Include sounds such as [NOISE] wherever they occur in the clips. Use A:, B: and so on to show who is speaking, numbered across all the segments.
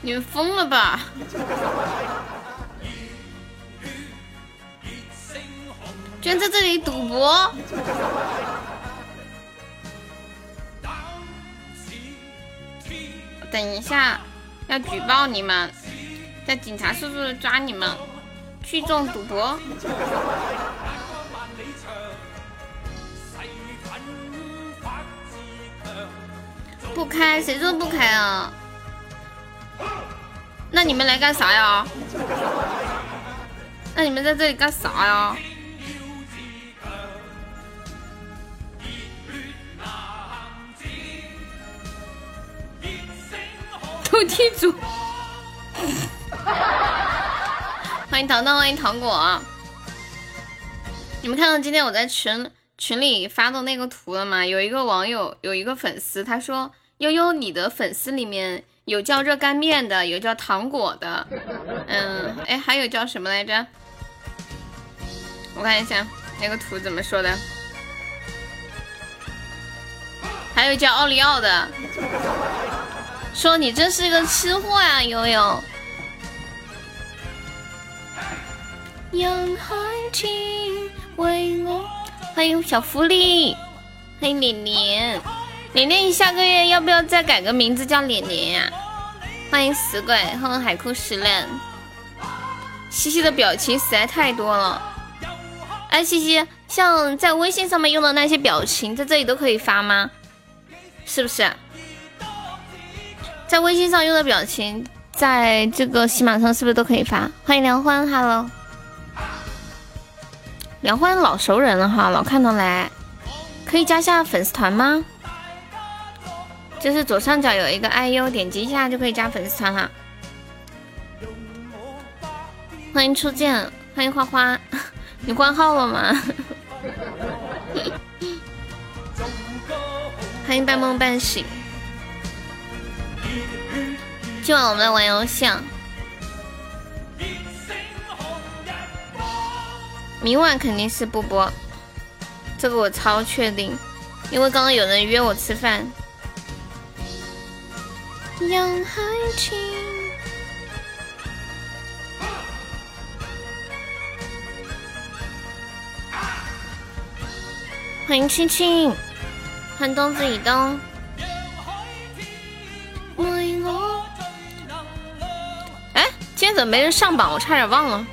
A: 你们疯了吧？居然在这里赌博！等一下，要举报你们，在警察叔叔抓你们，聚众赌博。不开，谁说不开啊？那你们来干啥呀？那你们在这里干啥呀？ [LAUGHS] 斗地主，欢迎糖糖，欢迎糖果。你们看到今天我在群群里发的那个图了吗？有一个网友，有一个粉丝，他说：“悠悠，你的粉丝里面有叫热干面的，有叫糖果的，嗯，哎，还有叫什么来着？我看一下那个图怎么说的，还有叫奥利奥的。”说你真是个吃货呀、啊，悠悠。让海情为我，欢迎小狐狸，欢迎脸脸，脸脸，你下个月要不要再改个名字叫脸脸呀、啊？欢迎死鬼，欢迎海枯石烂。西西的表情实在太多了。哎，西西，像在微信上面用的那些表情，在这里都可以发吗？是不是？在微信上用的表情，在这个喜马上是不是都可以发？欢迎梁欢，Hello，梁欢老熟人了哈，老看到来，可以加下粉丝团吗？就是左上角有一个 IU，点击一下就可以加粉丝团啦。欢迎初见，欢迎花花， [LAUGHS] 你换号了吗？欢迎半梦半醒。今晚我们来玩游戏。啊。明晚肯定是不播，这个我超确定，因为刚刚有人约我吃饭。让海情。欢迎青青，欢迎东子以东。哎，今天怎么没人上榜？我差点忘了，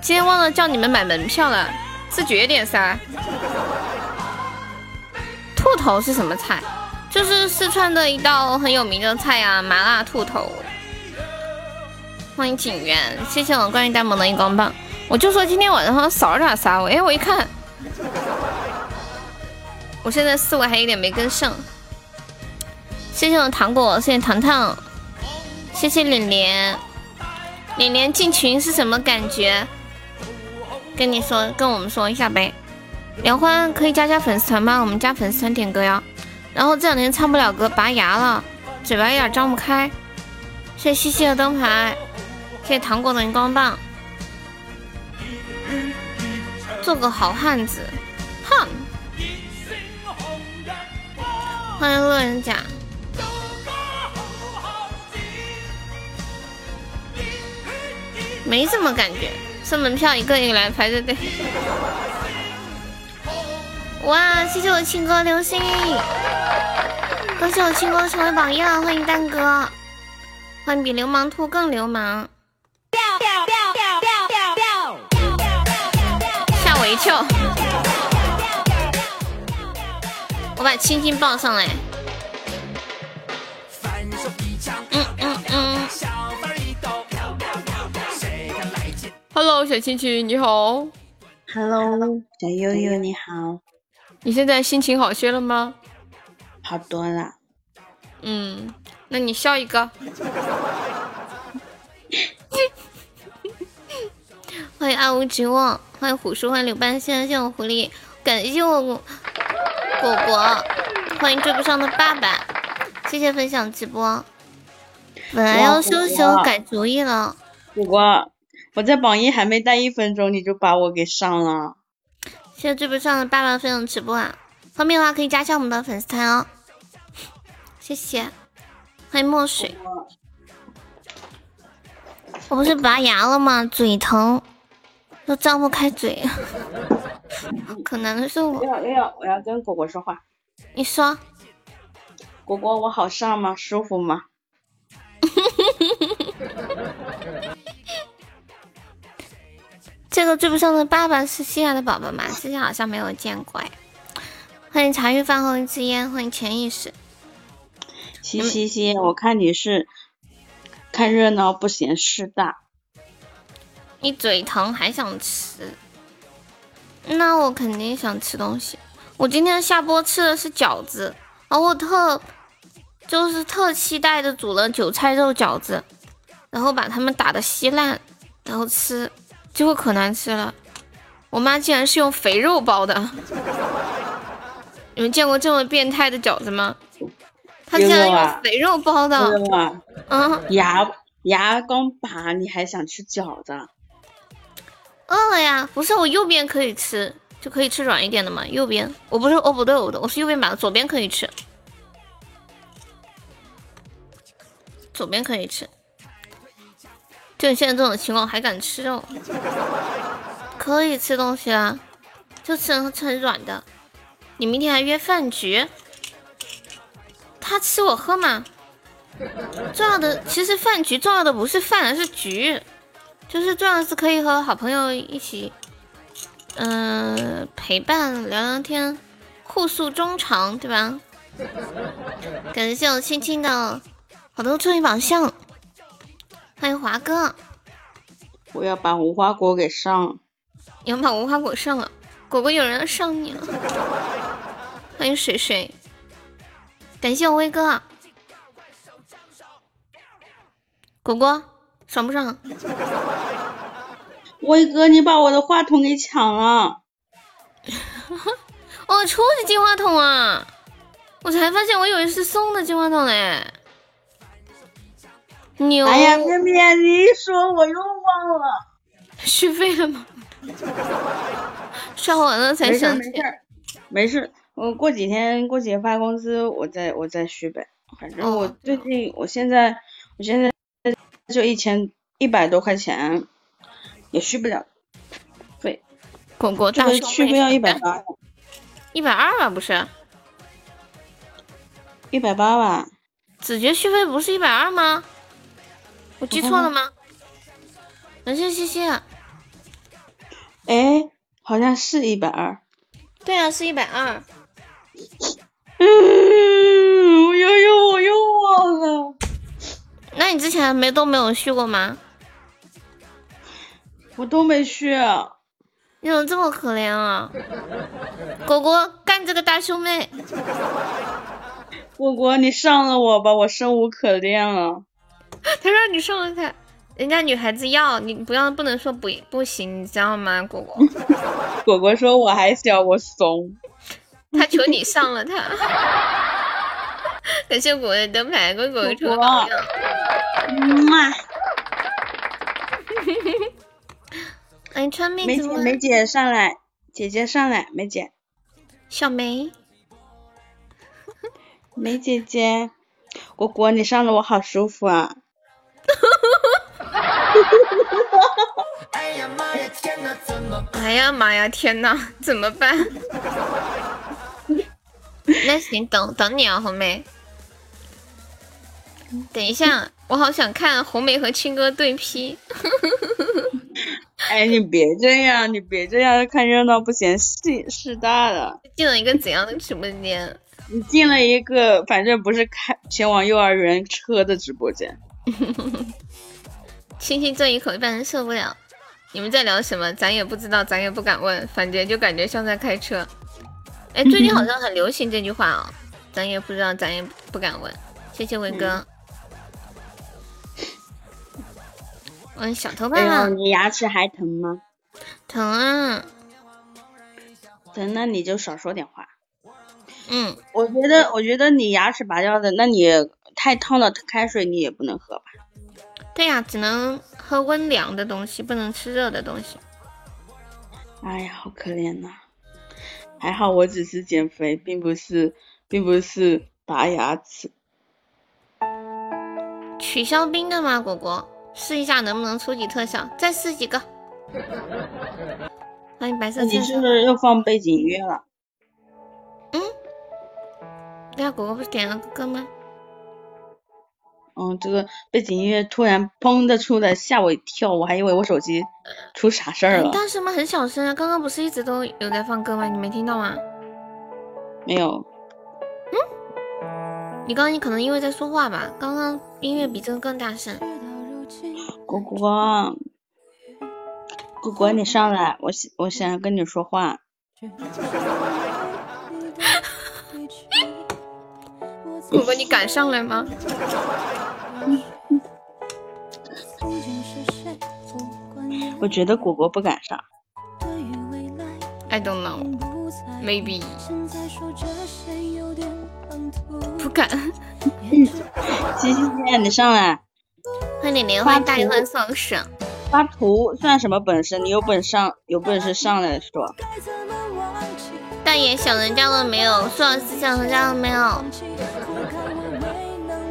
A: 今天忘了叫你们买门票了，是九月点三。兔头是什么菜？就是四川的一道很有名的菜呀、啊，麻辣兔头。欢迎景源，谢谢我关于呆萌的荧光棒。我就说今天晚上少点啥，我哎我一看，我现在思维还有点没跟上。谢谢我糖果，谢谢糖糖，谢谢脸脸。脸脸进群是什么感觉？跟你说，跟我们说一下呗。梁欢可以加加粉丝团吗？我们加粉丝团点歌呀。然后这两天唱不了歌，拔牙了，嘴巴有点张不开。谢谢西西的灯牌，谢谢糖果的荧光棒。做个好汉子，哼！欢迎路人甲。没什么感觉，收门票一个一个来排着队。哇，谢谢我青哥流星，恭喜我青哥成为榜样，欢迎蛋哥，欢迎比流氓兔更流氓。吓我一跳，我把青青抱上来。嗯嗯嗯。Hello，小青青，你好。
B: Hello，小悠悠，你好。
A: 你现在心情好些了吗？
B: 好多了。
A: 嗯，那你笑一个。 [LAUGHS] 欢迎暗无极望，欢迎虎叔，欢迎柳半仙，谢我狐狸，感谢我果果，欢迎追不上的爸爸，谢谢分享直播。本来要休息，我改主意了。
B: 果果。我在榜一还没待一分钟，你就把我给上了。
A: 谢谢追不上的爸爸分享 [LAUGHS] 直播啊！方便的话可以加一下我们的粉丝团哦，谢谢。欢迎墨水。我不是拔牙了吗？嘴疼，都张不开嘴， [LAUGHS] 可难受
B: 我
A: 了。
B: 要我要我要跟果果说话。
A: 你说，
B: 果果，我好上吗？舒服吗？
A: 这个追不上的爸爸是西亚的宝宝吗？之前好像没有见过哎。欢迎茶余饭后一支烟，欢迎潜意识。
B: 嘻嘻嘻，我看你是看热闹不嫌事大。
A: 你嘴疼还想吃，那我肯定想吃东西。我今天下播吃的是饺子，然后我特就是特期待的煮了韭菜肉饺子，然后把它们打的稀烂，然后吃，结果可难吃了。我妈竟然是用肥肉包的，你们见过这么变态的饺子吗？她竟然
B: 有啊
A: 用肥肉包
B: 对
A: 的，
B: 吧？
A: 嗯，
B: 牙牙刚拔，你还想吃饺子？
A: 饿了呀，不是我右边可以吃，就可以吃软一点的嘛。右边，我不是哦，不对，我的我是右边吧，左边可以吃，左边可以吃。就你现在这种情况还敢吃肉？ [LAUGHS] 可以吃东西啊，就吃很吃很软的。你明天还约饭局？他吃我喝嘛？ [LAUGHS] 重要的其实饭局重要的不是饭，而是局。就是重要的是可以和好朋友一起，嗯、陪伴聊聊天，互诉衷肠，对吧？感谢我青青的好多春雨宝箱，欢迎华哥，
B: 我要把无花果给上了。
A: 你们把无花果上了，果果有人要上你了，欢迎水水，感谢我威哥，啊果果爽不爽？
B: 威哥，你把我的话筒给抢了！
A: 哦，出的金话筒啊！我才发现我以为是送的金话筒嘞，牛！
B: 哎呀，面面，你一说我又忘了。
A: 续费了吗？刷完了才
B: 没事儿
A: 想
B: 没
A: 起
B: 事，儿，没事儿。我过几天过几天发工资，我再我再续呗。反正我
A: 哦
B: 最近，我现在我现在就一千一百多块钱，也续不了，
A: 果果
B: 这
A: 大
B: 个
A: 双
B: 续不了一百八，
A: 一百二吧？不是，
B: 一百八吧。
A: 子爵续费不是一百二吗？我记错了吗？感谢西西，
B: 哎，好像是一百二。
A: 对啊，是一百二。
B: 嗯，我又又我又忘了。
A: 那你之前没都没有续过吗？
B: 我都没续，啊
A: 你怎么这么可怜啊？果果干这个大胸妹。
B: 果果，你上了我吧，我生无可恋了。
A: 他让你上他，人家女孩子要你不要，不能说不不行，你知道吗？果 [LAUGHS] 果，
B: 果果说我还小，我怂。
A: 他求你上了他。 [LAUGHS] 感谢果果的灯牌，跟果果成为
B: 果果
A: 朋友。
B: 嘛，
A: 哎，川妹
B: 梅
A: 怎
B: 姐，
A: 么
B: 梅姐上来，姐姐上来，梅姐，
A: 小梅，
B: 梅姐姐，果果你上了我好舒服啊！
A: 哎呀妈呀，天呐，怎么办？ [LAUGHS] 那行，等等你啊，红梅。等一下，我好想看红梅和青哥对 P。
B: 哎，你别这样，你别这样，看热闹不嫌事事大的。
A: 进了一个怎样的直播间？
B: 你进了一个反正不是开前往幼儿园车的直播间，
A: 亲亲这一口一般人受不了。你们在聊什么？咱也不知道，咱也不敢问，反正就感觉像在开车。哎，最近好像很流行这句话哦，咱也不知道，咱也不敢问。谢谢伟哥。嗯，小头爸
B: 哎
A: 爸
B: 呦，你牙齿还疼吗？
A: 疼啊，
B: 疼，那你就少说点话。
A: 嗯，
B: 我觉得，我觉得你牙齿拔掉的，那你太烫的开水你也不能喝吧？
A: 对呀、只能喝温凉的东西，不能吃热的东西。
B: 哎呀，好可怜呐、还好我只是减肥，并不是，并不是拔牙齿。
A: 取消冰的吗？果果，试一下能不能出几特效，再试几个。欢迎白色
B: 那你
A: 衬
B: 是
A: 衫
B: 不。是又放背景音乐了？
A: 对啊，果果不是点了个歌吗？
B: 嗯，这个背景音乐突然砰的出来，吓我一跳，我还以为我手机出啥事儿
A: 你嗯
B: 了。
A: 当时嘛很小声啊，刚刚不是一直都有在放歌吗？你没听到吗？
B: 没有，
A: 你刚刚可能因为在说话吧，刚刚音乐比这个更大声。
B: 果果，果果，你上来，我想我想跟你说话。
A: 果果，你敢上来吗？
B: 我觉得果果不敢上，
C: 嗯
A: I don't know,
D: 没
A: maybe 不敢。
B: 姐姐姐，你上来，
A: 欢迎李莲，
B: 发
A: 欢迎大
B: 图
A: 鱼，欢迎宋婶。
B: 发图算什么本事？你有本事上，有本事上来说。
A: 但也想人家了没有？苏老师想人家了没有？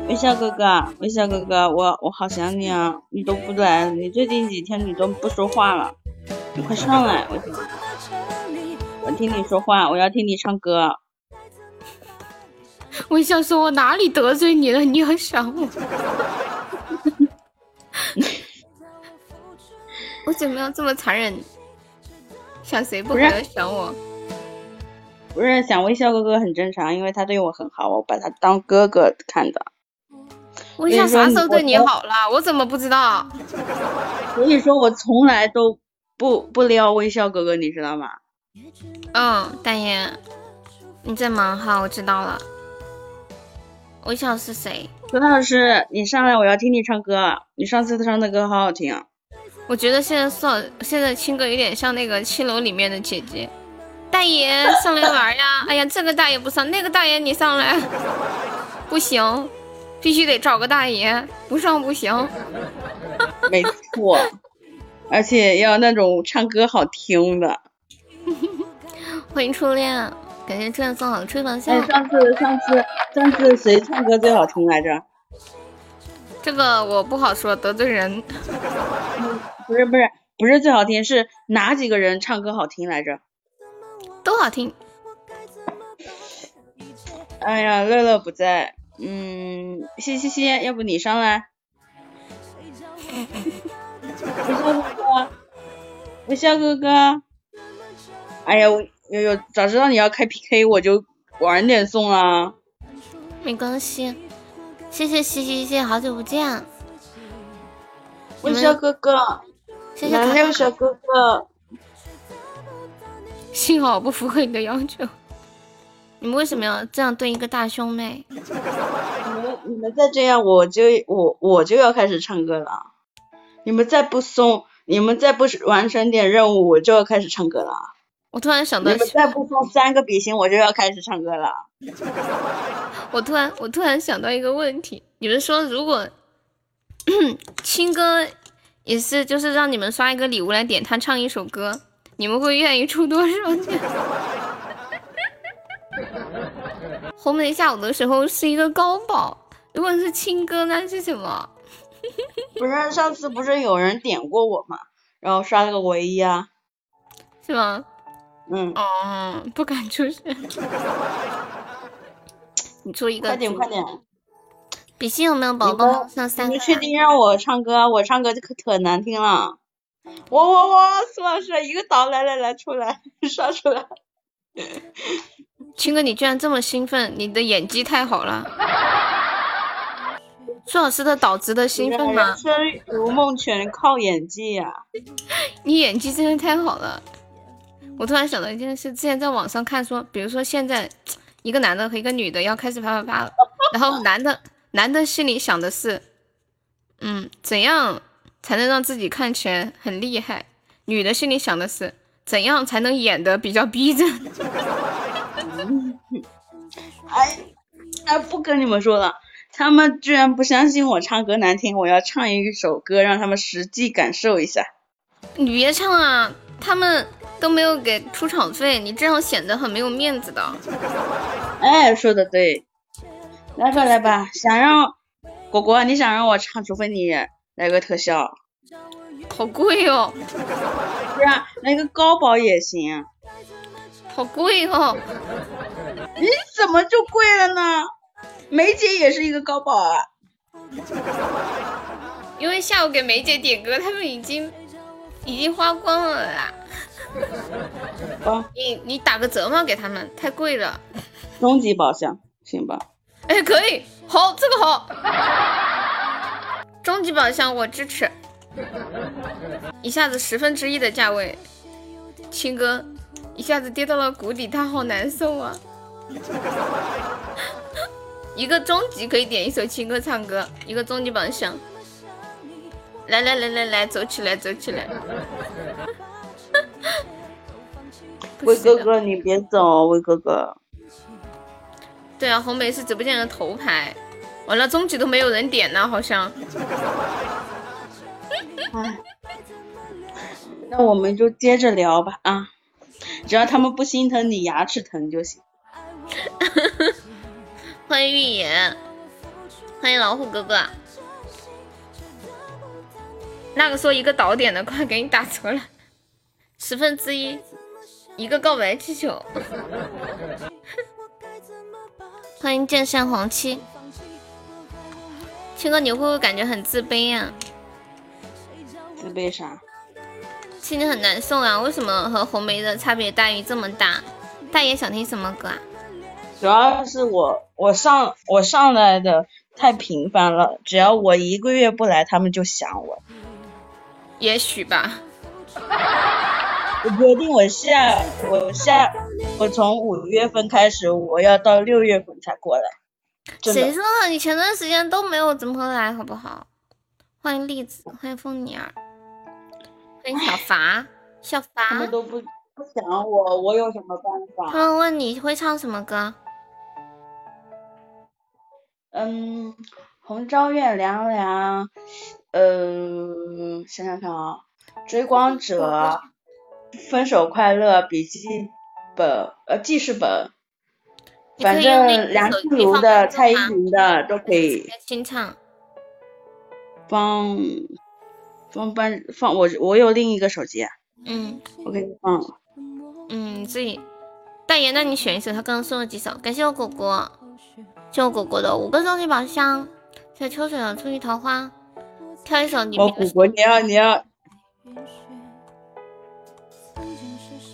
B: 微笑哥哥，微笑哥哥，我我好想你啊！你都不来，你最近几天你都不说话了，你快上来，我听我听你说话，我要听你唱歌。
A: 微笑说：“我哪里得罪你了？你要想我。”我怎么要这么残忍？想谁不
B: 不
A: 可
B: 是
A: 能想我？
B: 不是想微笑哥哥很正常，因为他对我很好，我把他当哥哥看的。
A: 微笑啥时候对你
B: 我
A: 好了？我怎么不知道？
B: 所以说我从来都不不撩微笑哥哥，你知道吗？
A: 嗯，大爷，你在忙哈，我知道了。微笑是谁？
B: 陈老师，你上来，我要听你唱歌。你上次唱的歌好好听啊，
A: 我觉得现在苏老现在青哥有点像那个七楼里面的姐姐。大爷上来玩呀！哎呀，这个大爷不上，那个大爷你上来，不行，必须得找个大爷，不上不行。
B: 没错， [LAUGHS] 而且要那种唱歌好听的。
A: 欢迎初恋，感谢初恋送好的吹风
B: 哎，
A: 箱。
B: 上次上次上次谁唱歌最好听来着？
A: 这个我不好说，得罪人。
B: 不是不是不是最好听，是哪几个人唱歌好听来着？
A: 都好听。
B: 哎呀，乐乐不在，嗯，西西西，要不你上来？微笑哥哥，微笑哥哥，哎呀，我悠悠，早知道你要开 PK，我就晚点送啦。
A: 没关系，谢谢西西西，好久不见，
B: 微笑哥哥，
A: 谢谢卡卡。
B: 小哥哥，
A: 幸好我不符合你的要求。你们为什么要这样对一个大胸妹？
B: 你们你们再这样，我就我我就要开始唱歌了。你们再不松，你们再不完成点任务，我就要开始唱歌了。
A: 我突然想
B: 你
A: 到
B: 们，再不送三个比心，我就要开始唱歌了。
A: 我突然我突然想到一个问题，你们说如果 [COUGHS] 青哥也是就是让你们刷一个礼物来点他唱一首歌，你们会愿意出多少钱？ [LAUGHS] 红梅下午的时候是一个高保，如果是青哥那是什么？
B: 不是上次不是有人点过我吗？然后刷了个唯一啊，
A: 是吗？
B: 嗯，
A: 哦，不敢出声。 [LAUGHS] 你出一个
B: 快点
A: 猪
B: 快点，
A: 比心有没有宝
B: 你
A: 宝
B: 们
A: 上三
B: 你
A: 个
B: 确定让我唱歌？我唱歌就可可难听了。我我我，苏老师一个岛，来来来，出来刷出来。
A: 青哥，你居然这么兴奋，你的演技太好了。苏老师的导值得兴奋吗
B: 人？生如梦，全靠演技呀、
A: 你演技真的太好了。我突然想到一件事，之前在网上看说，比如说现在一个男的和一个女的要开始啪啪啪了，然后男的男的心里想的是，嗯，怎样才能让自己看起来很厉害？女的心里想的是，怎样才能演的比较逼真？ [LAUGHS]
B: 哎哎，不跟你们说了，他们居然不相信我唱歌难听，我要唱一首歌让他们实际感受一下。
A: 你别唱啊，他们都没有给出场费，你这样显得很没有面子的。
B: 哎，说的对，来吧来吧，想让果果，你想让我唱，除非你来个特效，
A: 好贵哦，
B: 不然啊来个高保也行。啊
A: 好贵哦，
B: 你怎么就贵了呢？梅姐也是一个高保啊。
A: 因为下午给梅姐点歌，他们已经已经花光了啦。
B: 好，
A: 你你打个折嘛给他们，太贵了。
B: 终极宝箱，行吧？
A: 哎，可以，好，这个好。 [LAUGHS] 终极宝箱我支持，一下子十分之一的价位，青哥一下子跌到了谷底，他好难受啊。 [LAUGHS] 一个终极可以点一首情歌唱歌，一个终极宝箱。来来来来来，走起来走起来。不
B: 威
A: 行
B: 哥哥，你别走，威哥哥。
A: 对啊，红梅是直播间的头牌，完了终极都没有人点呢，好像。
B: 唉，那我们就接着聊吧啊，只要他们不心疼你牙齿疼就行。
A: 欢迎预言，欢迎老虎哥哥。那个说一个导点的，快给你打折了，十分之一，一个告白气球。欢迎剑圣黄七，青哥，你会不会感觉很自卑啊？
B: 自卑啥？
A: 心里很难受啊？为什么和红梅的差别待遇这么大？大爷想听什么歌啊？
B: 主要是我我上我上来的太频繁了，只要我一个月不来，他们就想我。
A: 也许吧。
B: 我决定我下我下我从五月份开始，我要到六月份才过来。真
A: 谁
B: 的，
A: 说啊的？你前段时间都没有怎么来，好不好？欢迎栗子，欢迎凤妮儿，欢迎小伐，小
B: 他
A: 伐
B: 们。都不不想我，我有什么办
A: 他
B: 法？
A: 们问你会唱什么歌？
B: 嗯，红昭愿凉凉，嗯，想想看啊，追光者，分手快乐笔记本，呃，记事本，
A: 你可
B: 反
A: 以用那
B: 正
A: 个
B: 梁
A: 手
B: 静
A: 机
B: 茹
A: 放
B: 的、
A: 歌
B: 蔡依
A: 吗
B: 林的都可以。
A: 清唱。
B: 放放班放我我有另一个手机，啊
A: 嗯
B: 我给你放。
A: 嗯，自己。大爷，那你选一首，他刚刚送了几首，感谢我果果，谢我果果的五个终极宝箱，谢谢秋水的初遇桃花，挑一首你
B: 我
A: 们
B: 果果，你要你要，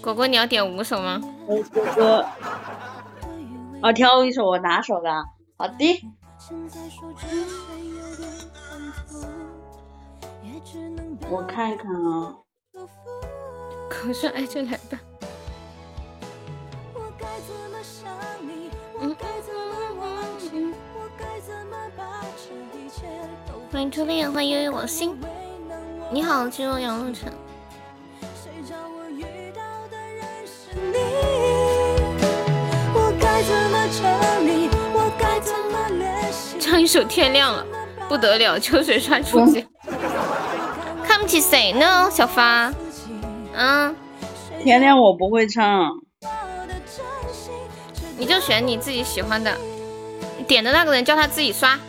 A: 果果你要点五首吗？
B: 我果果，我啊挑一首我拿手的。啊好的，我看看啊，
A: 口水爱哎就来吧。嗯欢迎初恋，欢迎悠悠我心。你好，进入杨路城。唱一首《天亮了》，不得了，秋水刷出去。看不起谁呢，小发？嗯，
B: 天亮我不会唱，
A: 你就选你自己喜欢的，你点的那个人叫他自己刷，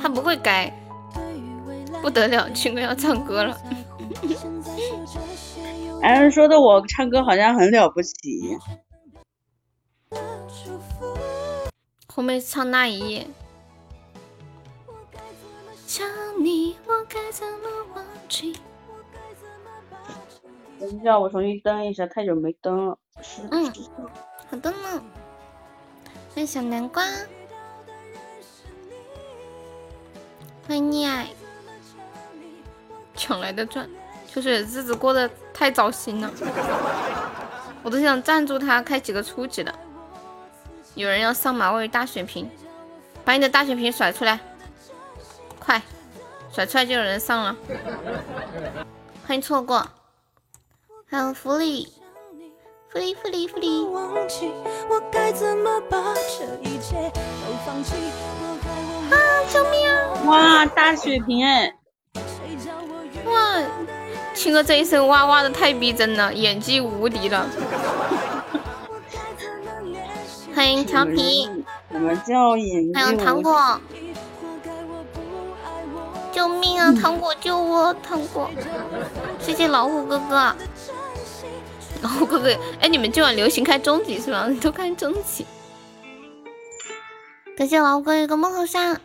A: 他不会改。不得了，青哥要唱歌了。
B: 哎，人说的我唱歌好像很了不起，
A: 后面唱那一夜。想你，我该怎么忘记？
B: 等一下我重新登一下，太久没登了。是
A: 嗯，好的呢。欢迎小南瓜，欢迎溺爱，抢来的赚，就是日子过得太糟心了， [LAUGHS] 我都想赞助他开几个初级的。有人要上马位大血瓶，把你的大血瓶甩出来，快，甩出来就有人上了。欢迎错过，还有福利，福利福利福利。
D: 忘记我该怎么把这一切都放弃？我还我啊，救命啊！
B: 哇，大血瓶哎，
C: 嗯
D: 谁叫我遇
A: 哇，青哥这一声哇哇的太逼真了，演技无敌了。欢迎调皮，
D: 我们叫眼
A: 还有糖果，救命啊！糖果救我！糖果，谢谢老虎哥哥。 [LAUGHS] 老虎哥哥，哎，你们今晚流行开终极是吧？ [LAUGHS] 都开终极。感谢老虎哥有个梦后山，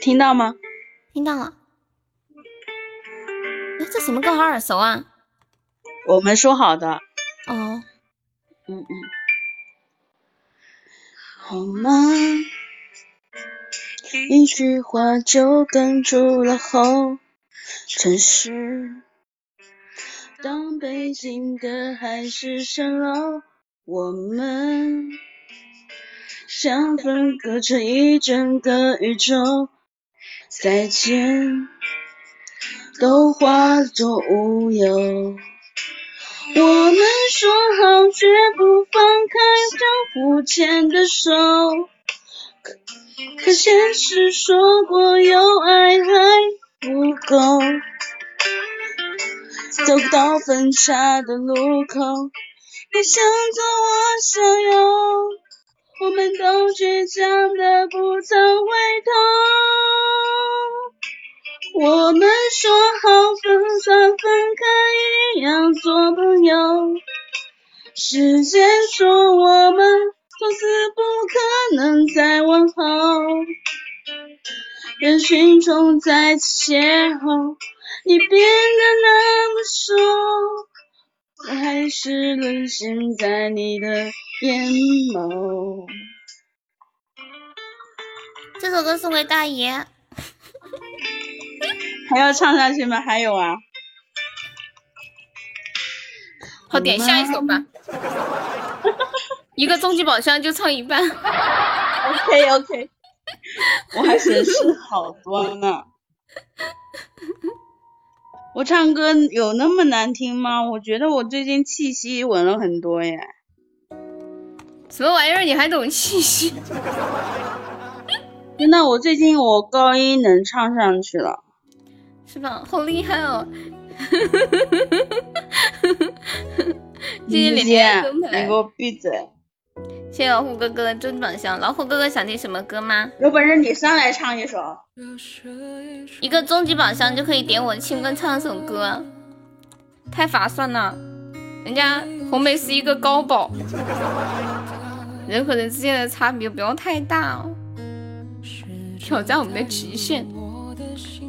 D: 听到吗？
A: 听到了。哎，这什么歌好耳熟啊？
D: 我们说好的。
A: 哦，
D: 嗯嗯。好吗？一句话就哽住了喉，真是。当北京的海市蜃楼，我们像分隔着一整个宇宙。再见，都化作乌有。我们说好绝不放开相互牵的手，可可现实说过有爱还不够。走到分岔的路口，你想左，我想右，我们都倔强的不曾回头。我们说好分散分开，一样做朋友。时间说我们从此不可能再往后，人群中再次邂逅。你变得那么瘦，我还是沦陷在你的眼眸。
A: 这首歌送给大爷。
D: 还要唱下去吗？还有啊。
A: 好，点下一首吧。 [LAUGHS] 一个终极宝箱就唱一半。
D: OK OK。我还损失好多呢。我唱歌有那么难听吗？我觉得我最近气息稳了很多耶。
A: 什么玩意儿？你还懂气息？
D: 真的，我最近我高音能唱上去了，
A: 是吧？好厉害哦！ [LAUGHS] 谢谢
D: 李
A: 李天
D: 你给我闭嘴！
A: 谢谢老虎哥哥的尊宝箱。老虎哥哥想听什么歌吗？
D: 有本事你上来唱一首。
A: 一个终极宝箱就可以点我亲哥唱首歌，太划算了。人家红梅是一个高保，人和人之间的差别不要太大哦，挑战我们的极限。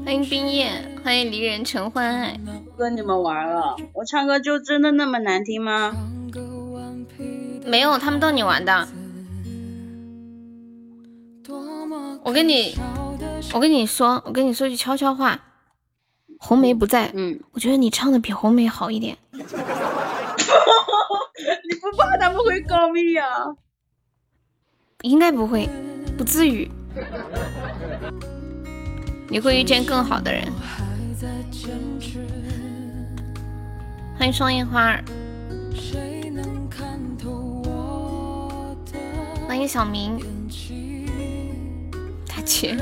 A: 欢迎冰叶，欢迎离人陈欢爱。
D: 跟你们玩了，我唱歌就真的那么难听吗？
A: 没有，他们逗你玩的。我跟你，我跟你说，我跟你说句悄悄话，红梅不在，
D: 嗯，
A: 我觉得你唱的比红梅好一点。
D: 你不怕他们会高音啊？
A: 应该不会，不至于。你会遇见更好的人。欢迎双叶花儿，欢迎小明。大姐，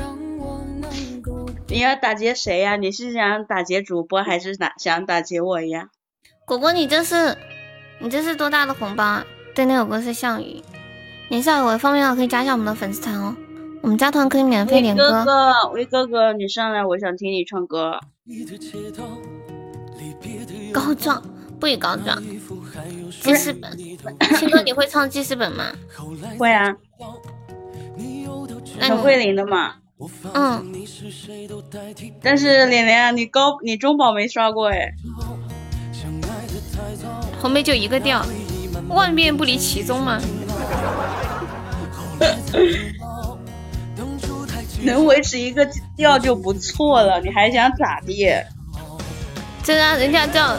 D: 你要打劫谁呀、你是想打劫主播，还是打想打劫我呀？
A: 果果，你这是你这是多大的红包啊？对，那首歌是项羽。年少有为，方便的可以加一下我们的粉丝团哦。我们加团可以免费
D: 威
A: 点
D: 哥
A: 歌。
D: 哥，威哥哥，你上来，我想听你唱歌。
A: 告状不许告状。记事本，青哥你会唱记事本吗？
D: 会啊，
A: 那
D: 陈
A: 你
D: 慧琳的嘛。
A: 嗯，
D: 但是脸脸啊，你高你中宝没刷过哎，
A: 红梅就一个调，万变不离其宗嘛。
D: 能维持一个调就不错了，你还想咋地？
A: 这让人家叫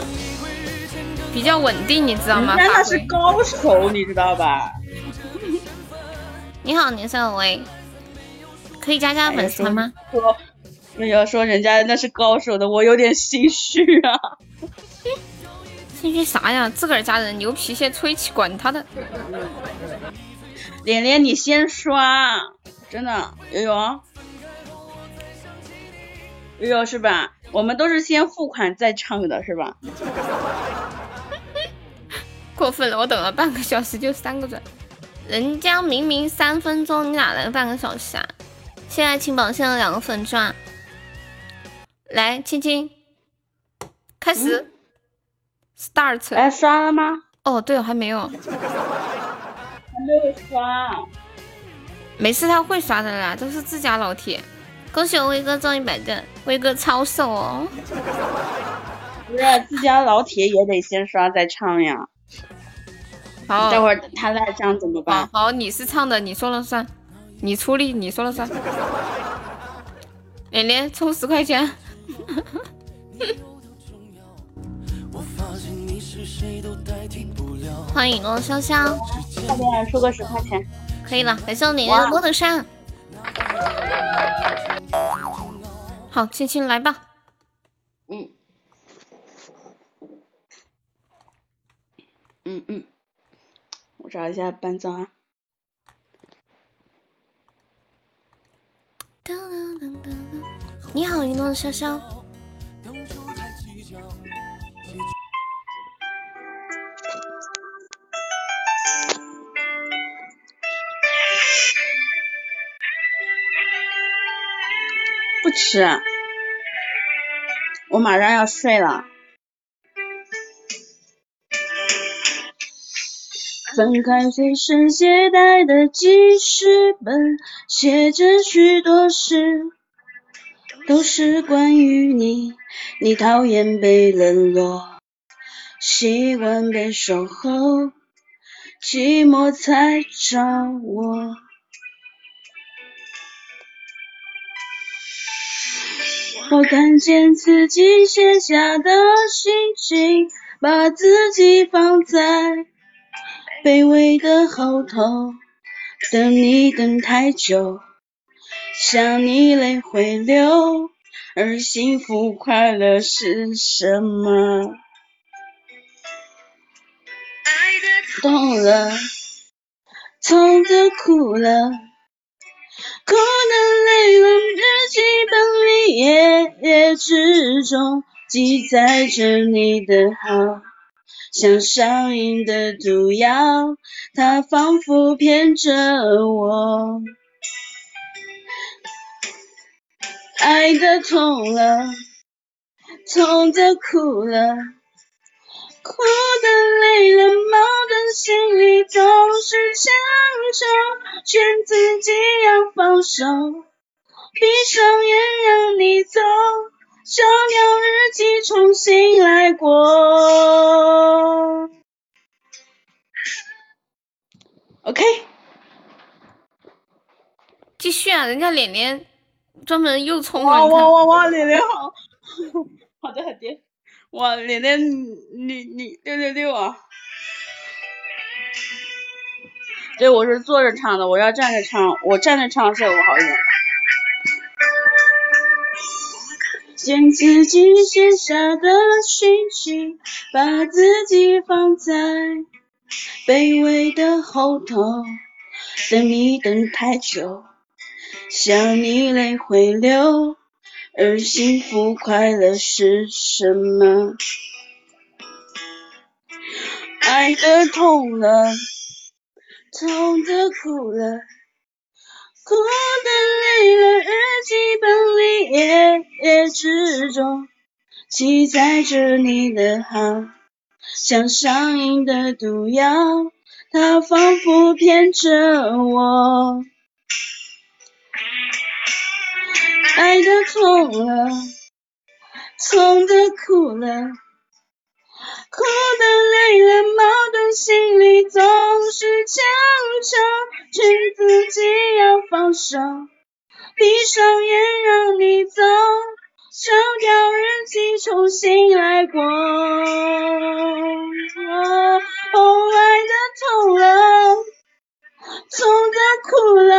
A: 比较稳定，你知道
D: 人
A: 吗？
D: 家那
A: 发
D: 是
A: 挥。
D: 高手，你知道吧？
A: 你好，年少有为，可以加加粉丝团吗？
D: 说那要哎说人家那是高手的，我有点心虚啊。
A: 兴趣啥呀？自个儿家人牛皮屑吹起，管他的。
D: 脸脸，你先刷，真的，哎悠悠，悠悠哎是吧？我们都是先付款再唱的，是吧？
A: 过分了，我等了半个小时就三个钻。人家明明三分钟，你哪来半个小时啊？现在请榜上的两个粉钻，来，青青，开始、s t a r t
D: 嗯哎，刷了吗？
A: 哦，对，还没有，
D: 还没有刷。
A: 没事，他会刷的啦，都是自家老铁。恭喜我威哥中一百钻，威哥超瘦哦。
D: 不是，自家老铁也得先刷再唱呀。
A: 好，
D: 待会儿他再唱怎么
A: 好
D: 办？
A: 好，你是唱的，你说了算，你出力，你说了算。脸脸抽十块钱，欢迎哦，潇潇，
D: 快点出个十块钱。
A: 可以了，感谢我脸脸的摩登山。好，青青来吧，
D: 嗯。嗯嗯，我找一下伴奏啊。
A: 你好，一诺潇潇，
D: 不吃，我马上要睡了。翻开随身携带的记事本，写着许多事，都是关于你。你讨厌被冷落，习惯被守候，寂寞才找我。我看见自己写下的心情，把自己放在卑微的后头，等你等太久，想你泪会流，而幸福快乐是什么？痛了，痛的哭了。哭的累了，日记本里页页之中记载着你的好，像上瘾的毒药，它仿佛骗着我。爱的痛了，痛的哭了，哭的累了，矛盾心里总是强求，劝自己要放手，闭上眼让你走，烧掉日记，重新来过。OK，
A: 继续啊，人家脸脸专门又充
D: 哇
A: 了，你看
D: 哇哇哇，脸脸好， [LAUGHS] 好的好的，哇，脸脸你你六六六啊！对，我是坐着唱的，我要站着唱，我站着唱效果好一点。将自己写下的心情，把自己放在卑微的后头，等你等太久。想你泪会流，而幸福快乐是什么？爱的痛了，痛的哭了，哭的累了，日记本里页页之中记载着你的好，像上瘾的毒药，它仿佛骗着我。爱的痛了，痛的哭了，哭的累了，矛盾心里总是强求，劝自己要放手，闭上眼让你走，烧掉日记，重新来过。哦，哦爱的痛了，痛的哭了。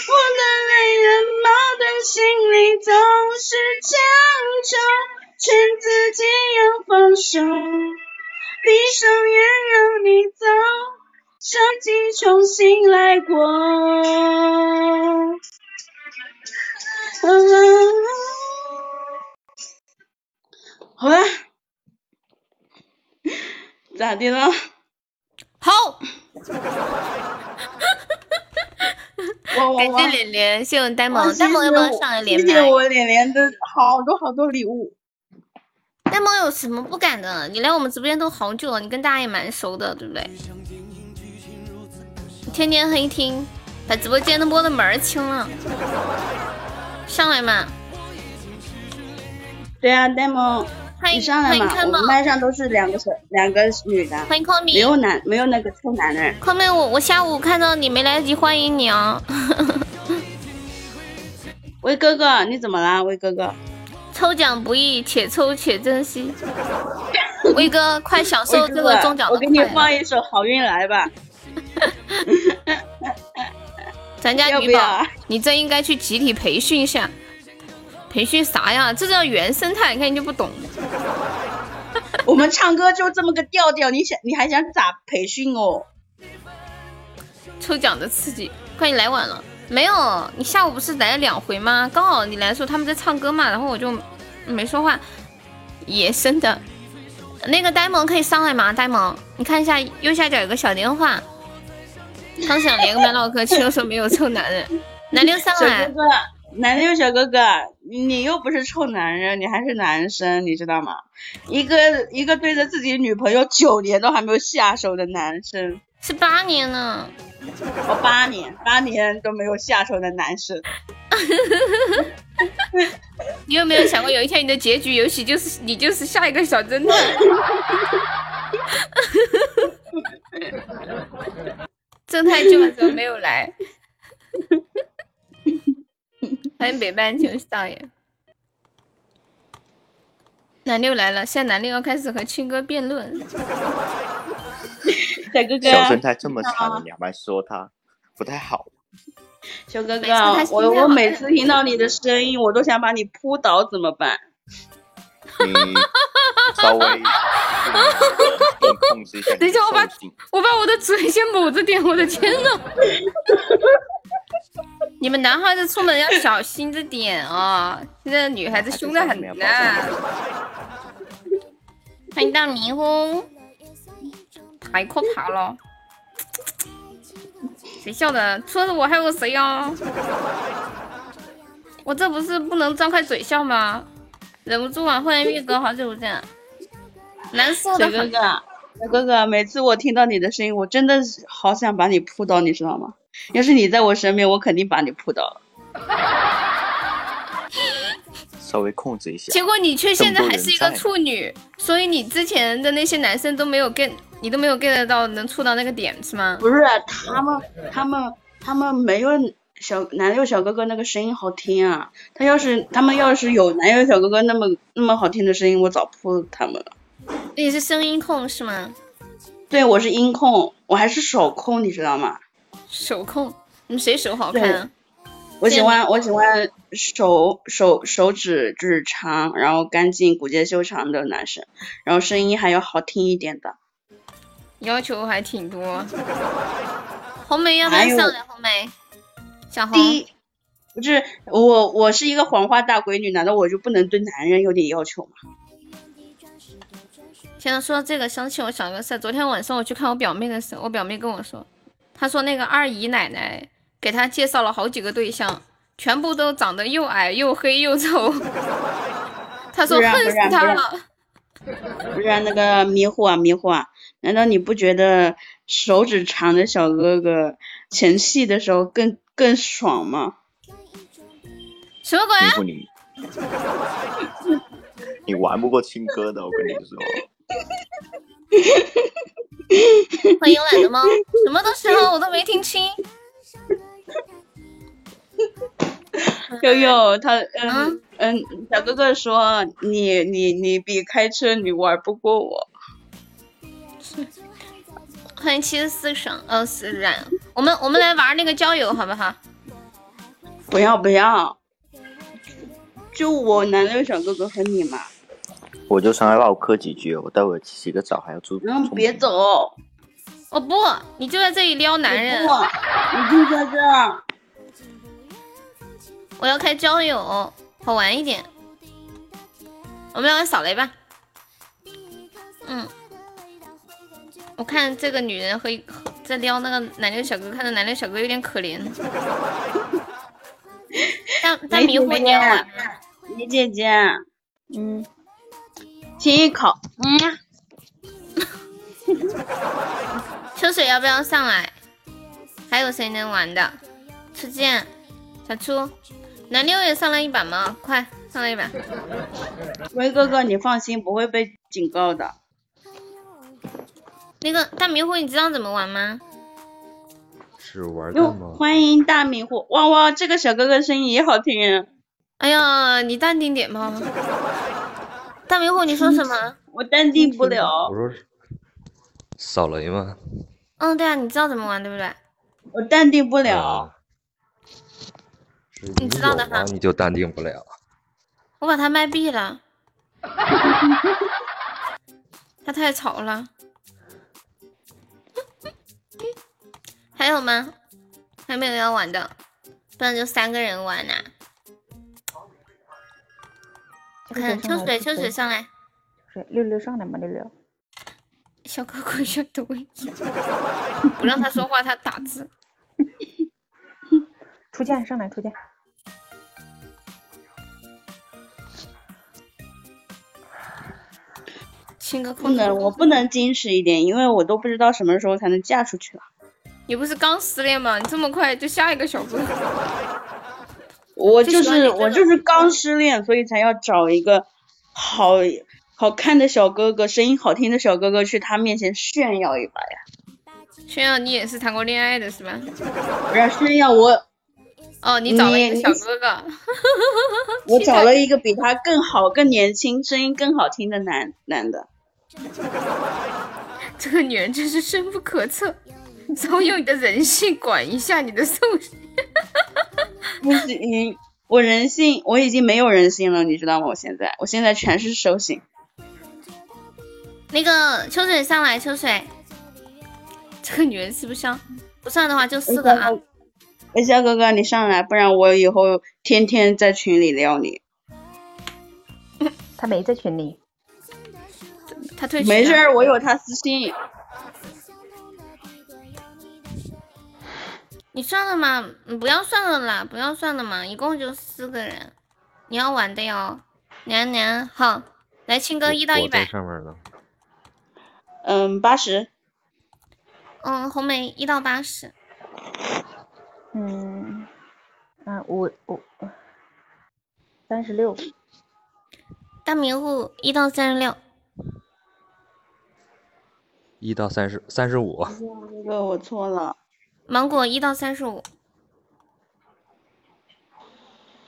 D: 我的泪人矛盾心里总是强求，劝自己要放手，闭上眼让你走，伤心重新来过。啊好了，咋的了？
A: 好，感
B: 啊
A: 谢脸脸，谢谢呆萌，呆萌要不要上来连
B: 谢
A: 麦
B: 谢？我脸脸的好多好多礼物，
A: 呆萌有什么不敢的？你来我们直播间都好久了，你跟大家也蛮熟的，对不对？天天黑听，把直播间的播的门儿清了。上来嘛，
B: 对啊，呆萌，
A: 欢
B: 你
A: 迎
B: 上来
A: 欢迎
B: 嘛，
A: 看
B: 我
A: 宝
B: 们，麦上都是两个小两个女的，
A: 欢迎康
B: 没
A: 米，
B: 有男没有那个臭男人，
A: 康米，我我下午看到你没来得及欢迎你啊。
B: 威哥哥你怎么啦？威哥哥，
A: 抽奖不易，且抽且珍惜。 [LAUGHS] 威哥，快享受
B: 威
A: 这
B: 哥
A: 个
B: 哥
A: 中奖
B: 我
A: 的
B: 给你
A: 快
B: 放
A: 乐！
B: 一首《好运来吧
A: 咱家
B: 要不
A: 女宝，
B: 要啊
A: 你真应该去集体培训一下。培训啥呀？这叫原生态，你看你就不懂。》，
B: 我们唱歌就这么个调调，你想你还想咋培训哦？
A: 抽奖的刺激，快你来晚了。没有，你下午不是来了两回吗？刚好你来的时候他们在唱歌嘛，然后我就没说话。野生的，那个呆萌可以上来吗？呆萌，你看一下右下角有个小电话。他想连个麦唠嗑，七六说没有臭男人，男六啊上
B: 小
A: 来
B: [LAUGHS] 哥，哥，男六小哥哥，你又不是臭男人，你还是男生，你知道吗？一个一个对着自己女朋友九年都还没有下手的男生，
A: 是八年呢。
B: 我八年八年都没有下手的男生，
A: 你有没有想过有一天你的结局，也许就是你就是下一个小侦探？侦探今晚怎么没有来？欢迎北半球少爷。男六来了，现在男六要开始和青哥辩论。
B: 小
A: [LAUGHS]
B: 哥
A: 啊
E: 小侦
B: 哥，
E: 探这么惨了，你还说他不太好？
B: 小哥哥
A: 每次他，心
B: 我
A: 跳
B: 我每次听到你的声音，我都想把你扑倒，怎么办？
E: 你稍微嗯控制一下你的
A: 等一下我把
E: 兽性
A: 我把我的嘴先捂着点，我的天呐！ [LAUGHS] 你们男孩子出门要小心着点啊、现在女孩子凶的很呢。欢迎大迷糊，太可怕了！谁笑的？除了我还有谁呀？我这不是不能张开嘴笑吗？忍不住啊！欢迎玉哥，好久不见，难受的
B: 小哥
A: 很。
B: 哥，小哥哥，每次我听到你的声音，我真的是好想把你扑倒，你知道吗？要是你在我身边，我肯定把你扑倒了。
E: 稍微控制一下。
A: 结果你却现在还是一个
E: 更多人在
A: 处女，所以你之前的那些男生都没有 get，你都没有 get 到能触到那个点是吗？
B: 不是他们，他们，他们没有小男友小哥哥那个声音好听啊！他要是他们要是有男友小哥哥那么那么好听的声音，我早扑他们了。
A: 你是声音控是吗？
B: 对我是音控，我还是手控，你知道吗？
A: 手控，你们谁手好看
B: 嗯
A: 啊？
B: 我喜
A: 对
B: 欢我喜欢手手手指就是长，然后干净、骨节修长的男生，然后声音还要好听一点的。
A: 要求还挺 [LAUGHS] 多。红梅要不要上
B: 还
A: 来？红梅，小红，
B: 第一，不是我我是一个黄花大闺女，难道我就不能对男人有点要求吗？
A: 现啊在说到这个，想起我想个事儿。昨天晚上我去看我表妹的时候，我表妹跟我说，她说那个二姨奶奶给她介绍了好几个对象，全部都长得又矮又黑又丑。 [LAUGHS] 她说
B: 不然
A: 恨死
B: 不然不
A: 她
B: 然
A: 了。
B: 不然那个迷糊啊迷糊啊，难道你不觉得手指长的小哥哥前戏的时候更更爽吗？
A: 什么鬼、
E: 欺
A: 啊？
E: 负
A: [LAUGHS]
E: 你，你玩不过青哥的，我跟你说。
A: 欢迎懒的猫，什么的时候我都没听清。
B: 悠悠他
A: 啊
B: 嗯嗯，小哥哥说你你你比开车你玩不过我，
A: 欢迎七十四爽，呃，是冉。我们我们来玩那个交友好不好？
B: 不要不要，就我男六小哥哥和你嘛，
E: 我就上来唠嗑几句，我待会洗个澡还要出。
B: 然后
E: 出
B: 别
E: 门
B: 走，
A: 我哦不，你就在这里撩男人。
B: 不你就在这儿，
A: 我要开交友，好玩一点。我们来玩扫雷吧。嗯，我看这个女人和和在撩那个奶牛小哥，看着奶牛小哥有点可怜。但但迷糊你了，
B: 啊李姐姐，
A: 嗯，
B: 亲一口，嗯，
A: 秋水要不要上来？还有谁能玩的？初见，小初，男六也上来一把嘛，快上来一把！
B: 威哥哥，你放心，不会被警告的。
A: 那个大迷糊，你知道怎么玩吗？
F: 是玩
B: 哟
F: 蛋，吗？
B: 欢迎大迷糊，哇哇，这个小哥哥声音也好听啊！
A: 哎呀，你淡定点嘛！大迷糊，你说什么？
B: 我淡定不了
F: 我，说是扫雷吗？
A: 嗯，对啊，你知道怎么玩对不对？
B: 我淡定不了。
F: 啊，是
A: 你知道的
F: 有啊
A: 哈
F: 你就淡定不了。
A: 我把他麦闭了， [LAUGHS] 他太吵了。还有吗？还没有要玩的，不然就三个人玩呐、啊我看秋水，秋水上来，
C: 是六六上来嘛，六六。
A: 小哥哥有抖音，不让他说话，他打
C: [LAUGHS]
A: 字。
C: 初见上来，初见。
A: 清个
B: 不
A: 空
B: 能，我不能矜持一点，因为我都不知道什么时候才能嫁出去了。
A: 你不是刚失恋吗？你这么快就下一个小哥哥，
B: 我就
A: 就喜欢你嗯
B: 是
A: 这种
B: 我就是刚失恋，所以才要找一个好好看的小哥哥，声音好听的小哥哥去他面前炫耀一把呀！
A: 炫耀你也是谈过恋爱的是吧？
B: 不是炫耀
A: 嗯
B: 我，
A: 哦，你找了一个
B: 你
A: 小哥哥， [LAUGHS]
B: 我找了一个比他更好、更年轻、声音更好听的男男的。
A: 这个女人真是深不可测，总有你的人性管一下你的兽性。
B: 不行，我人性我已经没有人性了，你知道吗？我现在我现在全是兽性。
A: 那个秋水上来，秋水，这个女人吃不消，不算的话就四个啊。
B: 微笑哎哥哥，你上来，不然我以后天天在群里撩你。
C: 他没在群里，
A: 她退群了
B: 没事儿，我有他私信。
A: 你算了嘛，嗯不要算了啦，不要算了嘛，一共就四个人，你要玩的哟。娘娘，好，来青哥
F: 我
A: 一到一
F: 我在
A: 百，
F: 上面呢。
B: 嗯，八十。
A: 嗯，红梅一到八十，
C: 嗯，啊，我我三十六，
A: 大迷糊一到三十六，
F: 一到三十，三十五，
B: 这个我错了，
A: 芒果一到三十五，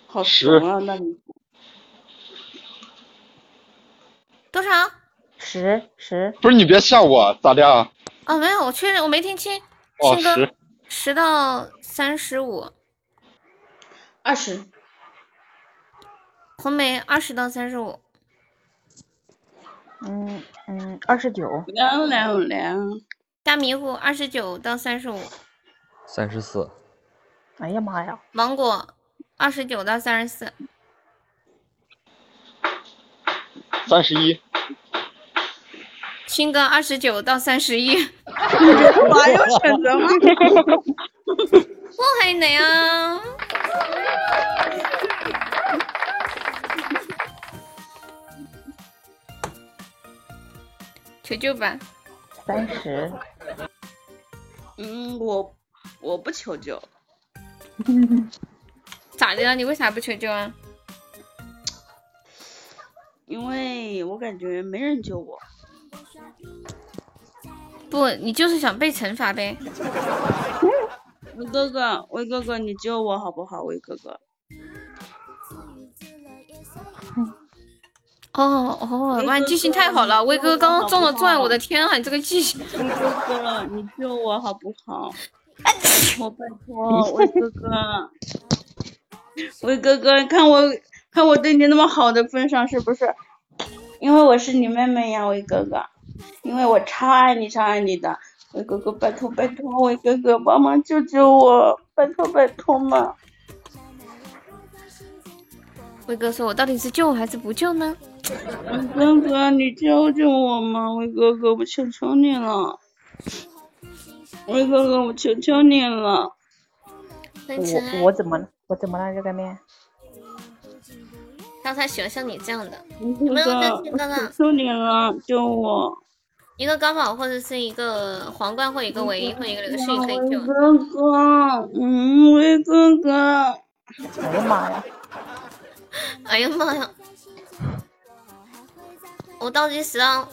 B: 好怂啊！那你
A: 多少？
C: 十十，
G: 不是你别吓我，咋的啊？
A: 哦，没有，我确认我没听清。
G: 哦，
A: 青哥
G: 十，
A: 十到三十五，
B: 二十，
A: 红梅二十到三十五，
C: 嗯嗯，二十九，
B: 凉凉凉。
A: 大迷糊二十九到三十五，
F: 三十四，
C: 哎呀妈呀，
A: 芒果二十九到三十四，
G: 三十一，
A: 青哥二十九到三十一。 [LAUGHS]
B: 我有选择吗？
A: 我还能啊！求救吧！
C: 三十，
B: [LAUGHS] 嗯，我我不求救，
A: 咋的了？你为啥不求救啊？
B: 因为我感觉没人救我。
A: 不，你就是想被惩罚呗。
B: 威哥哥，威哥哥，你救我好不好？威哥哥，
A: 哦哦，
B: 威
A: 哇，你
B: 哥
A: 记性
B: 哥
A: 太好了！
B: 你
A: 威
B: 救
A: 哥
B: 我
A: 刚
B: 好
A: 刚中
B: 不
A: 了钻，
B: 好
A: 我的天啊，你这个记性！
B: 威哥哥，你救我好不好？啊我拜托，威哥 [LAUGHS] 哥，威哥哥，看我看我对你那么好的份上，是不是？因为我是你妹妹呀，威哥哥，因为我超爱你，超爱你的，威哥哥，拜托拜托，威哥哥，帮忙救救我，拜托拜托嘛！
A: 威哥说：“我到底是救还是不救呢
B: 威哥哥，你救救我嘛，威哥哥，我求求你了。？”维哥哥，我求求你了，
A: 分成爱
C: 我我怎么了？我怎么了？热干面？
A: 让他喜欢像你这样的，
B: 维哥
A: 没有
B: 哥，
A: 没有没有
B: 我
A: 没有
B: 求求你了，救我！
A: 一个高宝或者是一个皇冠或一个唯一或一个流星可以救
B: 维。哥哥，嗯，维哥哥，
C: 哎呀妈呀！嗯
A: 哎呀妈呀！我倒计时啊，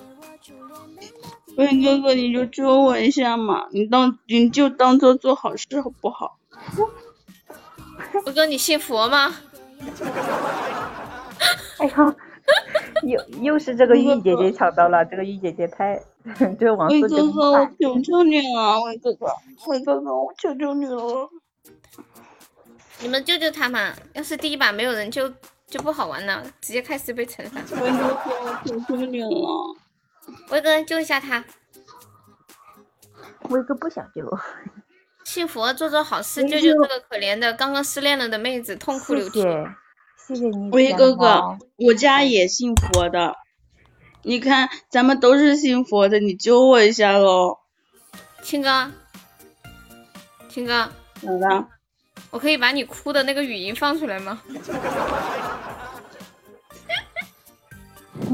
B: 维哥哥，你就救我一下嘛，你当你就当做做好事好不好？
A: 我哥你信佛吗？
C: 哎呀，又又是这个玉姐姐抢到了，这个玉姐姐太， [LAUGHS] 这个王
B: 维
C: 素
B: 哥
C: 真
B: 哥，我
C: 坏。
B: 求求你了，维哥哥，维哥哥，我求求你了。
A: 你们救救他嘛！要是第一把没有人救，就不好玩了，直接开始被惩罚。
B: 维哥哥，我求求你了。
A: 威哥救一下他，
C: 威哥不想救，
A: 信佛做做好事，救救这个可怜的刚刚失恋了的妹子，痛哭
C: 谢
A: 流涕。
C: 谢谢谢你，
B: 威哥哥
C: 猫，
B: 我家也信佛的，你看咱们都是信佛的，你救我一下喽。
A: 青哥，青哥，
B: 好的，
A: 我可以把你哭的那个语音放出来吗？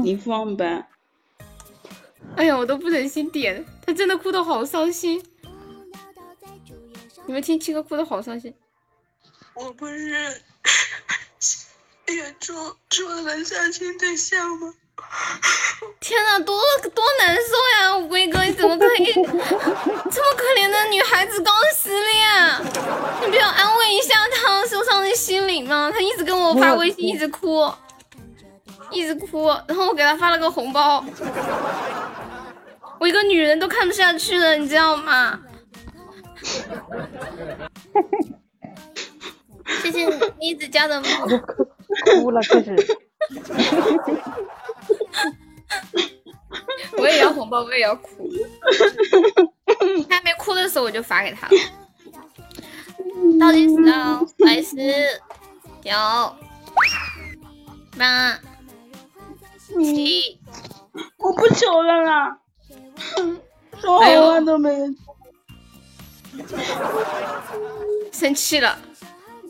B: 你放呗。
A: 哎呀，我都不忍心点，他真的哭的好伤心。你们听青哥哭的好伤心。
H: 我不是那个处处了相亲对象吗？
A: 天呐，多多难受呀！辉哥，你怎么可以 [LAUGHS] 这么可怜的女孩子刚失恋？啊你不要安慰一下她受伤的心灵吗？她一直跟我发微信，一直哭，一直哭，然后我给她发了个红包。我一个女人都看不下去了，你知道吗？谢谢妮子家的猫，
C: 哭了，可是
A: 我也要红包，我也要哭。她还没哭的时候，我就发给她了。倒计时啊，来十、九、八、七，
B: 我不求了啦， [LAUGHS] 说好
A: 哎呦
B: 话都没人。
A: 生气了，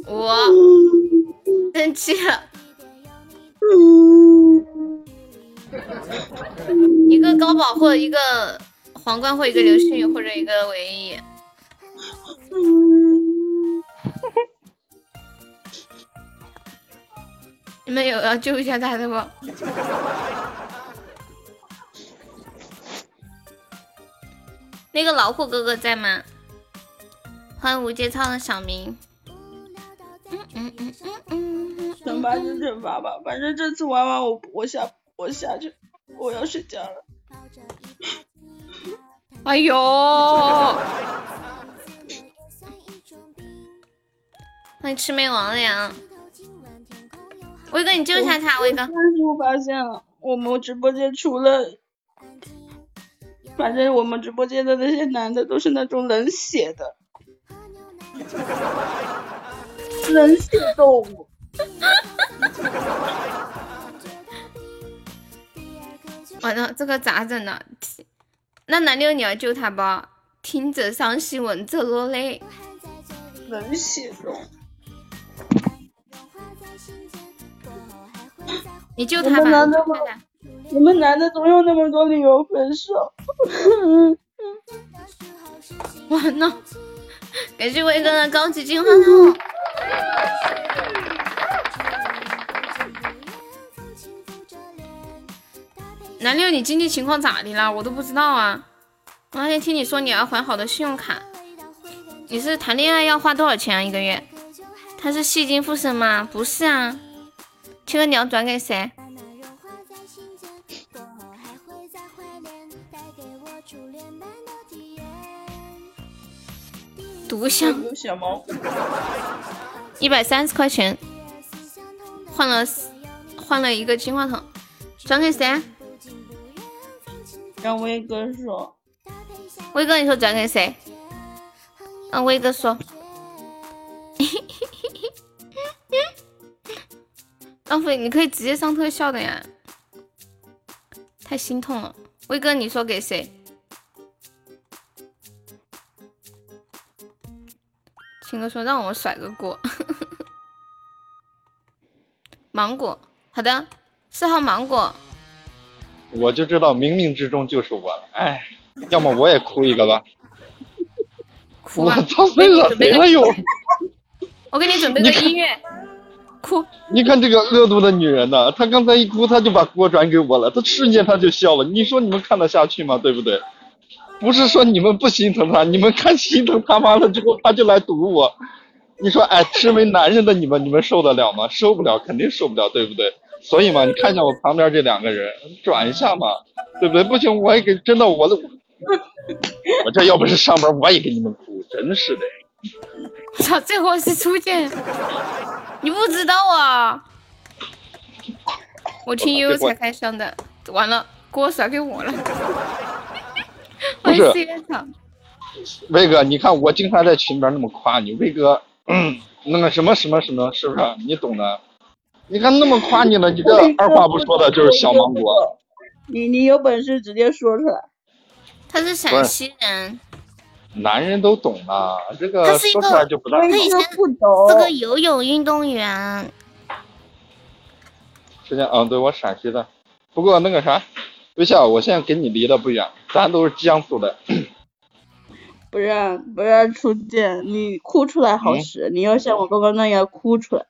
A: 五，生气了，一个高保或者一个皇冠或者一个流星雨或者一个唯一，你们有要救一下他的吗？那个老虎哥哥在吗？欢迎无节操的小明。
B: 惩罚就惩罚吧，反正这次玩完我我下我下去，我要睡觉了。
A: 哎呦！欢迎魑魅魍魉，威哥，你救一下他，威哥
B: 但。是我发现了，我们直播间除了，反正我们直播间的那些男的都是那种冷血的，冷血动物。
A: 完了，这个咋整呢？听那男六你要救他吧，听者伤心，闻者落泪。
B: 冷血动物，
A: 你救他吧，
B: 我们
A: 你
B: 男的
A: 救
B: 吗
A: 他吧
B: 你们男的总有那么多理由分手。
A: 完 [LAUGHS] 了，感谢威哥的高级进化 [LAUGHS] 套。男六，你经济情况咋的啦？我都不知道啊。我那天听你说你要还好多信用卡，你是谈恋爱要花多少钱啊？一个月？他是戏精附身吗？不是啊。这个你要转给谁？独享
B: 有小毛病，
A: 一百三十块钱，换了换了一个金话筒，转给谁？
B: 让威哥说，
A: 威哥，你说转给谁？嗯，威哥说。 [LAUGHS] 浪费，你可以直接上特效的呀，太心痛了。威哥，你说给谁？青哥说让我甩个锅， [LAUGHS] 芒果，好的，四号芒果，
G: 我就知道冥冥之中就是我了。哎，要么我也哭一个吧。
A: 哭
G: 我
A: 啊！
G: 操，
A: 为
G: 谁
A: 你
G: 惹
A: 准备
G: 谁
A: 个
G: 了又？
A: 我给你准备个音乐，哭，
G: 你看这个恶毒的女人呐、她刚才一哭，她就把锅转给我了，她瞬间她就笑了。你说你们看得下去吗？对不对？不是说你们不心疼她，你们看心疼她妈了之后，她就来堵我。你说，哎，身为男人的你们，你们受得了吗？受不了，肯定受不了，对不对？所以嘛，你看一下我旁边这两个人，转一下嘛，对不对？不行，我也给，真的，我都，我这要不是上班，我也给你们哭，真是的。
A: 操，这货是初见，你不知道啊？我
G: 哦
A: 听悠悠才开箱的，完了，锅甩
G: [LAUGHS]
A: 给我了，我
G: 不是
A: 现场。
G: 魏哥，你看我经常在群里边那么夸你，魏哥，嗯那个什么什么什么，是不是？啊你懂的。你看那么夸你了，你这二话不说的就是小芒果。
B: 你你有本事直接说出来。
A: 他是陕西人，
G: 男人都懂的，这
A: 他
G: 个
A: 是一
G: 说
A: 个
G: 出来就不大
A: 他
G: 好。
A: 以前
B: 不
A: 是
B: 懂，
A: 个游泳运动员。
G: 之前，嗯，对我陕西的，不过那个啥，微笑，我现在跟你离得不远，咱都是江苏的。
B: 不是不是初见，你哭出来好使，
G: 嗯
B: 你要像我刚刚那样哭出来。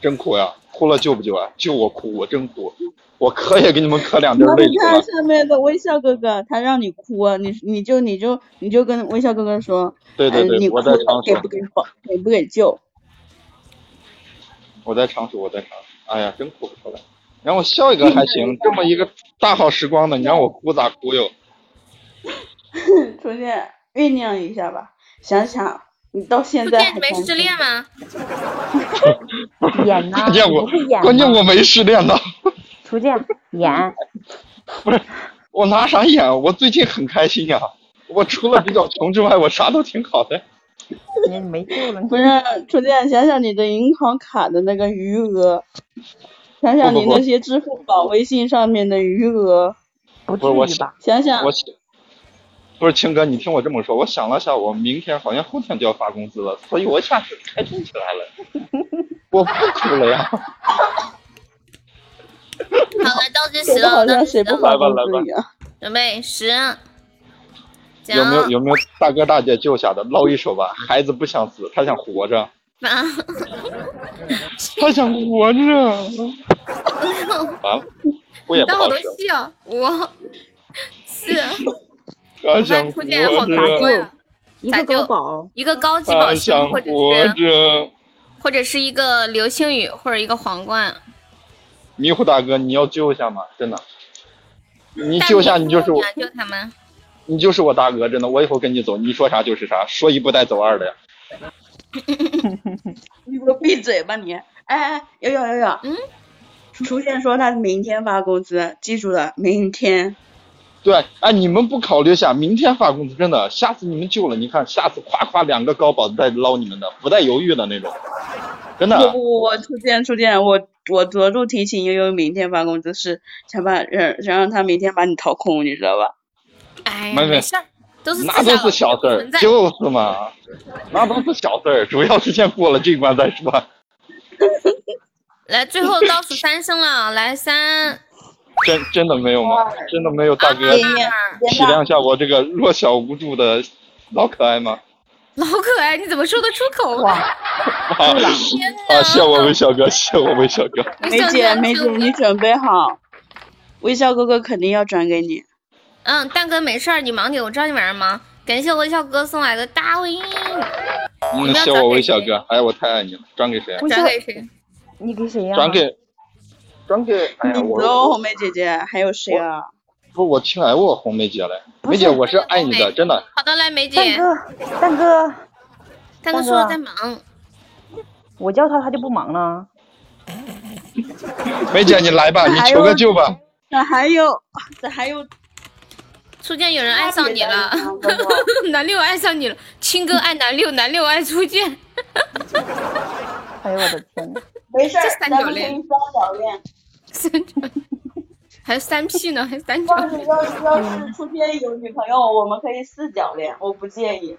G: 真哭呀！哭了救不救啊？救我哭，我真哭，我咳也给你们咳两滴
B: 那
G: 泪
B: 你
G: 出
B: 看
G: 来。
B: 下面的微笑哥哥，他让你哭啊，你你就你就你就跟微笑哥哥说，
G: 对对
B: 嗯你
G: 对，
B: 哭
G: 我在
B: 了
G: 常
B: 给
G: 熟
B: 不，给保给不给救？
G: 我在常熟，我在常熟。哎呀，真哭不出来。然后笑一个还行，这么一个大好时光的，你让我哭咋哭
B: [LAUGHS]
G: 哟？
B: 初见酝酿一下吧，想想你到现
A: 初
B: 在
A: 见
B: 还
A: 你没
B: 单
A: 失
B: 身
A: 恋吗？
C: 演呐，
G: 关
C: 你
G: 键我
C: 不会演
G: 关键
C: 吗
G: 我没失恋呢，
C: 初见演，
G: 我拿啥演啊？我最近很开心呀、我除了比较穷之外，我啥都挺好的。
C: 你没救了，
B: 不是，初见，想想你的银行卡的那个余额，想想
G: 不
B: 你
G: 不不
B: 那些支付宝、微信上面的余额，
C: 不
G: 不是我
C: 至于吧？
B: 想想
G: 我想不是青哥，你听我这么说，我想了想，我明天好像后天就要发工资了，所以我一下子开心起来了，
B: [LAUGHS]
G: 我不哭了呀。
A: 好了，倒计
B: 说
A: 时
B: 的
A: 了，
B: 好
A: 倒
B: 像
A: 计时
B: 谁不
A: 了，
B: 发
G: 来吧
B: 工
G: 来吧
B: 资一样。
A: 准备十，九
G: 有没有有没有大哥大姐救下的，捞一手吧！
A: 嗯
G: 孩子不想死，他想活着，
A: 八，
G: 他想活着。完了，我也不
A: 但好
G: 好
A: 多
G: 使，
A: 戏哦，五、四，
G: 他
A: 我发
G: 想
A: 现
G: 活
A: 初见好杂
G: 着，
A: 烩啊，
C: 一
A: 咋
C: 个
A: 就
C: 高保，
A: 一个高级宝
G: 他
A: 石，
G: 想
A: 或者
G: 活
A: 是
G: 着。
A: 或者是一个流星雨，或者一个皇冠。
G: 迷糊大哥，你要救一下吗？真的，你
A: 但
G: 救一下
A: 你
G: 你就是我
A: 不，能救他们。
G: 你就是我大哥，真的，我以后跟你走，你说啥就是啥，说一不带走二的呀。
B: 你给我闭嘴吧你！哎哎，有有有有，
A: 嗯，
B: 初见说他明天发工资，记住了，明天。
G: 对，哎，你们不考虑一下，明天发工资，真的，下次你们救了，你看下次夸夸两个高保再捞你们的，不带犹豫的那种，真的。
B: 不不不，我初见初见，我我着重提醒悠悠明天发工资是想把让想让他明天把你掏空，你知道吧？
A: 哎呀，
G: 没没
A: 没事儿，都是
G: 那
A: 自
G: 都
A: 杀
G: 是小事儿
A: 存，在
G: 就是嘛，那都是小事儿，主要是先过了这关再说。
A: 来，最后倒数三声了，来三
G: 真真的没有吗？真的没有大哥
A: 二
B: 爷爷
G: 体谅一下我这个弱小无助的老可爱吗？
A: 老可爱，你怎么说得出口？
G: 啊
A: 天
G: 啊！谢我
A: 哪！
G: 微笑哥，谢我微笑哥。
A: 我
B: 梅
A: 想
B: 姐
A: 想
B: 梅姐，
A: 就
B: 你准备好，微笑哥哥肯定要转给你。
A: 嗯，蛋哥没事儿，你忙你，我知道你晚上忙。感谢微笑哥送来的大卫，
G: 嗯，谢我微笑哥。哎呀，我太爱你了，转给谁？啊
C: 微
A: 转
C: 笑，
A: 给谁？
C: 你给谁呀？
G: 转给，转给。哎呀，
B: 你
G: 我
B: 走，红梅姐姐，还有谁啊？
G: 不是我亲爱我红梅姐嘞，
C: 不
G: 梅
C: 是
G: 姐我是爱你的，真的。
A: 好的，来梅
C: 蛋
A: 姐，
C: 哥，蛋哥，
A: 蛋哥
C: 蛋
A: 说
C: 哥
A: 在忙，
C: 我叫他他就不忙了。
G: 梅姐你来吧，你求个救吧。
B: 咋还有咋还有
A: 初见有人 [LAUGHS] 爱上你了，
B: 别的
A: [LAUGHS] 男六爱上你了，亲哥爱男六，男六爱初见，
C: 哎呦我的天呐，
B: 没事儿
A: 这，三
B: 咱
A: 角
B: 们可以
A: 恋
B: 三角恋。
A: 三角 [LAUGHS] 还有三 P 呢，还有三角
B: 要是要是要是出现有女朋友，我们可以四角恋，我不介意。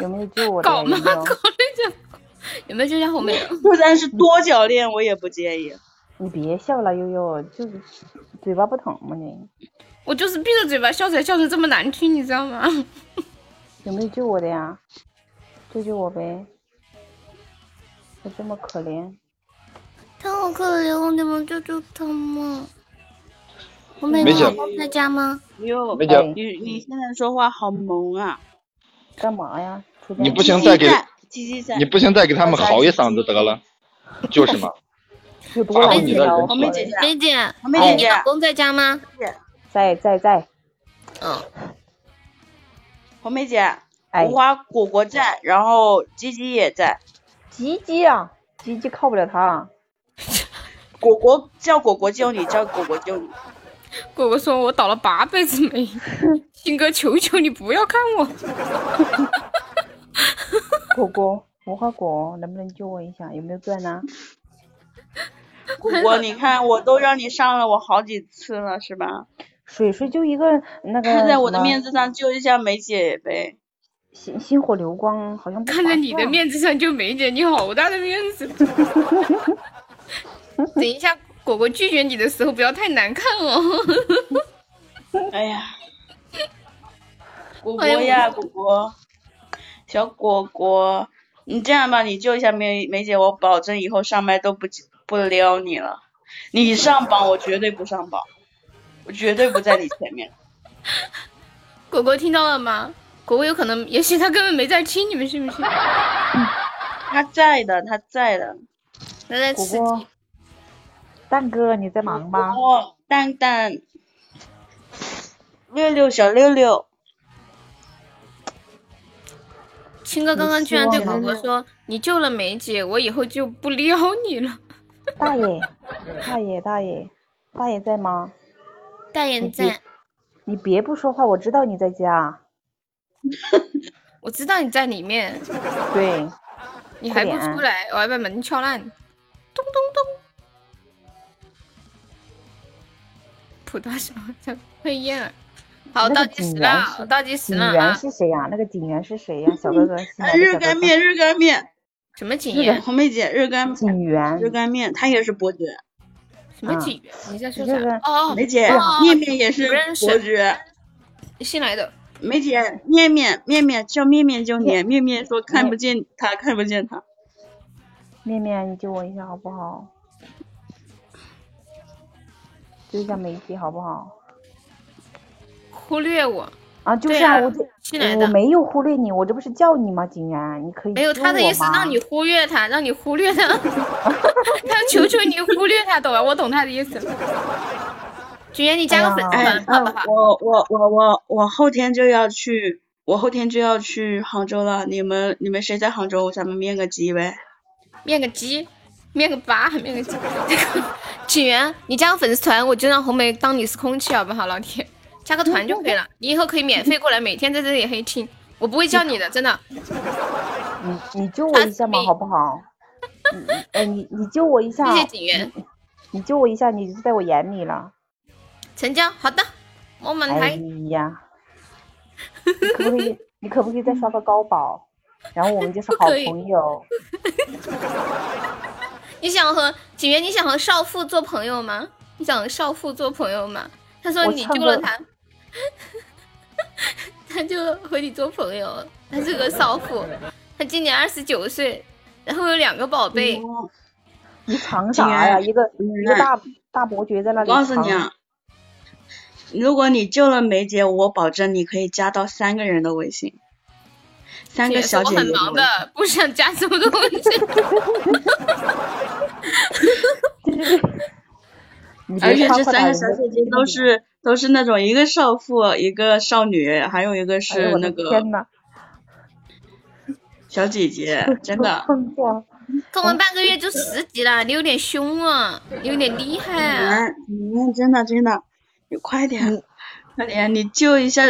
C: 有没有救我的呀？
A: 搞
C: 有
A: 吗？
C: 没
A: 搞
C: 有
A: 了？就有没有就像后面
B: [LAUGHS]
A: 的？
B: 就算是多角恋，我也不介意。
C: 你别笑了，悠悠，就是嘴巴不疼吗你？
A: 我就是闭着嘴巴笑出来，笑成这么难听，你知道吗？
C: 有没有救我的呀？救救我呗！我这么可怜，
A: 他好可怜，我怎么救救他嘛？我美
G: 没
A: 国
G: 事
A: 老公在家吗？
B: 哟，
G: 梅姐，
C: 哎
B: 你你现在说话好萌啊！
C: 干嘛呀？出
G: 你
C: 点
G: 不
C: 事
G: 行再给
B: 鸡鸡在，鸡鸡在
G: [LAUGHS] 你。不行再给他们嚎一嗓子得了，就是嘛，
C: 就不过来
G: 发
A: 挥
C: 几
A: 你
G: 的
C: 条
G: 人
B: 我们
G: 出
B: 姐姐，
A: 梅姐，哦
B: 我们姐
A: 你
B: 姐，
A: 老公在家吗？
C: 在在在，
A: 嗯，
B: 红梅姐，
C: 哎
B: 无，花果果在，然后鸡鸡也在。
C: 吉吉啊，吉吉靠不了他啊，
B: [LAUGHS] 果果叫果果救你，叫果果救你。
A: 果果说：“我倒了八辈子霉， [LAUGHS] 鑫哥，求求你不要看我。
C: 果果，无花果，能不能救我一下？有没有钻啊呢？
B: 果果，你看我都让你上了我好几次了，是吧？
C: 水水就一个那个
B: 看在我的
C: 什么
B: 面子上救一下梅姐呗。
C: 星星火流光好像不
A: 看在
C: 划
A: 你的
C: 算
A: 面子上，就梅姐，你好大的面
B: [LAUGHS]
A: 子。等一下，果果拒绝你的时候，不要太难看哦。
B: 哎呀，果果
A: 哎呀
B: 呀，果果，小果果，你这样吧，你救一下梅梅姐，我保证以后上麦都不不撩你了。你上榜，我绝对不上榜，我绝对不在你前面。
A: 果果听到了吗？果果有可能，也许他根本没在听，你们信不信？
B: 他在的，他在的。
A: 他在
C: 果
A: 吃
C: 果，蛋哥你在忙吗？
B: 哦，蛋蛋，六六小六六，
A: 青哥刚刚居然对果果
C: 你
A: 说：“你救了梅姐，我以后就不撩你了。
C: 大爷，大爷，大爷，大爷在吗？”
A: 大眼在，
C: 你别不说话，我知道你在家。
A: [LAUGHS] 我知道你在里面，
C: 对，
A: 你还不
C: 快点啊
A: 出来，我要把门敲烂。咚咚咚，普通小在会厌儿。好，
C: 那
A: 倒
C: 个
A: 计时
C: 警员
A: 了，
C: 是
A: 倒计时
C: 警
A: 了
C: 员
A: 啊！
C: 是谁呀、那个警员是谁呀、小哥哥，新来的
B: 日
C: 小
B: 干
C: 哥哥。
B: 面，日干面，
A: 什么警
C: 那个
A: 员？
B: 红梅姐，日干
C: 警员
B: 热，干面，他也是伯爵。
A: 什么
C: 啊
A: 警员？你在说
C: 这
A: 啥
C: 个？
A: 哦，
B: 梅姐
A: 哦，
B: 面面也是
A: 不认识
B: 伯爵。
A: 新来的。
B: 梅姐，面面，面面叫面面救你，面面说看
C: 面
B: 不见他，看不见他。
C: 面面，你救我一下好不好？救一下梅姐好不好？
A: 忽略我，
C: 啊，就是
A: 对啊
C: 我就
A: 新来
C: 哎我
A: 的。
C: 没有忽略你，我这不是叫你吗？警员，你可以
A: 没有
C: 救
A: 他的
C: 我
A: 意思，
C: 吗
A: 让你忽略他，让你忽略
C: [LAUGHS]
A: 他，他求求你忽略他，懂吧？我懂他的意思。举言，你加个粉丝
C: 哎
A: 团好
B: 哎，
A: 不
B: 啊
A: 好？
B: 我我我我我后天就要去，我后天就要去杭州了。你们你们谁在杭州？咱们面个鸡呗。
A: 面个鸡，面个八，面个鸡。 [LAUGHS] 举言，你加个粉丝团，我就让红梅当你是空气，好不好，老铁？加个团就可以了，你以后可以免费过来，每天在这里黑听，我不会叫你的，真的。
C: 你你救我一下嘛，
A: Trust me
C: 好不
A: [LAUGHS]
C: 好？你你哎，你你救我一下，
A: 谢谢警员，
C: 你救我一下，你就在我眼里了。
A: 成交，好的，我满
C: 哎
A: 台。
C: 呀，你可不可以？你可不可以再刷个高保？然后我们就是好
A: 可以
C: 朋友。
A: [LAUGHS] 你想和景元，你想和少妇做朋友吗？你想和少妇做朋友吗？他说
C: 我
A: 你
C: 唱
A: 救了
C: 过
A: 他， [LAUGHS] 他就和你做朋友了。他是个少妇，他今年二十九岁，然后有两个宝贝。
C: 嗯你藏
B: 警
C: 啥呀？
B: 员
C: 一个一个
B: 员
C: 大大伯爵在那
B: 我
C: 里
B: 告诉
C: 藏
B: 你啊，如果你救了梅姐，我保证你可以加到三个人的微信，三
A: 姐
B: 个小
A: 说
B: 姐
A: 我
B: 姐
A: 很忙的，不想加这么多东西。 [LAUGHS]
C: 你别
B: 而且
C: 夸
B: 这
C: 夸
B: 三
C: 他
B: 个
C: 人
B: 小
C: 家
B: 姐姐都是都是那种一个少妇，一个少女，还有一个
C: 哎呦
B: 是
C: 我
B: 那
C: 的
B: 个
C: 天呐，
B: 小
C: [LAUGHS]
B: 姐姐，真
C: 都
B: 的。
C: 碰见了
A: 跟我们半个月就十级了，你有点凶啊，你有点厉害
B: 你
A: 啊。
C: [LAUGHS]
B: 们你们真的真的，你快点
C: 你
B: 快点，你救一下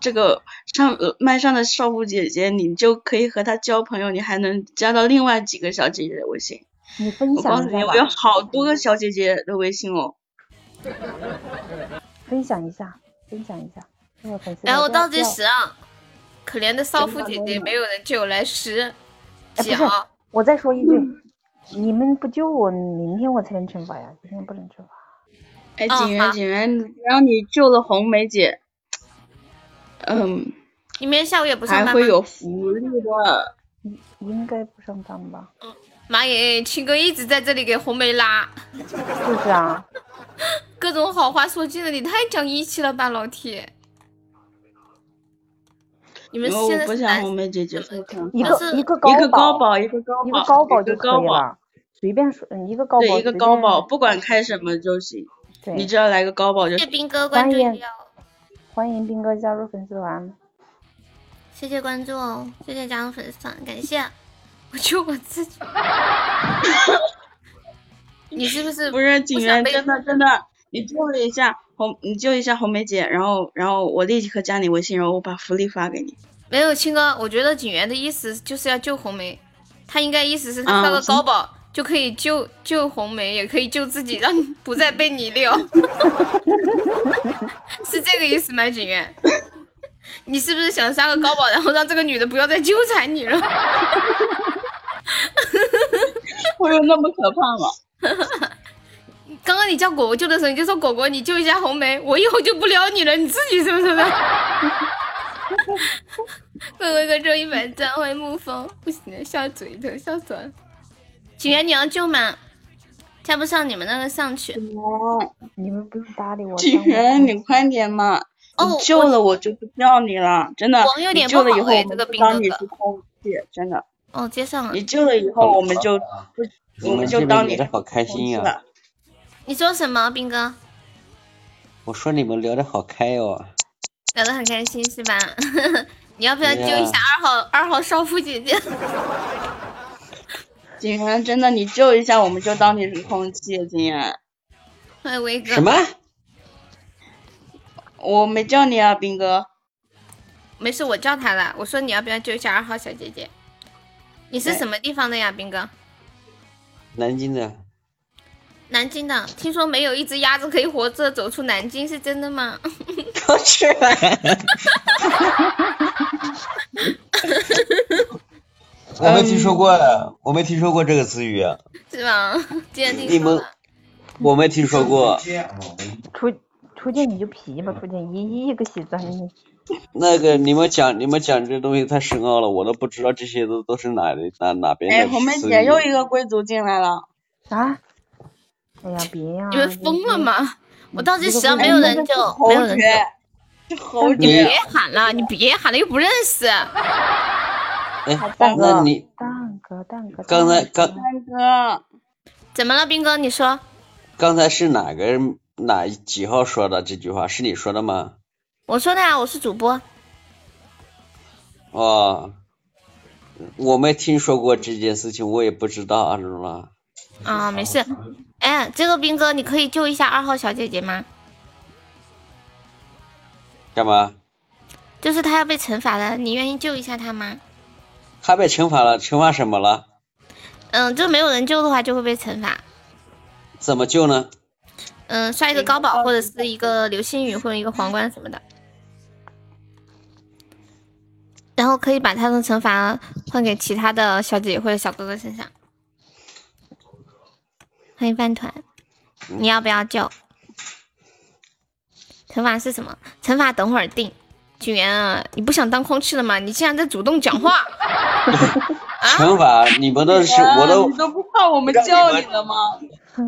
B: 这个上呃麦上的少妇姐姐，你就可以和她交朋友，你还能加到另外几个小姐姐的微信。
C: 你分
B: 我告
C: 享
B: 诉
C: 一下
B: 你，
C: 吧
B: 我，有好多个小姐姐的微信哦。
C: 分享一下，分享一下。那个粉丝
A: 然后
C: 不要
A: 倒计，时啊，可怜的骚妇姐姐没有人救，来啊十
C: 哎不是
A: 脚。
C: 我再说一句，你们不救我，明天我才能惩罚呀，今天不能惩罚。
B: 哎，
A: 哦
B: 警
A: 好
B: 员，警员，只要你救了红梅姐，嗯，
A: 你明天下午也不上
B: 还
A: 班
B: 会
A: 吗？
B: 有福利的。
C: 应该不上当吧？
A: 妈耶，青哥一直在这里给红梅拉
C: 就是啊，
A: 各种好话说尽了，你太讲义气了吧，老铁！你们
B: 然后
A: 现
B: 我
A: 在
B: 不
A: 是
B: 想
A: 男
B: 红梅姐姐受伤。
C: 一
A: 但
C: 个
A: 是
C: 一个
B: 一个高
C: 高
B: 保，一个高
C: 一
B: 保，
C: 个高保
B: 一
C: 就
B: 个
C: 可
B: 高
C: 以
B: 保，
C: 了，随便说，嗯一个高保，
B: 对，一个
C: 随
B: 高
C: 便
B: 保，，不管开什么就行，
C: 对，
B: 你只要来个高保就
A: 谢
B: 行。
A: 斌哥关注一
C: 发
A: 下
C: 言
A: 哦，
C: 欢迎斌哥加入粉丝团。
A: 谢谢关注哦，谢谢加入粉丝团，感谢。 [LAUGHS] 我救我自
B: [LAUGHS]
A: 己。 [LAUGHS] 你是不是
B: 不是警
A: 想
B: 员，
A: 被
B: 真的真的，你救了一下红，你救一下红梅姐，然后然后我立刻加你微信，然后我把福利发给你。 [LAUGHS]
A: 没有青哥？我觉得警员的意思就是要救红梅，他应该意思是他
B: 啊
A: 发个
B: 行
A: 高保就可以救救红梅，也可以救自己，让你不再被你撩， [LAUGHS] 是这个意思吗？警员，你是不是想杀个高保，然后让这个女的不要再纠缠你了？
B: 会有那么可怕吗？
A: 刚刚你叫果果救的时候，你就说果果，你救一下红梅，我以后就不撩你了，你自己是不 [LAUGHS] 是呢？哥哥哥中一百赞，欢迎沐风，不行，笑嘴疼，笑死了。警员，你要救吗？加不上你们那个上去
B: 嗯
C: 你们不用搭理我。
B: 警
C: 但我
B: 员，
C: 很
B: 哦你快点嘛！
A: 哦
B: 你救了我就不叫你了，真的。
A: 网有点
B: 你救了
A: 不好
B: 以后，
A: 哎
B: 我
A: 这
B: 们
A: 个
B: 不
A: 兵
B: 当
A: 哥
B: 你
A: 哥
B: 是空气，真的。
A: 哦，接上了
B: 你。救了以后，我们就不，我
I: 你
B: 们
I: 们
B: 就
I: 这
B: 当
I: 边
B: 你
I: 聊
B: 是
I: 得好开
B: 空
I: 心啊
B: 气
I: 呀、
B: 了。
A: 你说什么，兵哥？
I: 我说你们聊得好开哦，
A: 聊得很开心是吧？ [LAUGHS] 你要不
B: 啊
A: 要救一
I: 对
A: 下
I: 呀
A: 二号二号少妇姐 [LAUGHS] 姐？
B: 警员，真的，你救一下，我们就当你是空气。警员，
A: 欢哎迎威哥。
I: 什么？
B: 我没叫你啊，兵哥。
A: 没事，我叫他了。我说你要不要救一下二号小姐姐？你是
B: 对
A: 什么地方的呀，兵哥？
I: 南京的，
A: 南京的，听说没有一只鸭子可以活着走出南京，是真的吗？ [LAUGHS]
I: 都吃了。我没听说过，我没听说过这个词语，啊
A: 是吧？今天
I: 你
A: 听说
I: 们
A: 了。
I: 我没听说过。
C: 初初见你就皮吧，初见一一个喜字，你
I: 那个你们讲你们讲这东西太深奥了，我都不知道这些都都是哪里哪哪边的
B: 哎，红梅
I: 词
B: 姐
I: 语
B: 又一个贵族进来了。
C: 啊？哎呀，别呀！
A: 你们疯了吗？我到这时啊，
C: 你
A: 没有人
B: 哎
A: 救，没有
B: 侯
A: 人救。
B: 爵，这侯
A: 你别
B: 爵，
A: 喊了，你别喊了，又不认识。
I: 哎，
C: 大哥
I: 那你
C: 蛋哥，蛋哥，
I: 刚才
C: 蛋
I: 刚
C: 哥
B: 三哥，
A: 怎么了，兵哥？你说
I: 刚才是哪个人哪几号说的这句话？是你说的吗？
A: 我说的呀，我是主播。
I: 哦，我没听说过这件事情，我也不知道，知道吗？
A: 啊，没事。哎，这个兵哥，你可以救一下二号小姐姐吗？
I: 干嘛？
A: 就是她要被惩罚了，你愿意救一下她吗？
I: 他被惩罚了，惩罚什么了？
A: 嗯，就没有人救的话，就会被惩罚。
I: 怎么救呢？
A: 嗯，刷一个高保，或者是一个流星雨，或者一个皇冠什么的，然后可以把他的惩罚换给其他的小姐姐或者小哥哥身上。欢迎饭团，你要不要救？惩罚是什么？惩罚等会儿定。警员啊，你不想当空气了吗？你竟然在主动讲话！ [LAUGHS] 啊
I: 惩罚你们都是我
B: 啊
I: 都
B: 你都不怕我们
I: 让你
B: 叫
I: 们
B: 你了吗？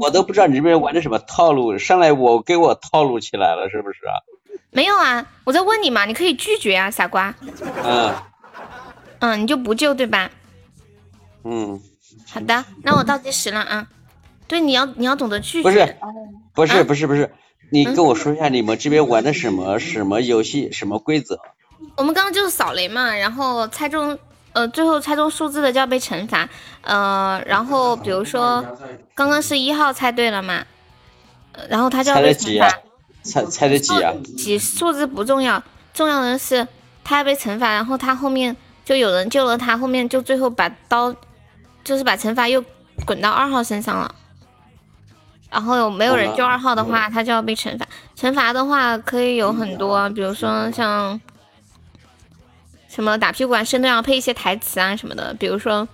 I: 我都不知道你这边玩的什么套路，上来我给我套路起来了，是不是啊？
A: 没有啊，我在问你嘛，你可以拒绝啊，傻瓜。
I: 嗯
A: 嗯，你就不救对吧？
I: 嗯，
A: 好的，那我倒计时了啊。对，你要你要懂得拒绝。
I: 不是不是
A: 啊嗯
I: 不是不是，你跟我说一下你们这边玩的什么什么游戏什么规则？
A: 我们刚刚就是扫雷嘛，然后猜中，呃，最后猜中数字的就要被惩罚。呃，然后比如说刚刚是一号猜对了嘛，呃然后他就要
I: 猜
A: 被
I: 的几
A: 惩罚。
I: 啊？猜猜的几啊？
A: 几数字不重要，重要的是他要被惩罚，然后他后面就有人救了他，后面就最后把刀，就是把惩罚又滚到二号身上了。然后有没有人救二号的话，他就要被惩啊罚。惩罚的话可以有很多，比如说像什么打屁股啊，深蹲要配一些台词啊什么的，比如说，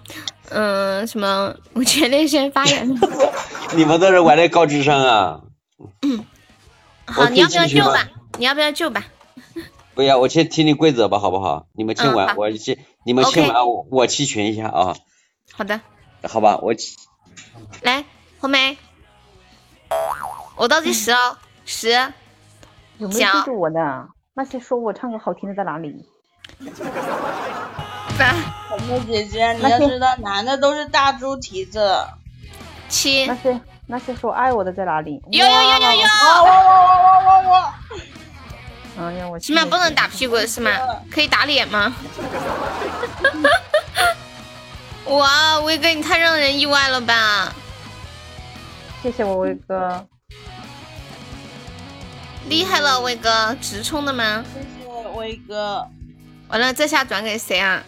A: 嗯，什么 [LAUGHS] 我全力先
I: [LAUGHS]
A: 发言。
I: 你们在这玩的高智商啊！
A: 好，
I: 我
A: 你要不
I: 可以
A: 要
I: 继续
A: 救
I: 吗
A: 吧？你要不要救吧？
I: 不要，我先听听规则吧，好不好？你们听
A: 嗯
I: 完，
A: 好
I: 我先你们听
A: OK
I: 完，我我弃权一下啊，
A: 好的，
I: 好吧？我弃
A: 来，红梅，我倒计时哦，十、
C: 有没有记
A: 讲
C: 住我的？那些说我唱歌好听的在哪
A: [LAUGHS]
C: 里？
A: 八、
B: 红梅姐姐，你要知道，男的都是大猪蹄子。
A: 七
C: 那，些那些说爱我的在哪里？
A: 有有有有有，
B: 哇哇哇哇哇哇！
C: 哎呀，我
A: 起码
C: 去
A: 不能打屁股是吗？可以打脸
C: [LAUGHS]
A: 吗？哇，威哥你太让人意外了吧！
C: 谢谢我威哥，
A: 厉害了，威哥，直冲的吗？
B: 谢谢威哥，
A: 完了，这下转给谁啊？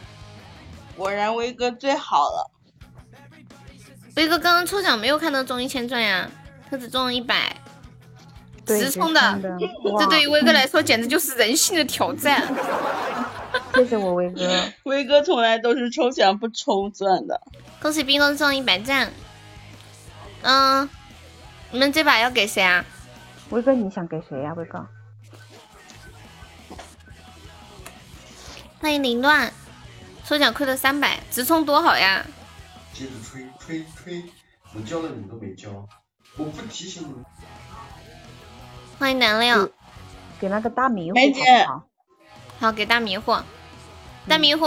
B: 果然威哥最好了。
A: 威哥刚刚抽奖没有看到中一千钻呀，他只中了一百，
C: 对
A: 直
C: 直
A: 冲的
C: 冲的
A: 这
C: 哇
A: 对于威哥来说简直就是人性的挑战。
C: 谢谢我威哥，
B: 威哥从来都是抽奖不抽钻的。
A: 恭喜冰冻中一百赞。嗯，你们这把要给谁啊？
C: 威哥你想给谁呀、威哥，
A: 欢迎凌乱，抽奖亏了三百，直冲多好呀！
J: 接着吹吹吹，我教了你都没教，我不提醒你。
A: 欢迎南亮，
C: 给那个大迷糊
B: 梅姐
C: 好不好？
A: 好给大迷糊，大迷糊，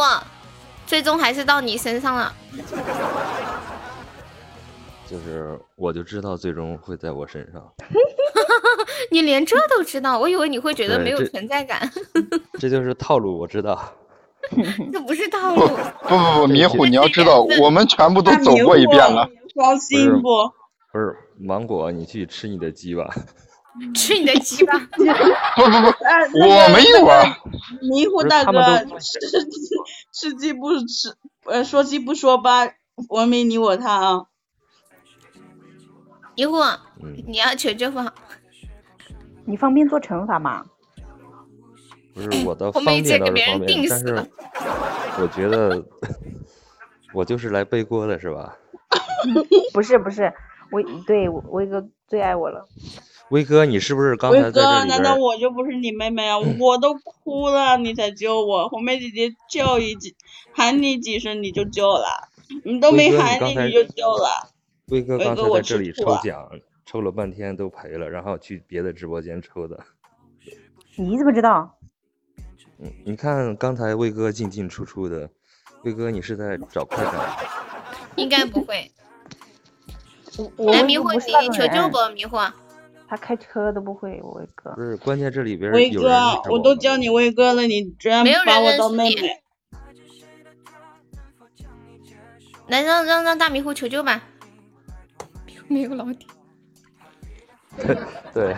A: 最终还是到你身上了。
F: 就是我就知道最终会在我身上，
A: 你连这都知道，我以为你会觉得
F: 对
A: 没有
F: 这
A: 存
F: [LAUGHS]
A: 在感，
F: 这就是套路，我知道。
A: 这不是套路。
G: 不不不，迷糊，你要知道，我们全部都
B: 大
G: 走
B: 迷
G: 过一
B: 糊
G: 遍了。，
B: 伤心不？
F: 不是芒果，你去吃你的鸡吧。
A: 吃你的鸡 [LAUGHS] 吧！
G: 不不不，
B: 哎那个
G: 我没有啊。
B: 迷糊
F: 不是
B: 大
F: 他们
B: 哥
F: 都，
B: 吃鸡吃鸡不吃，呃，说鸡不说吧，文明你我他啊。
A: 一会儿
F: 嗯，
A: 你要求救吗？
C: 你方便做惩罚吗？
F: 不是我的
A: 我
F: 方
A: 没见
F: 便
A: 给
F: 倒是方
A: 别人定
F: 便，但
A: 死
F: 是
A: 了
F: 我觉得我就是来背锅的，是吧？
C: [LAUGHS] 不是不是，威对我威哥最爱我了，
F: 威哥，你是不是刚
B: 威
F: 才在
B: 哥，
F: 这里
B: 难
F: 边
B: 道
F: 儿？
B: 我就不是你妹妹啊？
F: [LAUGHS]
B: 我都哭了，你才救我。红梅姐姐叫一几喊你几声你就救了，你都没
F: 威哥
B: 喊
F: 你刚
B: 你
F: 才
B: 你就救了。
F: 威哥
B: 威
F: 刚
B: 哥
F: 才
B: 我
F: 在
B: 吃
F: 这里
B: 醋啊
F: 抽
B: 了
F: 奖，抽了半天都赔了，然后去别的直播间抽的。
C: 你怎么知道？
F: 嗯，你看刚才威哥进进出出的，威哥你是在找快感？
A: 应该不 [LAUGHS] 会。
C: 我我
A: 来，
C: 威
A: 迷
C: 哥
A: 惑
C: 不是那
A: 你
C: 种
A: 求救
C: 人
A: 不？迷惑，
C: 他开车都不会，我威哥
F: 不是，关键这里边儿
B: 威
F: 有人
B: 哥，
F: 是
B: 我都
F: 吗
B: 叫你威哥了，你居然
A: 没有人
B: 把我
A: 认
B: 当
A: 识
B: 妹
A: 你 [LAUGHS]
B: 妹。
A: 来让让让大迷糊求救吧。 [LAUGHS] 没有老弟，
F: 对，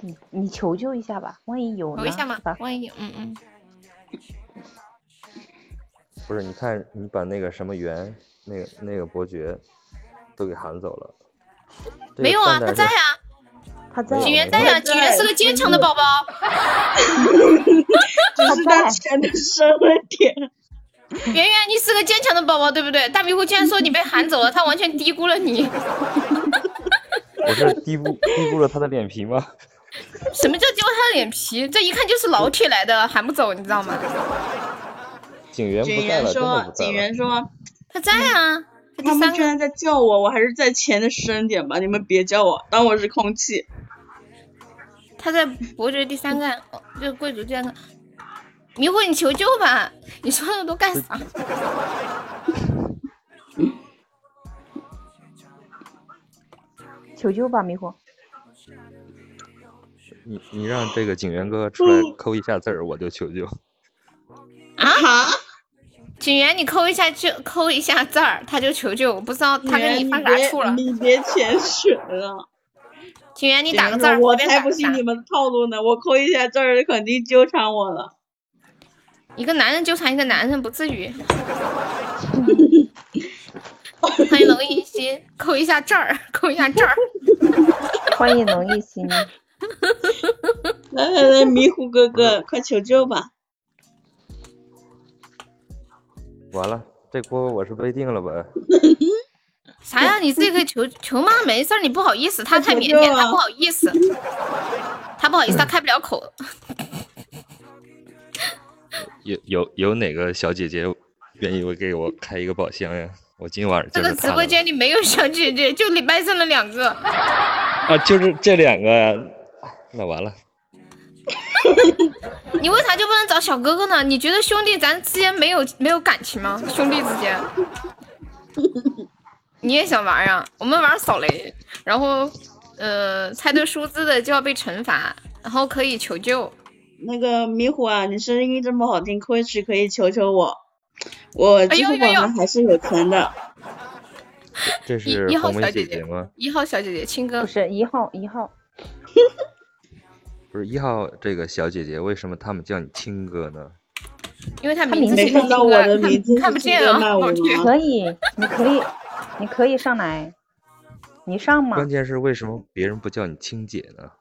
C: 你你求救一下吧，万一有呢？
A: 求一下嘛
C: 是吧，
A: 万一有嗯嗯，
F: 不是，你看你把那个什么袁，那个那个伯爵都给喊走了。这个
A: 没有啊，
F: 蛋
A: 他
F: 蛋
A: 在
F: 是
A: 啊，
C: 他在
F: 没
A: 景
F: 有
A: 元在啊，景元是个坚强的宝宝。
B: 只是他钱的深了点。
A: [LAUGHS] 圆圆，你是个坚强的宝宝，对不对？大迷糊竟然说你被喊走了，他完全低估了你。 [LAUGHS]
F: 我是低估低估了他的脸皮吗？
A: 什么叫丢他的脸皮？这一看就是老铁来的，喊不走，你知道吗？
F: 警员
B: 警
F: 不在
B: 员
F: 了，真的
B: 说
F: 不，在
B: 警员
F: 了。
B: 说，
A: 他在啊，他
B: 他
A: 第
B: 们
A: 三
B: 居
A: 个。
B: 然在叫我，我还是在钱的深点吧，你们别叫我，当我是空气。
A: 他在伯爵第三个，哦，这个贵族第三个。迷惑，你求救吧！你说那么多干啥？
C: 求救吧，迷糊。
F: 你你让这个警员哥出来
A: 嗯
F: 抠一下字儿，我就求救。
B: 啊？
A: 警员，你扣一下就扣一下字儿，他就求救。我不知道他跟
B: 警
A: 你犯
B: 员
A: 啥怵了。
B: 你别你别潜水了。
A: 警员，你打个字
B: 警员
A: 儿，
B: 说我
A: 随便打
B: 才
A: 个
B: 不
A: 字儿
B: 信你们的套路呢，我扣一下字儿肯定纠缠我了。
A: 一个男人纠缠一个男人，不至
B: [LAUGHS]
A: 于。欢迎龙一心，扣一下这儿，扣一下这儿。
C: 欢迎龙一心，
B: 来来来，迷糊哥哥，快求救吧！
F: 完了，这锅我是被定了吧？
A: 啥呀？你自己可以求求妈，没事儿，你不好意思，他太腼腆，他不好意思，他不好意思，他开不了口。
F: 有有有哪个小姐姐愿意给我开一个宝箱呀？我今晚
A: 这
F: 就
A: 个
F: 是
A: 直
F: 她
A: 播
F: 了
A: 间里没有小姐姐，就礼拜剩了两个。 [LAUGHS]
F: 啊，就是这两个呀，那完了，
A: 你为啥就不能找小哥哥呢？你觉得兄弟咱之间没有没有感情吗？兄弟之间， [LAUGHS] 你也想玩啊？我们玩扫雷，然后呃猜对数字的就要被惩罚，然后可以求救。
B: 那个迷糊啊，你声音这么好听，或许可以求求我，我
A: 哎
B: 支
A: 呦
B: 付
A: 哎
B: 宝
A: 呦哎
B: 上还是有钱的。
F: 这是
A: 一号
F: 红梅
A: 小
F: 姐
A: 姐姐
F: 吗？
A: 一号小姐姐，亲哥
C: 不是一号一号，
F: 不是一号这个小姐姐，为什么他们叫你亲哥呢？
A: 因为他
C: 名字
B: 没
C: 写
B: 看到我的名字，
A: 看不见啊
B: 骂我
A: 我去
B: 吗？
C: 可以，你可以，你可以上来，你上嘛
F: 关。键是为什么别人不叫你亲姐呢？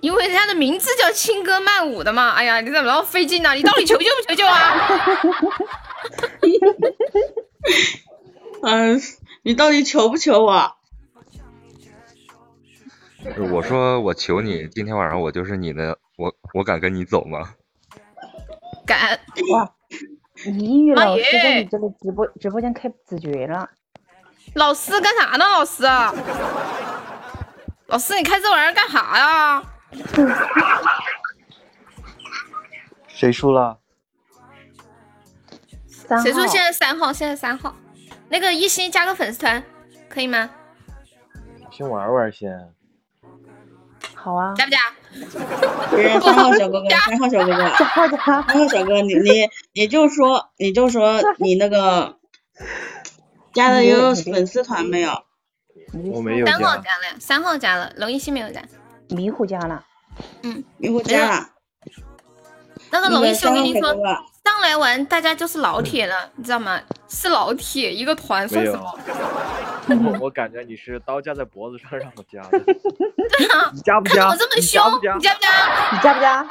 A: 因为人家的名字叫轻歌曼舞的嘛。哎呀，你怎么老费劲呢、你到底求救不求救啊？
B: 嗯，你到底求不求我？
F: 我说我求你，今天晚上我就是你的，我我敢跟你走吗？
A: 敢
C: 哇，一玉
A: 妈
C: 老师在
A: 耶
C: 你这个直播直播间开子爵了，
A: 老师干啥呢？老师，老师你开这玩意儿干啥呀？
I: 谁输了？
C: 三号。
A: 谁说现在三号？现在三号，那个一心加个粉丝团，可以吗？
I: 先玩玩先。
C: 好啊？
A: 加不加？
B: 别人三号小哥哥，三号小哥哥，
C: 加加加
B: 三号小哥，你你你就说你就说你那个加的有粉丝团没有？
C: 你
I: 我没有
A: 三号
I: 加，
A: 加了呀，三号加了，龙一心没有加。
C: 迷糊加了，
B: 你给我加了。
A: 那个
B: 那
A: 龙一
B: 个
A: 心，我跟
B: 三号
A: 你
B: 小
A: 说
B: 哥，哥，
A: 上来玩大家就是老铁了，你知道吗？是老铁，一个团算什么？
K: [LAUGHS] 我我感觉你是刀架在脖子上让我
A: [LAUGHS]
K: 加的，你加不
A: 看
K: 加？
A: [LAUGHS] 我这么
K: 你
A: 凶
K: 加不，加
A: 你？加不加？
C: 你加不加？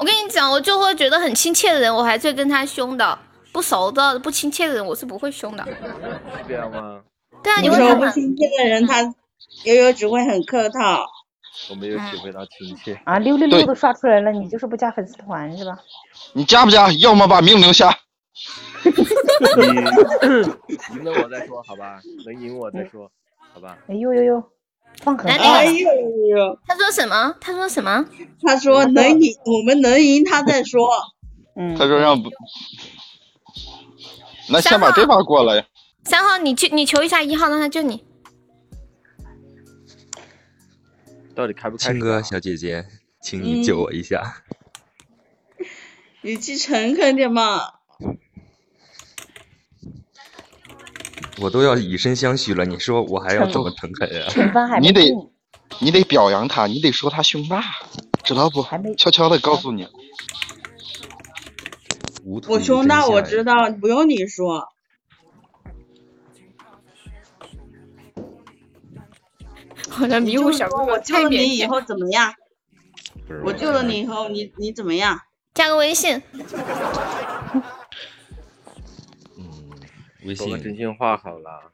A: 我跟你讲，我就会觉得很亲切的人，我还是会跟他凶的；不熟的、不亲切的人，我是不会凶的。
K: 是这样吗？
A: 对啊，你
B: 你
A: 为
B: 说
A: 什
B: 不
A: 么？
B: 亲切的
A: 嗯
B: 人，他悠悠只会很客套。
K: 我没有体会到亲切。
C: 啊，六六六
G: 对
C: 都刷出来了，你就是不加粉丝团是吧？
G: 你加不加？要么把命留下。
K: [COUGHS] 赢了我再说，好吧？能赢我再说，好吧？
C: 哎呦呦呦，放狠
A: 来
C: 话
B: 哎
A: 来
C: 了！
B: 呦呦，
A: 他说什么？他说什么？
B: 他说能赢，我们能赢他再说。
C: 嗯，
G: 他说让不，那先把这把过了呀。
A: 三号，你去，你求一下一号，让他救你。
K: 到底开不开始
F: 亲
K: 啊？
F: 哥小姐姐，请
A: 嗯
F: 你救我一下。
B: 语气诚恳点嘛。
F: 我都要以身相许了，你说我还要怎么诚恳呀、
C: 惩罚还没
G: 你得
C: 定，
G: 你得表扬他，你得说他胸大，知道不
C: 还没？
G: 悄悄的告诉你，
F: 无图
B: 我
F: 于
B: 胸
F: 真
B: 大，我
F: 相
B: 知
F: 呀
B: 道，不用你说。
A: 好像迷
B: 你
A: 糊
B: 就
A: 小
B: 说
A: 哥
B: [LAUGHS] 我
A: 哥
B: 救
A: 太
B: 了
A: 腼
B: 你以
A: 腆了。
B: 后怎么样？
F: 不是
B: 我救了你以后，你你怎么样？
A: 加个微信，
F: 嗯，微
K: 说
F: 信
K: 个真心话好了。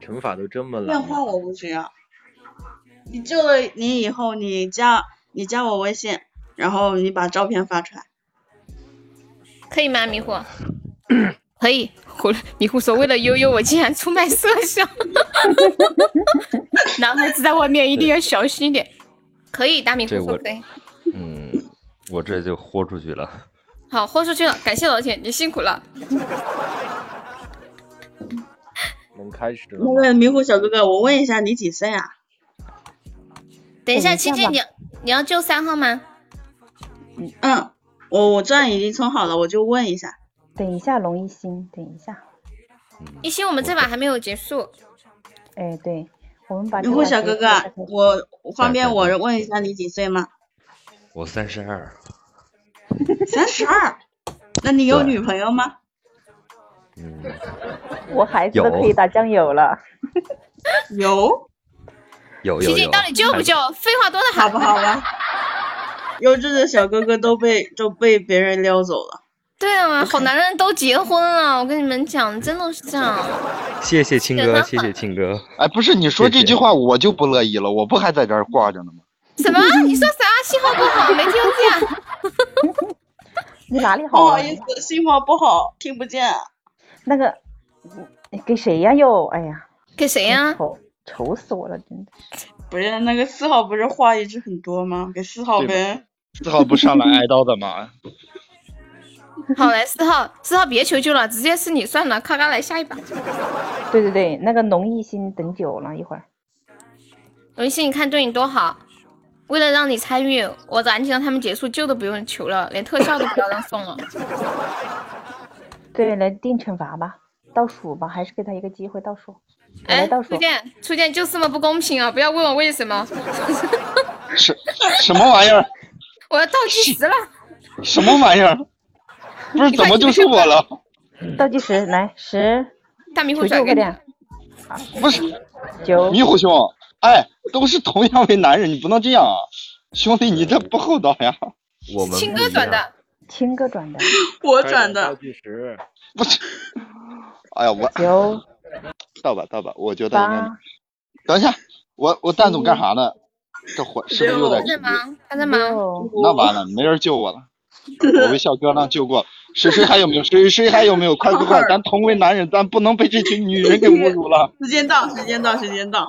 K: 惩罚都这么了
B: 电，话我不需要。你救了你以后，你加你加我微信，然后你把照片发出来。
A: 可以吗？迷糊，可以。 [LAUGHS] 胡迷糊说：“为了悠悠，我竟然出卖色 [LAUGHS] 相。男孩子在外面一定要小心一点。”可以，大迷糊
F: 这
A: 说
F: 我
A: 可以。
F: 嗯，我这就豁出去了。
A: 好，豁出去了，感谢老铁，你辛苦了。
K: 能开始了
B: 那
K: 吗？
B: 个迷糊小哥哥，我问一下，你几岁啊？
A: 等一下，
C: 等一
A: 七
C: 下
A: 七，
C: 吧
A: 你要你要救三号吗？
B: 嗯，我我这样已经充好了，我就问一下。
C: 等一下龙一心，等一下，
F: 嗯
A: 一心，我们这把还没有结束。
C: 哎，对，我们把
B: 迷
C: 这
B: 糊
C: 把
B: 小
C: 结
B: 哥
C: 束
B: 哥
C: 了再，开始
B: 我我方便
F: 对
B: 我
F: 对
B: 问一下你几岁吗？
F: 我三十二，
B: 三十二。那你有
F: 对
B: 女朋友吗？
F: 嗯，
C: 我孩子都
F: 有
C: 可以打酱油了，
B: 有，
F: 有
A: 琪
F: 有
A: 琪
F: 有，，
A: 到底救不
F: 还
A: 救？废话多得
B: 好啊
A: 很。
C: [LAUGHS]
B: 不好吧？优质的小哥哥都被都被别人撩走了。
A: 对啊，好男人都结婚了，我跟你们讲，真的是这样。
F: 谢谢青
A: 真
F: 哥，
A: 的
F: 谢谢青哥。
G: 哎，不是你说这句话我就不乐意了，我不还在这儿挂着呢吗？
A: 什么？你说啥？信号不好，没听见。
C: 你哪里
B: 不
C: 好
B: 好
C: 啊？
B: 意思，信号不好，听不见。啊
C: 那个给谁呀、又哎呀，
A: 给谁啊呀、
C: 愁愁死我了，真的。
B: 不是那个四号不是话一直很多吗？给四号呗。
G: 四号不上来挨刀的吗？
A: [LAUGHS] 好嘞，四号，四号别求救了，直接是你算了，咔咔来下一把。
C: 对对对，那个农艺心等久了，一会儿
A: 荣幸，你看对你多好，为了让你参与，我赶紧让他们结束，救都不用求了，连特效都不要让
G: [LAUGHS]
A: 送了。
C: 对来定惩罚吧，倒数吧，还是给他一个机会倒数。我来
A: 哎，
C: 倒
A: 初
C: 数，
A: 见，初见就这么不公平啊！不要问我为什么，
G: [LAUGHS] 什什么玩意儿？
A: [LAUGHS] 我要倒计时了。
G: [LAUGHS] 什么玩意
A: [LAUGHS]
G: 儿？不是怎么就是我了？
C: 倒计时来十，
A: 大迷糊
C: 求
A: 甩
C: 救
A: 给
C: 快
A: 你，
C: 点，
G: 不是
C: 九，
G: 迷糊兄，哎，都是同样为男人，你不能这样啊，兄弟，你这不厚道呀！
F: 我们
A: 青哥转的，
C: 青哥转的，
B: 我转的。
K: 倒计时，
G: 哎呀，我
C: 九
G: 到吧到吧，我觉得应该
C: 八，
G: 等一下，我我蛋总干啥呢？ [LAUGHS] 这火是不是又在
A: 他？在忙，他在忙。
C: 六
G: [LAUGHS] 那完了，没人救我了。我被小哥浪救过，谁谁还有没有？谁谁还有没有？快快快！咱同为男人，咱不能被这群女人给侮辱
B: [LAUGHS]
G: 了。
B: 时间到，时间到，时间到。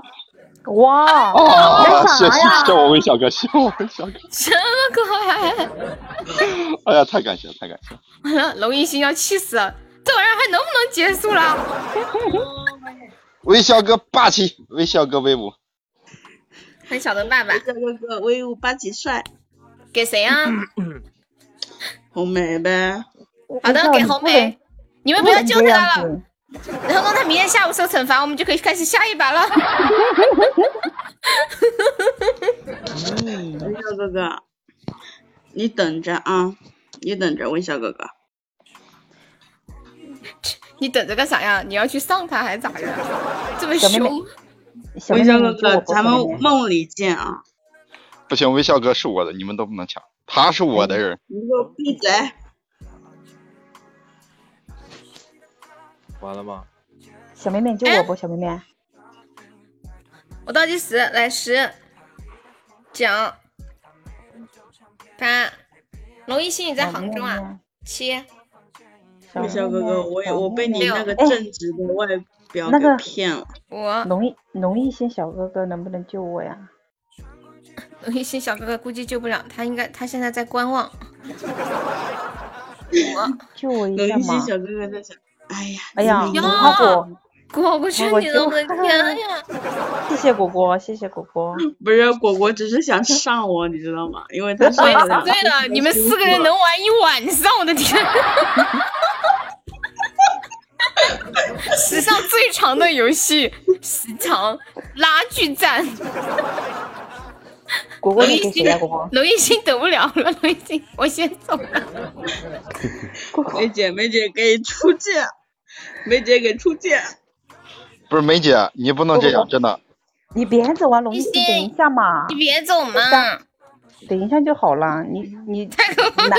C: 哇，
G: 啊！谢谢谢我为小哥，谢我为小哥。
A: [LAUGHS] 什么鬼？
G: 哎呀，太感谢了，太感谢了。
A: 完了， [LAUGHS] 龙一心要气死了，这玩意儿还能不能结束了？
G: 为小哥霸气，为小哥威武。
A: 很小的爸爸
B: 这个哥威武霸气帅，
A: 给谁啊？
C: 嗯
B: 红梅呗。
A: 好的，给红梅。你们不要救
C: 这
A: 他
C: 样
A: 了，
C: 子，
A: 然后让他明天下午受惩罚，我们就可以开始下一把了。 [LAUGHS]
B: 微笑哥哥，你等着啊，你等着，微笑哥哥。
A: 你等着干啥呀？你要去上他还是咋的？这么
C: 小妹妹
A: 凶？
C: 小妹
B: 微
C: 妹
B: 笑哥
C: 你救
B: 哥
C: 我，不可
B: 咱们
C: 怜
B: 梦里见啊！
G: 不行，微笑哥是我的，你们都不能抢，他是我的人。
B: 你给我闭嘴！
K: 完了吗？
C: 小妹妹救我不？小妹妹，
A: 我倒计时，来十、九、八。龙一心，你在
C: 小
A: 杭
C: 妹
A: 州啊？
C: 妹
A: 七，
C: 小
B: 微
C: 妹
B: 笑哥哥，
C: 妹
B: 我也
C: 小
B: 我被
C: 妹
B: 你
C: 妹
B: 那个
C: 哎
B: 正直的外表
C: 那个
B: 给骗了。
A: 五。
C: 农艺农艺心小哥哥能不能救我呀？
A: 龙一心小哥哥估计救不了他，应该他现在在观望。五，
C: 救我一
B: 有
C: 下
B: 一
C: 嘛
B: 些！小哥哥在想，哎呀，
C: 哎呀，
B: 你
C: 无
B: 们
A: 呀
C: 花果，
A: 果果去
C: 果
A: 你了，
C: 救
A: 我的天呀！
C: 谢谢果果，谢谢果果。
B: 不是果果，只是想上我，你知道吗？因为他上
A: 对
B: 不了。
A: 对了，你们四个人能玩一晚上，我的 [LAUGHS] 天！史上最长的游戏，时长拉锯战，
C: 果果
A: 龙
C: 你
A: 一
C: 给谁
A: 心
C: 呀？果果，，
A: 龙一心等不了了，龙一心，我先走了。
C: 果果
B: 梅姐，梅姐给出剑，梅姐给出剑。
G: 不是梅姐，你不能这样，真的。
C: 你别走啊！龙
A: 一
C: 一心，
A: 心
C: 等一下嘛
A: 你，别走嘛，
C: 等一下就好了。你你
A: [LAUGHS] 太可怕了
C: 来，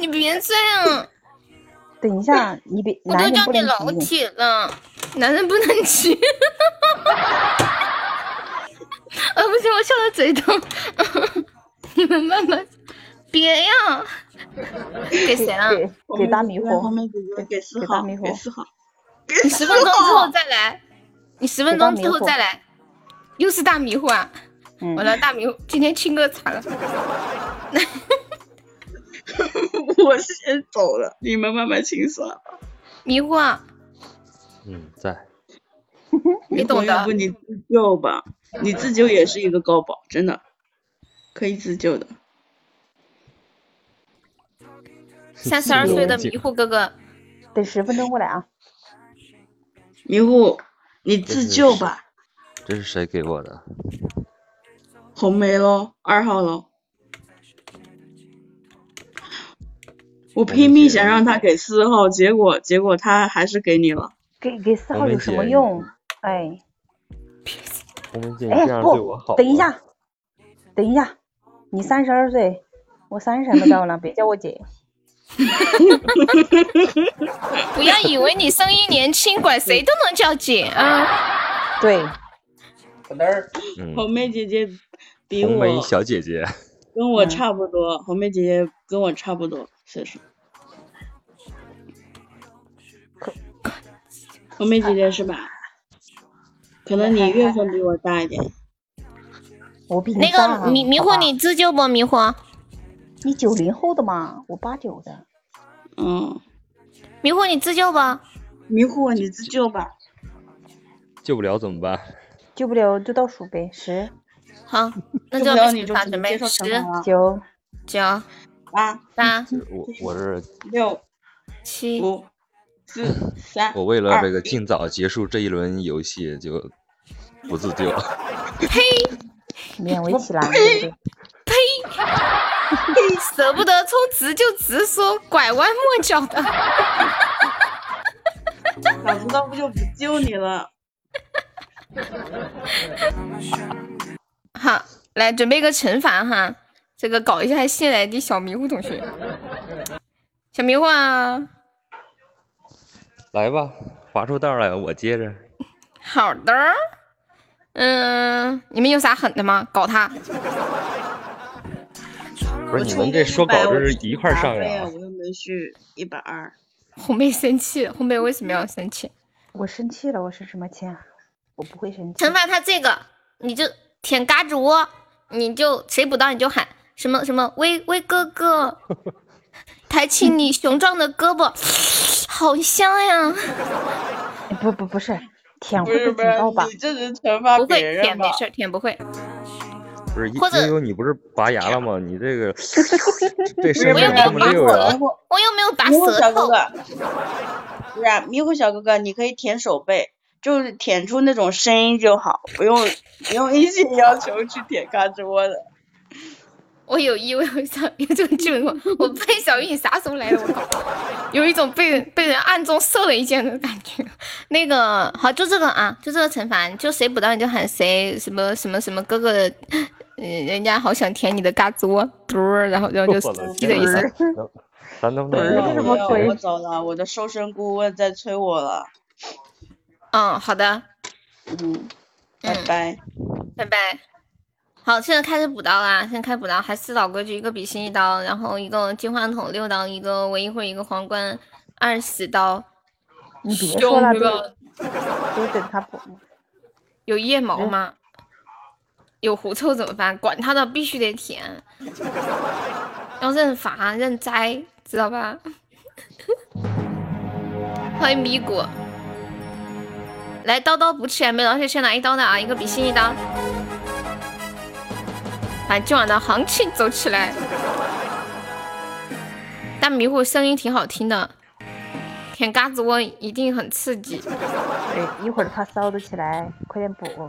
A: 你别这样，
C: 等一下，你别
A: 我都
C: 男人
A: 叫
C: 不
A: 你
C: 能
A: 老
C: 急，
A: 铁了，男人不能急。 [LAUGHS] 啊，不行，我笑的嘴疼。你们慢慢，别呀，给谁 [LAUGHS] 啊？
C: 给给大迷
B: 红
C: 糊，
B: 梅姐姐给四
C: 给
B: 号
C: 大，迷糊
B: 给四号。
A: 你十分钟之后再来，你十分钟之后再来，又是大迷糊啊！
C: 嗯
A: 完了，大迷糊，今天青哥惨了。
B: [LAUGHS] 我先走了，你们慢慢清算。
A: 迷糊啊，
F: 嗯，在
A: 你懂
B: 要
A: 的
B: 不。你自救吧，你自救也是一个高保，真的，可以自救的。
A: 三十二岁的迷糊哥哥，
C: 等十分钟过来啊！
B: 迷糊，你自救吧，
F: 这是谁给我的？
B: 红梅喽，二号喽。我拼命想让他给四号，结果结果他还是给你了。
C: 给给四号
F: 红梅
C: 有什么
F: 姐
C: 用？哎
F: 红梅姐，你
C: 哎
F: 这样对我好吗
C: 不，等一，下，等一下，你三十二岁，我三十还没到呢，别叫我姐。
A: 不要以为你声音年轻，管谁都能叫姐啊！
C: 对，
I: 在那儿，
F: 嗯
B: 红梅姐姐比
F: 红
B: 我
F: 梅小姐姐， [LAUGHS]
B: 跟我差不多，红梅姐姐跟我差不多岁数。红梅姐姐是吧？可能你月份比我大一点。
C: 我比啊
A: 那个
G: 啊
A: 迷迷惑，你自救不迷惑？
C: 你九零后的嘛，我八九的。
B: 嗯，
A: 迷惑你自救
C: [LAUGHS]
A: 吧。
B: 迷惑你自救吧。
F: 救不了怎么办？
C: 救不了就倒数呗，十、
A: 好，那
C: 救
A: 就
C: 不
A: 没
C: 了
A: 办
C: 你就
A: 法准
C: 只能
A: 备
C: 接受
A: 十
C: 惩罚了九
A: 九
B: 八
A: 八
F: 我我是
B: 啊六
C: 嗯
A: 七
B: 五四三
F: 我为了
B: 二
F: 这个尽早结束这一轮游戏，就不自救。
A: 呸
C: 勉为其难。
A: 呸！舍不得充值就直说，拐弯抹角的。
B: 早知道不就不救你了。
A: 好，来准备个惩罚哈，这个搞一下新来的小迷糊同学。小迷糊啊，
F: [LAUGHS] 来吧，划出道来，我接着。
A: 好的儿。嗯，你们有啥狠的吗？搞他。 [LAUGHS]
F: 不是你们这说搞这是一块儿上
B: 呀
F: 呀？？
B: 我又没是一百二。
A: 红梅生气，红梅为什么要生气？
C: 我生气了，我生什么气啊？我不会生气。
A: 惩罚他这个，你就舔嘎吱窝，你就谁补刀你就喊什么什么威威哥哥，抬起你雄壮的胳膊， [SNIFFS] 好香呀！
C: 不不不是，舔
B: 不是不是，你这是惩罚
A: 不会
B: 别人
A: 舔没
B: 吧？
A: 事，舔不会。
F: 不是，因
A: 或者
F: 因为你不是拔牙了吗？你这个这声
B: 不
F: 音
B: 是
F: 这么溜啊呀？
A: 我又没有拔
B: 迷糊
A: 舌
B: 小哥
A: 头，
B: 哥，不是啊迷糊小哥哥，你可以舔手背，就是舔出那种声音就好，不用不用硬性要求去舔嘎吱窝的。
A: 我有意，我有想有这种劲过。我被小玉你啥时候来的？我靠，有一种被人被人暗中射了一箭的感觉。那个好，就这个啊，就这个惩罚，就谁补刀你就喊谁什么什么什么哥哥，嗯、人家好想舔你的嘎吱窝，嘟儿，然后然后就
F: 我
A: [LAUGHS]
F: 的
A: 滴的一声。
F: 天哪咱能不能
B: 不
F: 让我
B: 要
F: 舔
B: 我走了，我的瘦身顾问在催我了。
A: 嗯，好的，
B: 嗯，拜拜。
A: 拜拜。好，现在开始补刀啦！现在开始补刀，还是老规矩，一个比心一刀，然后一个金话筒六刀，一个唯一会儿一个皇冠二十刀。
C: 你别
A: 凶
C: 说了，
A: 对吧
C: 都都等他补。嗯
A: 有腋毛吗？有狐臭怎么办？管他的，必须得
C: [LAUGHS]
A: 舔，要认罚认栽，知道吧？欢迎米果，来刀刀补起来，没老铁先拿一刀的啊，一个比心一刀，把今晚的行情走起来。大迷糊声音挺好听的，舔嘎子窝一定很刺激。
C: 对，一会儿他骚得起来，快点补。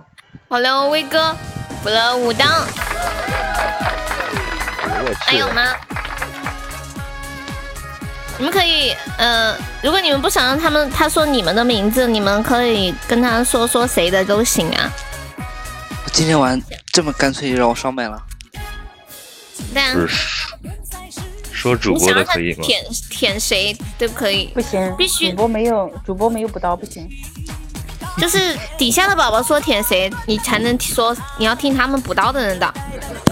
A: 好了，威哥补了五刀，
F: 我
A: 还
F: 去
A: 有吗？你们可以，呃，如果你们不想让他们他说你们的名字，你们可以跟他说说谁的都行啊。
L: 今天晚上这么干脆就让我上麦了？
A: 对啊，
L: 说主
A: 你想让他舔舔谁都可以，
C: 不行，
A: 必须
C: 主播没有，主播没有补刀，不行。
A: 就是底下的宝宝说舔谁，你才能说你要听他们补刀的人的。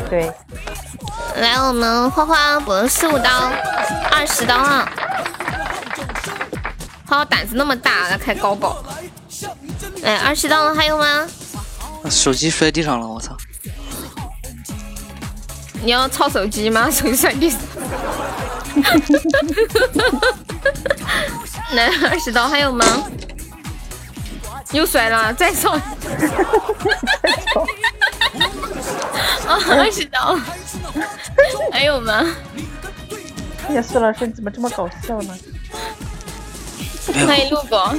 C: 对，
A: 来，我们花花补了十五刀，二十刀了。花花胆子那么大，要开高保。哎，二十刀了，还有吗？
L: 啊手机摔地上了，我操！
A: 你要抄手机吗？ [LAUGHS] 手机摔
L: [LAUGHS]
A: 地上。来，二十刀还有吗？又摔了，再哦抄。
C: [LAUGHS]
A: 啊，二十刀，还有吗？
C: 哎呀，孙老师你怎么这么搞笑呢？
A: 欢迎陆狗。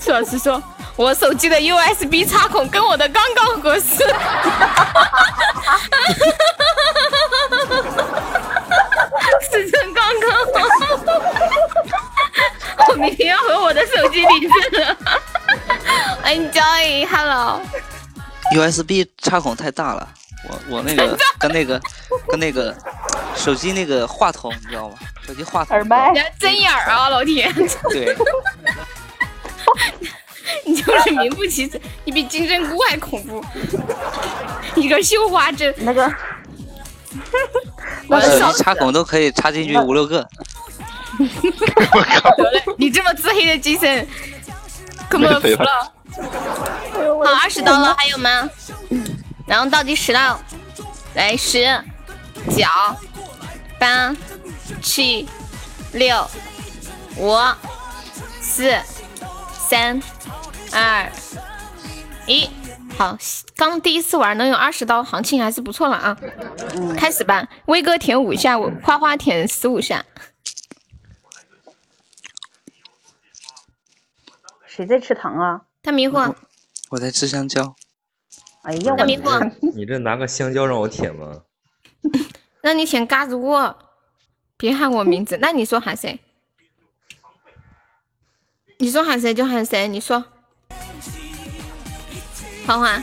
A: 苏老师说，我手机的 USB 插孔跟我的刚刚合适。 [LAUGHS] 是真刚刚好，我 [LAUGHS] 明天要回我的手机里去
L: [LAUGHS]
A: 了。Enjoy，Hello，
L: USB 插孔太大了，我我那个跟那个跟那个手机那个话筒，你知道吗？手机话筒。
C: 耳麦
A: 你还针哎眼儿
L: 哎
A: 啊，
L: [LAUGHS]
A: 老铁！
L: 对，
M: [LAUGHS]
A: 你就是名不其实，你比金针菇还恐
L: [LAUGHS]
A: 怖。你个绣花针，
C: 那个，呃
L: 把手机插孔都可以插进去五六个。
A: 得嘞，你这么自黑的精神，可没有服了。 [LAUGHS] 好，二十刀了，还有吗？然后倒计时了，来十、九、八、七、六、五、四、三、二、一。好，刚第一次玩能有二十刀行情还是不错了啊！开始吧，威哥舔五下，我花花舔十五下。
C: 谁在吃糖啊？ [LAUGHS]
A: 大迷糊，
L: 我在吃香蕉。
C: 哎呀，我
A: 大迷糊，
F: 你这拿个香蕉让我舔吗？
A: 让你舔嘎子窝，别喊我名
C: 嗯
A: 字。那你说喊谁？你说喊谁就喊谁。你说，啊花花，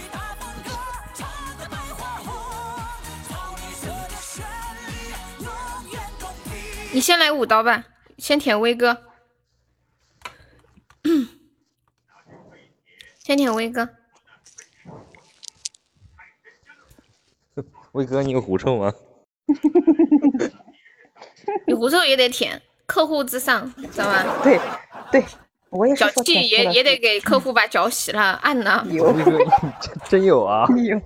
A: 你先来五刀吧，先舔威哥， [COUGHS] 先舔威哥。
F: 魏哥，你有狐臭吗？
A: 你狐臭也得舔，客户至上，知道吗？
C: 对对，我也是
A: 脚
C: 说
A: 气
C: 舔出
A: 也
C: 来
A: 也得给客户把脚洗了，按了。
F: 威哥，你真真有啊！
C: 有。
F: [LAUGHS]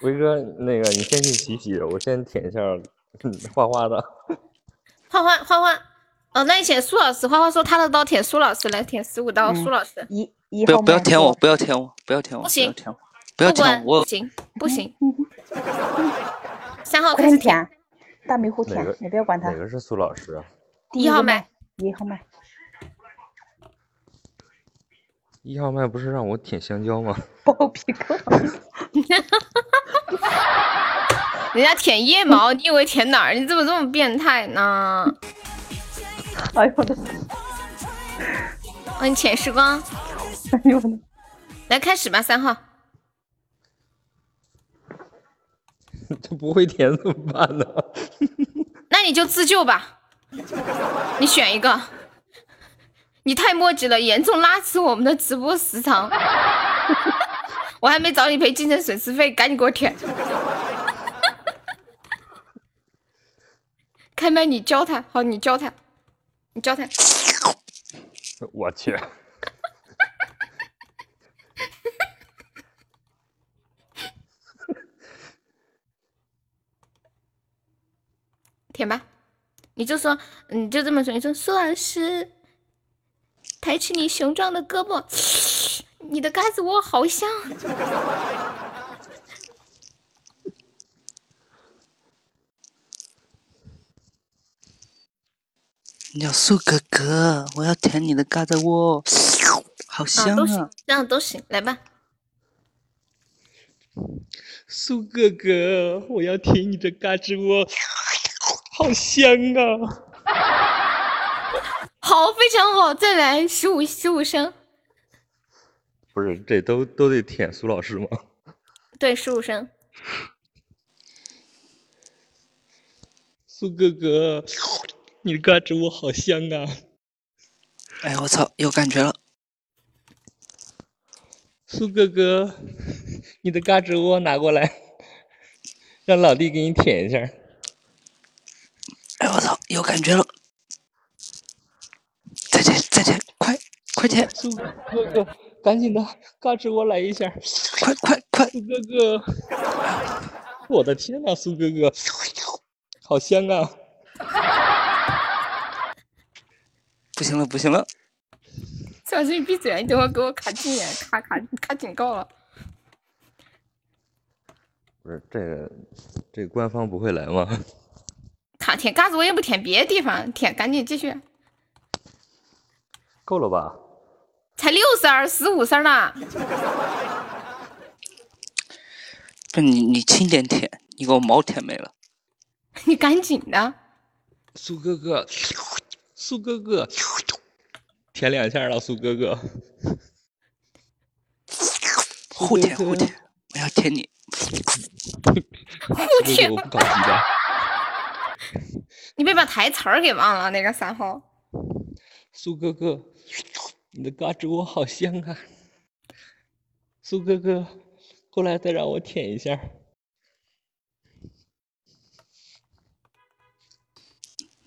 F: 威哥，那个你先去洗洗，我先舔一下嗯花花的。
A: 花花花花，哦，那你舔苏老师。花花说他的刀舔苏老师，来舔十五刀，
L: 嗯
A: 苏老师。
C: 一
L: 不要不要舔我，不要舔我，不要舔我，
A: 不行，
L: 不要
A: 管
L: 舔我
A: 不。行不行。
C: 嗯
A: [LAUGHS] 三号
C: 快
A: 开始
C: 点
A: 舔，
C: 舔，大迷糊
F: 哪
C: 舔
F: 个，
C: 你不要管他
F: 哪。个是苏老师啊？
C: 第
A: 一号
C: 个
A: 麦
C: 麦，一号麦，
F: 一号麦不是让我舔香蕉吗？ [LAUGHS]
C: 包皮哥，
A: 人家舔腋毛，你以为舔哪儿？你怎么这么变态呢？
C: 哎呦我的，
A: 哦，你舔时光，
C: 哎呦我的，
A: 来开始吧，三号。
F: 这不会舔怎么办呢？
A: 那你就自救吧，你选一个。你太墨迹了，严重拉迟我们的直播时长。 [LAUGHS] 我还没找你赔精神损失费，赶紧给我舔。 [LAUGHS] 开麦，你教他，好，你教他，你教他。
F: 我去，
A: 舔吧，你就说，嗯你就这么说，你说苏老师，抬起你雄壮的胳膊，你的嘎子窝好香。
L: [LAUGHS] 鸟树哥哥，我要舔你的嘎子窝，好
A: 啊，
L: 香
A: 都
L: 啊
A: 行！，这样都行，来吧。
M: 苏哥哥，我要舔你的嘎吱窝，好香啊！
A: 好，非常好，再来十五十五声，
F: 不是这都都得舔苏老师吗？
A: 对，十五声。
M: 苏哥哥，你的嘎吱窝好香啊！
L: 哎，我操，有感觉了！
M: 苏哥哥，你的嘎吱窝拿过来，让老弟给你舔一下。
L: 哎，我操，有感觉了！再舔，再舔，快，快舔！
M: 苏哥哥，赶紧的，嘎吱窝来一下！
L: 快快快！
M: 苏哥哥， [LAUGHS] 我的天呐，苏哥哥，好香啊！
L: 不行了，不行了！
A: 苏老师，你闭嘴啊！你等会儿给我卡禁言，卡卡卡警告了。
F: 不是这个，这官方不会来吗？
A: 卡舔嘎子窝又不舔别的地方，舔赶紧继续，
F: 够了吧？
A: 才六声儿，十五声儿呢。
L: 不是你，你轻点舔，你给我毛舔没了。
A: 你赶紧的，
M: 苏哥哥，苏哥哥，舔两下了，苏哥哥。
L: 互舔互舔，我要舔你！
A: 我
N: 这
A: 去
N: 个我，不高级的。
A: 你别把台词儿给忘了，那个三号。
N: 苏哥哥，你的嘎吱窝好香啊！苏哥哥，过来再让我舔一下。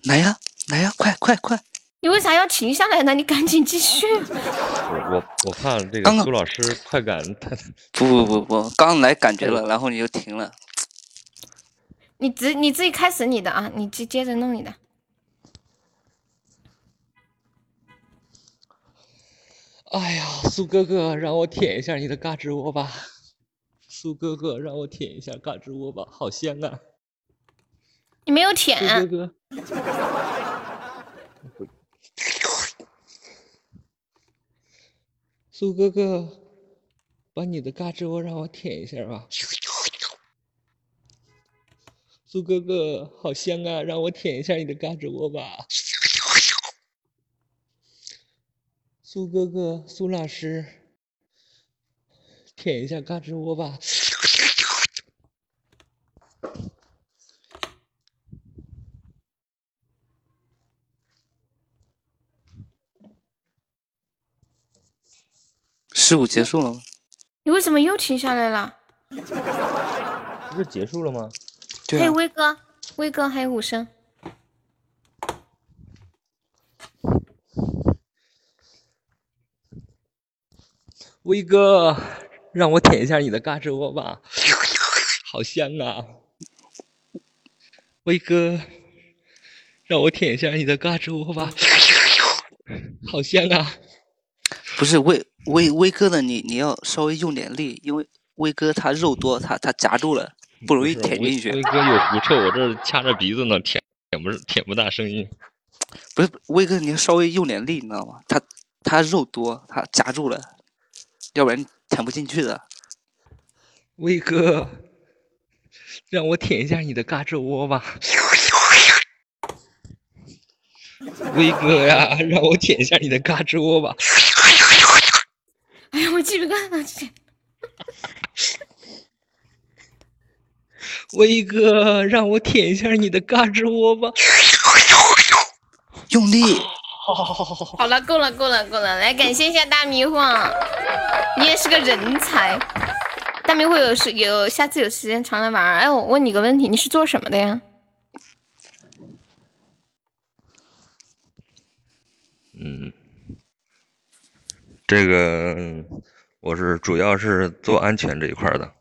L: 来呀，来呀，快快快！
A: 你为啥要停下来呢？你赶紧继续。
N: 我我我怕这
L: 刚刚
N: 个苏老师快感太
L: 不不不不，刚来感觉了，然后你就停了。
A: 你直你自己开始你的啊，你接接着弄你的。
N: 哎呀，苏哥哥，让我舔一下你的嘎吱窝吧。苏哥哥，让我舔一下嘎吱窝吧，好香啊！
A: 你没有舔。
N: 苏哥苏哥哥，把你的嘎吱窝让我舔一下吧。苏哥哥，好香啊！让我舔一下你的嘎吱窝吧。苏哥哥，苏老师，舔一下嘎吱窝吧。
L: 十五结束了吗？
A: 你为什么又停下来了？
F: 不是结束了吗？
L: 啊
A: 还有威哥，威哥还有武生，
N: 威哥，让我舔一下你的嘎吱窝吧， [LAUGHS] 好香啊！威哥，让我舔一下你的嘎吱窝吧，好香啊！
L: 不是威威威哥的你，你要稍微用点力，因为威哥他肉多，他他夹住了，不容易
N: 不是
L: 舔
N: 威
L: 进去。
N: 威哥有狐臭，我这儿掐着鼻子呢，舔舔不舔不大声音。
L: 不是威哥，你要稍微用点力，你知道吗？他他肉多，他夹住了，要不然舔不进去的。
N: 威哥，让我舔一下你的嘎吱窝吧。 [LAUGHS] 威哥呀，让我舔一下你的嘎吱窝吧。
A: 哎 [LAUGHS] 呀，我鸡皮疙瘩起来了。
N: 威哥，让我舔一下你的嘎吱窝吧。
L: 用力。
A: 好了，够了，够了，够了，来感谢一下大迷糊啊，你也是个人 [LAUGHS] 才。大迷糊有时有下次有时间常来玩儿。哎，我问你个问题，你是做什么的呀？
F: 嗯，这个我是主要是做安全这一块儿的。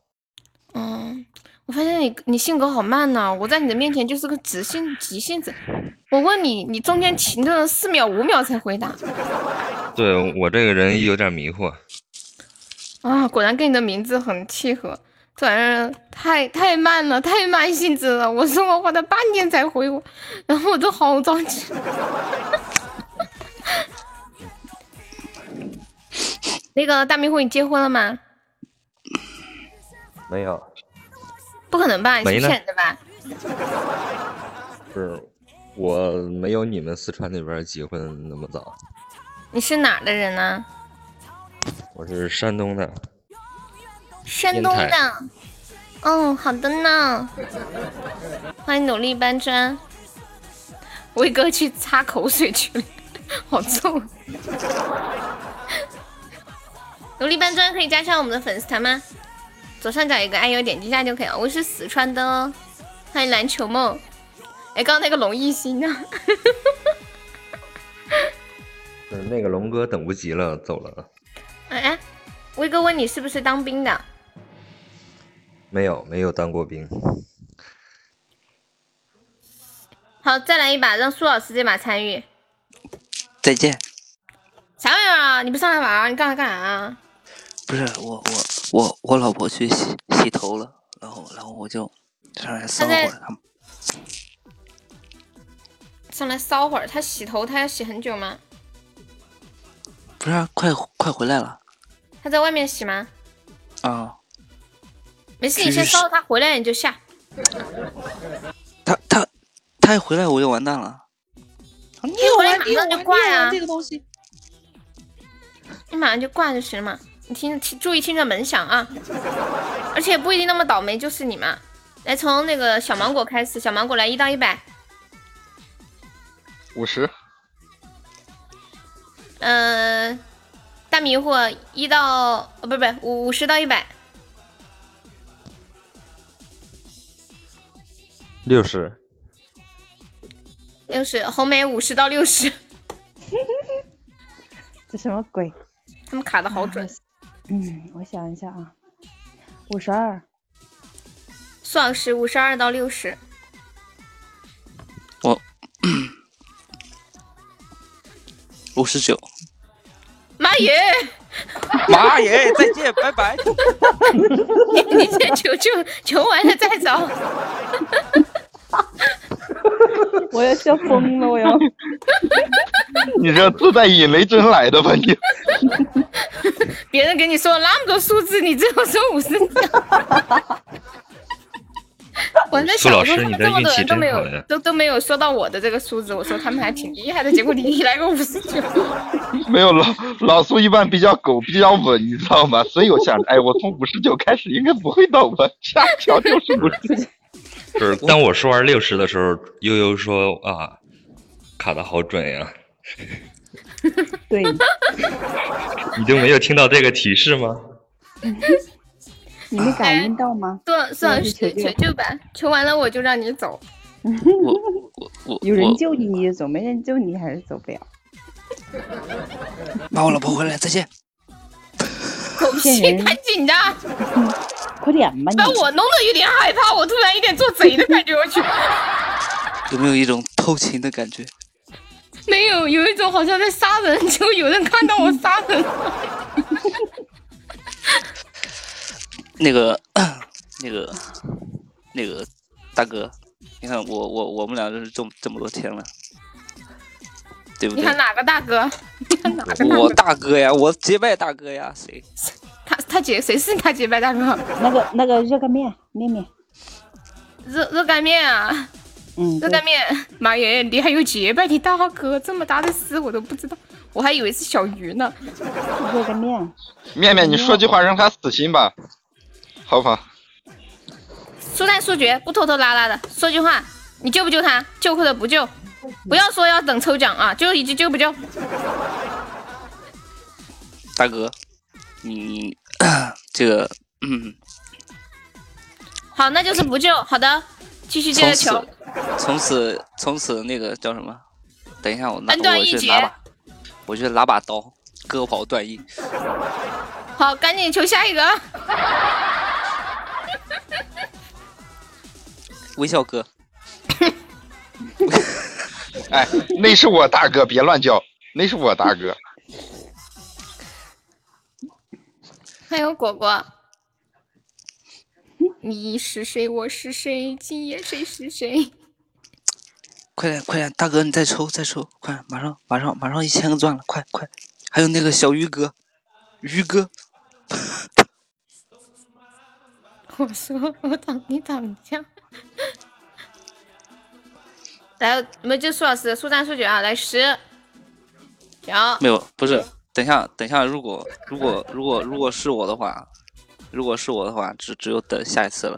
A: 嗯，我发现你你性格好慢呐、我在你的面前就是个直性急性子。我问你，你中间停顿了四秒五秒才回答
F: 对我这个人有点迷惑，
A: 啊，果然跟你的名字很契合。这玩意儿太太慢了，太慢性子了。我说我花了半天才回我，然后我都好着急。 [LAUGHS] 那个大迷糊，你结婚了吗？
F: 没有，
A: 不可能吧？你
F: 没
A: 是
F: 呢
A: 骗人的吧？
F: 不是我没有你们四川那边结婚那么早，
A: 你是哪儿的人呢、啊
F: 我是山东的。
A: 山
F: 烟
A: 东
F: 台
A: 的。嗯，好的呢。欢迎努力搬砖。威哥去擦口水去了， [LAUGHS] 好臭。努力搬砖可以加上我们的粉丝团吗？左上角有个按钮，点击一下就可以了。我是四川的哦，欢迎篮球梦。哎，刚刚那个龙一心呢？
F: 嗯，那个龙哥等不及了，走了。
A: 哎哎，威哥问你是不是当兵的？
F: 没有，没有当过兵。
A: 好，再来一把，让苏老师这把参与。
L: 再见。
A: 啥玩意儿啊？你不上来玩儿，你干啥干啥啊？
L: 不是我我我我老婆去洗洗头了，然后然后我就上来骚
A: 他
L: 会
A: 在
L: 儿，他们
A: 上来骚会儿，他洗头，他要洗很久吗？
L: 不是啊、快快回来了
A: 他在外面洗吗？
L: 啊！
A: 没事，你先骚扰他，回来你就下。
L: 他他他一回来我就完蛋了。你
A: 一啊回来
C: 啊
A: 马上就挂呀、
C: 这个东西，
A: 你马上就挂就行了嘛。你听听，注意听着门响啊。而且不一定那么倒霉就是你嘛。来，从那个小芒果开始，小芒果来一到一百，
G: 五十，
A: 嗯，大迷糊一到呃、不是不是五五十到一百，
F: 六十， [LAUGHS]
A: 六十红梅五十到六十，
C: [LAUGHS] 这什么鬼？啊
A: 他们卡的好准。
C: 嗯，我想一下啊，五十二，
A: 苏老师五十二到六十，
L: 五十九，
A: 妈耶！
L: 妈耶！再见，拜拜。
A: 你你这求救求完了再找，
C: 我要笑疯了，我
B: [LAUGHS]
C: 要。
G: 你这自带引雷针来的吧你？
A: 别人给你说了那么多数字，你最后说五十九。我在
O: 苏
A: 想，
O: 老
A: 我说
O: 师
A: 他
O: 你
A: 们
O: 的
A: 这么多
O: 运气
A: 人都
O: 真
A: 没
O: 好
A: 有
O: 呀
A: 都都没有说到我的这个数字，我说他们还挺厉害的，结果你来个五十九。
G: 没有老老苏一般比较狗比较稳，你知道吗？所以我想着，哎，我从五十九开始应该不会到吧，下一条就是五十九。
O: 不是，当我说完六十的时候，悠悠说啊，卡的好准呀，
C: 对，
O: 你就没有听到这个提示吗？
C: 你没感应
A: [LAUGHS]
C: 到吗？
A: 算
C: [LAUGHS]
A: 算
C: 是
A: 是
C: 求
A: 求
C: 救
A: 救吧，求完了我就让你走。
C: 有人
L: 我
C: 救你你就走，没人救你还是走不了。
L: 把我老婆回来，再见。
A: 狗
C: 骗
A: 屁，
C: 人
A: 太紧张，
C: 快点吧你
A: 把！我弄得有点害怕，我突然有点做贼的感觉，我去，
L: 有没有一种偷情的感觉？
A: 没有，有一种好像在杀人，就有人看到我杀人。
C: [LAUGHS]
L: 那个， [CLEARS THROAT] 那个，那个大哥，你看我我我们俩就是挣这么多钱了，对不
A: 你
L: 对？
A: 看哪个大哥？你看哪个大
L: 我
A: 哥？
L: 大哥呀，我结拜大哥呀，谁？
A: 他他姐谁是他结拜大哥？
C: 那个那个热干面面面，
A: 热热干面啊，
C: 嗯，
A: 热干面，妈耶，你还有结拜你大哥，这么大的事我都不知道，我还以为是小鱼呢。
C: 热干面，
G: 面面，你说句话让他死心吧，好不好？
A: 速战速决，不拖拖拉拉的，说句话，你救不救他？救或者不救，不要说要等抽奖啊，就一句救不救。
L: 大哥，你这个，嗯，
A: 好，那就是不救。好的，继续
L: 从
A: 接着求
L: 此。，从此，从此那个叫什么？等一下，我拿，
A: 恩断
L: 我
A: 义
L: 去
A: 绝
L: 拿把，我去拿把刀，割袍断义。
A: 好，赶紧求下一个。啊
L: 微笑哥，
G: 哎，那是我大哥，别乱叫，那是我大哥。
A: 还有果果，你是谁？我是谁？今夜谁是谁？ [LAUGHS]
L: 快点，快点，大哥，你再抽，再抽，快点，马上，马上，马上一千个钻了，快快！还有那个小鱼哥，鱼哥，
A: 我说我等你等一下。来，我们就苏老师速战速决啊！来十，九，
L: 没有，不是，等一下，等一下，如果如果如果如果是我的话，如果是我的话，只只有等下一次了，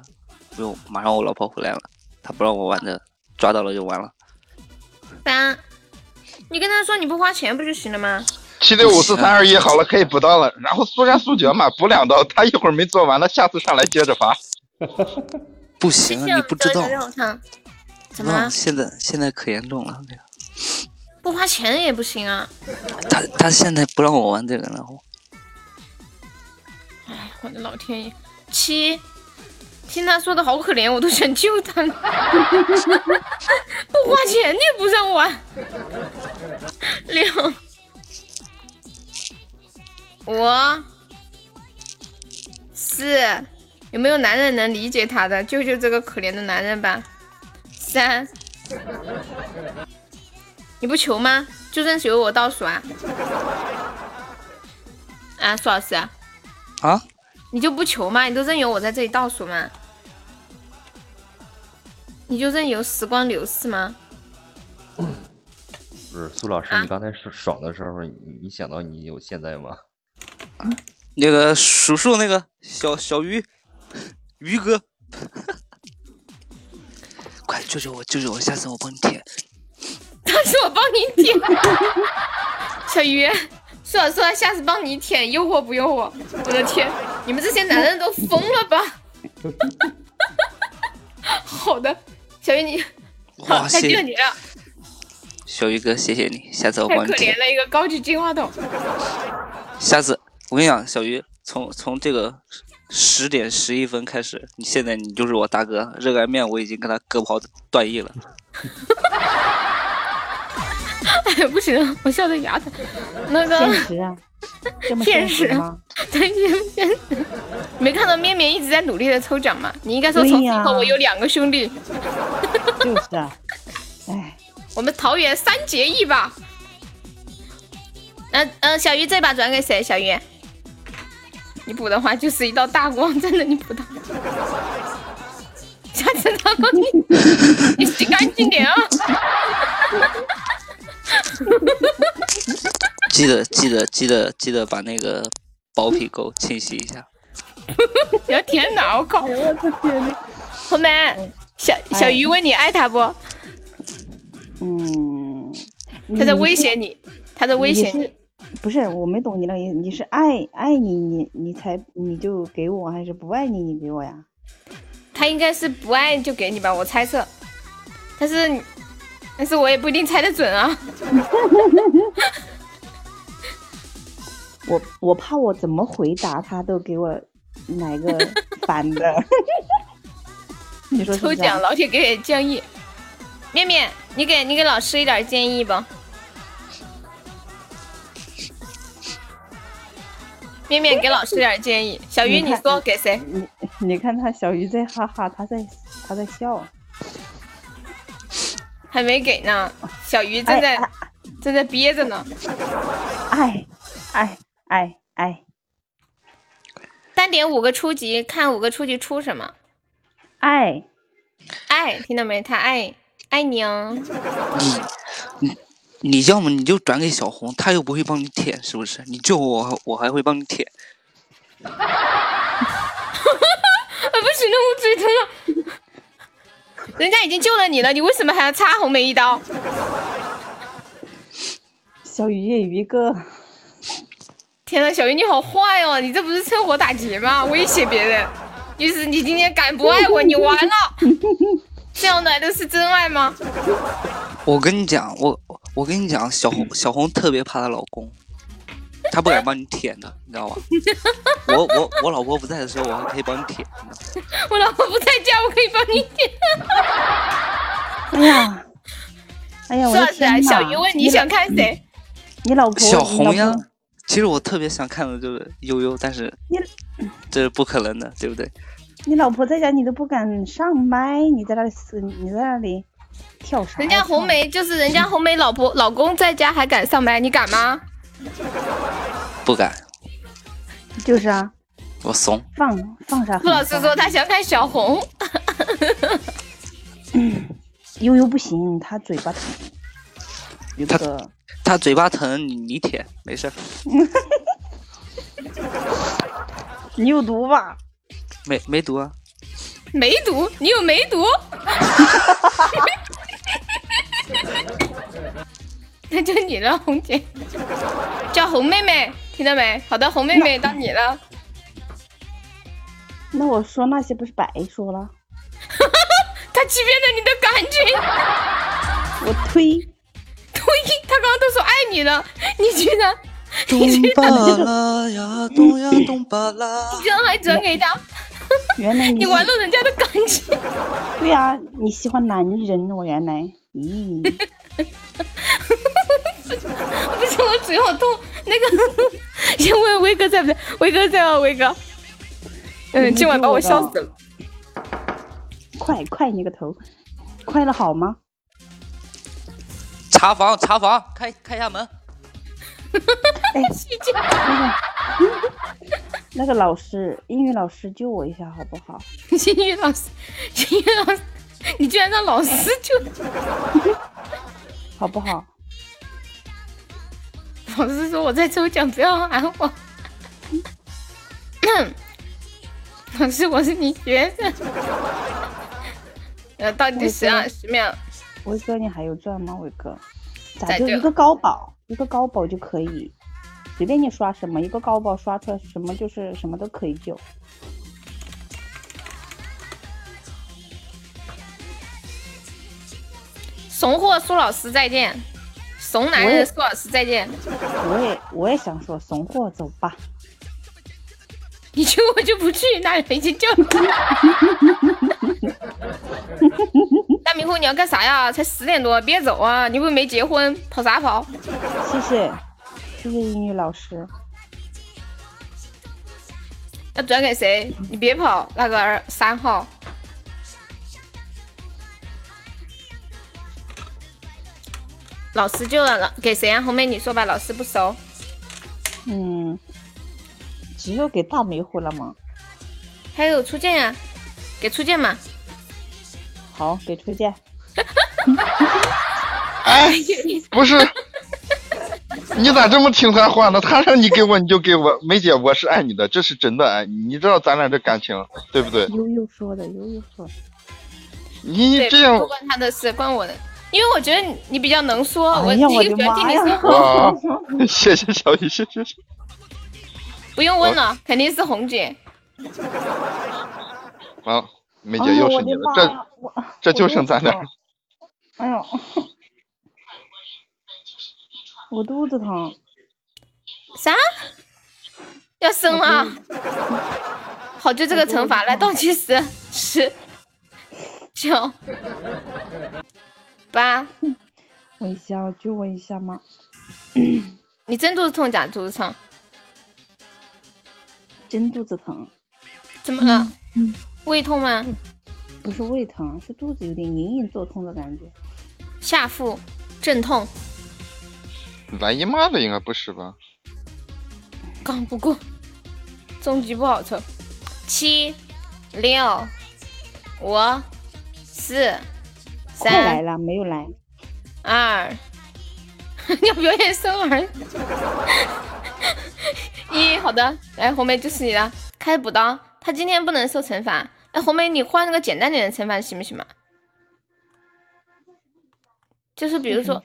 L: 不用，马上我老婆回来了，她不让我玩的，抓到了就完了。
A: 三，你跟他说你不花钱不就行了吗？
G: 七六五四三二一，好了，可以补刀了。然后速战速决嘛，补两刀，他一会儿没做完了，下次上来接
L: [LAUGHS]
G: 着罚。
L: 不行，啊你不知道，
A: 牛肉汤怎么
L: 啊
A: 了？
L: 现在现在可严重了，这个
A: 不花钱也不行啊！
L: 她她现在不让我玩这个了，我
A: 哎，我的老天爷！七，听他说的好可怜，我都想救他 [LAUGHS] 了。不花钱你也不让玩。六，五，四，有没有男人能理解他的？救救这个可怜的男人吧。三，你不求吗？就算是由我倒数啊！啊，苏老师啊。
L: 啊，
A: 你就不求吗？你都任由我在这里倒数吗？你就任由时光流逝吗？ [LAUGHS]
F: 不是苏老
C: 啊
F: 师，你刚才是爽的时候，你你想到你有现在吗？
L: 那个数数那个小小鱼，于哥， [LAUGHS] 快救救我，救救我！下次我帮你舔。
A: 他说我帮你舔， [LAUGHS] 小鱼说我说下次帮你舔，诱惑不诱惑？我的天，你们这些男人都疯了吧？ [LAUGHS] 好的，小鱼你，好，
L: 哇
A: 太
L: 谢
A: 救你了，
L: 小鱼哥，谢谢你，下次我
A: 太
L: 帮你
A: 可
L: 舔
A: 怜。了，一个高级进化桶。
L: 下次我跟你讲，小鱼，从从这个十点十一分开始，你现在你就是我大哥。热干面我已经跟他割袍断义了。
A: 哎， [LAUGHS] 不行，我笑的牙疼。那个
C: 现实啊，这么
A: 现
C: 现
A: 实
C: 实吗？，
A: 对，现实。没看到面面一直在努力的抽奖吗？你应该说从此以后
C: 对呀
A: 我有两个兄弟，
C: [LAUGHS] 就是啊，哎
A: [LAUGHS] 我们桃园三结义吧。嗯、嗯、小鱼这把转给谁？小鱼，你补的话就是一道大光， [LAUGHS] 真的你补到。下次他们你 [LAUGHS] 你洗干净点啊！
L: 记得记得记得记得把那个包皮沟清洗一下。
A: 我的天
C: 哎
A: 哪，我靠！我的天哪！红梅，小小鱼问你爱他不？
C: 嗯，
A: 他在威胁你，他在威胁
C: 你
A: 你
C: 是。不是，我没懂你那个意思，你是爱爱你，你你才你就给我，还是不爱你你给我呀？
A: 他应该是不爱就给你吧，我猜测。但是，但是我也不一定猜得准啊。
C: 我我怕我怎么回答他都给我来个反的，你说是不
A: 抽
C: 是啊
A: 奖，老铁给点建议。面面，你给你给老师一点建议吧。面面给老师点建议。小鱼，
C: 你
A: 你
C: 看
A: 说给谁？
C: 你看他小鱼在哈哈，他在他在笑，
A: 还没给呢。小鱼正在正在憋着呢。
C: 哎哎哎哎，
A: 单点五个初级，看五个初级出什么？
C: 爱
A: 爱，听到没？他爱爱你哦。
L: 你要么你就转给小红，她又不会帮你舔，是不是？你救我，我还会帮你舔。
A: 啊，不行了，我嘴疼了。人家已经救了你了，你为什么还要插红梅一刀？
C: 小鱼也鱼哥，
A: 天呐，小鱼你好坏哦！你这不是趁火打劫吗？威胁别人，于是你今天敢不爱我，你完
C: [LAUGHS]
A: 了。这样来的是真爱吗？
L: 我跟你讲，我我跟你讲，小红小红特别怕她老公，她不敢帮你舔的，你知道吧？ [LAUGHS] 我我我老婆不在的时候，我还可以帮你舔。
A: 我老婆不在家，我可以帮你点。
C: 哎呀，哎呀，我的
A: 算是啊
C: 天
A: 小
C: 呐
A: 鱼问你想看谁？
C: 你老婆
L: 小红
C: 你老
L: 呀
C: 婆，
L: 其实我特别想看的就是悠悠，但是这是不可能的，对不对？
C: 你老婆在家你都不敢上麦，你在那里死，你在那里跳啥？
A: 人家红梅就是人家红梅老婆老公在家还敢上班，你敢吗？
L: 不敢，
C: 就是啊，
L: 我怂。
C: 放放啥？
A: 付老师说他想看小红，
C: 悠悠不行，她嘴巴疼。
L: 她她嘴巴疼，你你舔没事儿，
C: [LAUGHS] 你有毒吧？
L: 没没毒啊。
A: 梅毒，你有梅毒？ [LAUGHS] 那就你了，红姐，叫红妹妹，听到没？好的，红妹妹到你了。
C: 那我说那些不是白说了？
A: [LAUGHS] 他欺骗了你的感情，
C: 我推
A: 对，他刚刚都说爱你了，你居然，你居
L: 咚巴
A: 然，
L: 拉呀，咚呀咚巴拉，
A: [LAUGHS] 你居然还转给他，
C: 原来你
A: 你玩弄人家的感情。
C: 对呀、你喜欢男人，我原来咦，
A: [LAUGHS] 不行，我嘴好痛。那个，先问威哥在不在？威哥在啊，威哥。嗯，今晚把我笑死了。
C: 快快你个头，快了好吗？
L: 查房查房，开开一下门。
C: 那个老师，英语老师救我一下好不好？
A: 金宇老师，金宇老师，你居然让老师救，
C: 好不好？
A: 老师说我在抽奖，不要喊我。老师，我是你学生。呃，到你的
C: 我
A: 十二
C: 先
A: 十秒，
C: 伟哥，你还有钻吗？伟哥，
A: 咋
C: 咋就
A: 就
C: 一个高保，一个高保就可以，随便你刷什么，一个高保刷出来什么就是什么都可以救。
A: 怂货苏老师再见，怂男
C: 我
A: 人
C: 也
A: 苏老师再见，
C: 我也我也想说，怂货走吧。
A: 你去我就不去，那人家就。 [LAUGHS] 大迷糊，你要干啥呀？才十点多，别走啊！你又没结婚，跑啥跑？
C: 谢谢，谢谢英语老师。
A: 要转给谁？你别跑，那个二三号。老师救了，给谁啊？红梅，你说吧，老师不熟。
C: 嗯，只有给大迷糊了吗？
A: 还有初见呀、给初见嘛。
C: 好，给推荐。
G: 哎，不是，你咋这么听他话呢？他让你给我，你就给我。梅姐，我是爱你的，这是真的爱你。你知道咱俩这感情，对不对？
C: 悠悠说的，悠悠说的。
G: 你
A: 对
G: 这样
A: 不，关他的事，关我的，因为我觉得你你比较能说，
C: 哎
A: 我第
G: 呀我
A: 一
G: 的
A: 个喜欢听
G: 妈
A: 你
G: 呀 [LAUGHS]
A: 说
G: 哇
A: 话。
G: [LAUGHS] 谢谢小雨，谢谢。
A: 不用问了，肯定是红姐。
G: 好，梅
C: 哎
G: 姐
C: 呦
G: 又是
C: 我的
G: 你了
C: 妈，呀我
G: 这这就剩咱俩了。
C: 哎呦， [LAUGHS] 我肚子疼。
A: 啥？要生了啊？好，就这个惩罚，来倒计时，十、九、八。
C: 我一下，救我一下吗？
A: 你真肚子痛，假肚子疼？
C: 真肚子疼，嗯
A: 怎么了？胃痛吗？
C: 不是胃疼，是肚子有点隐隐作痛的感觉。
A: 下腹阵痛，
G: 来姨妈的应该不是吧？
A: 刚不过，终极不好抽。七、六、五、四、
C: 快来
A: 三、
C: 了，没有来。
A: 二， [LAUGHS] 要表演生儿。 [LAUGHS] 一，好的，来红梅就是你了，开始补刀。他今天不能受惩罚。哎，红梅，你换那个简单点的惩罚行不行嘛？就是比如说，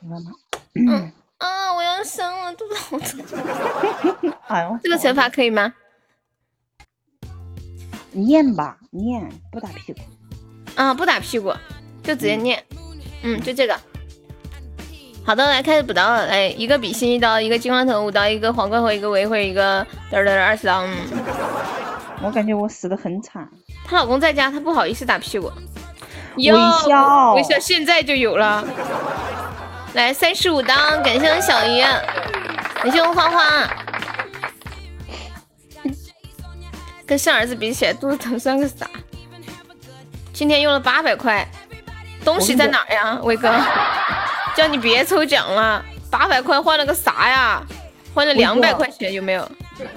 A: 嗯啊，我要生了，肚子好疼。
C: [LAUGHS] 哎呦，
A: 这个惩罚可以吗？
C: 念吧，念，不打屁股。
A: 啊，不打屁股，就直接念。嗯，就这个。好的，来开始补刀了。哎，一个比心一刀，一个金光头五刀，一个皇冠头，一个围会，一个嘚儿嘚儿二十刀。嗯，
C: 我感觉我死的很惨。
A: 她老公在家，她不好意思打屁股。
C: 微
A: 哟
C: 笑
A: 微笑现在就有了。来三十五刀，感谢我小鱼，啊感谢我花啊花。跟生儿子比起来，肚子疼算个啥？今天用了八百块，东西在哪儿呀，伟哥？叫你别抽奖了，八百块换了个啥呀？换了
C: 伟哥
A: 两百块钱有没有？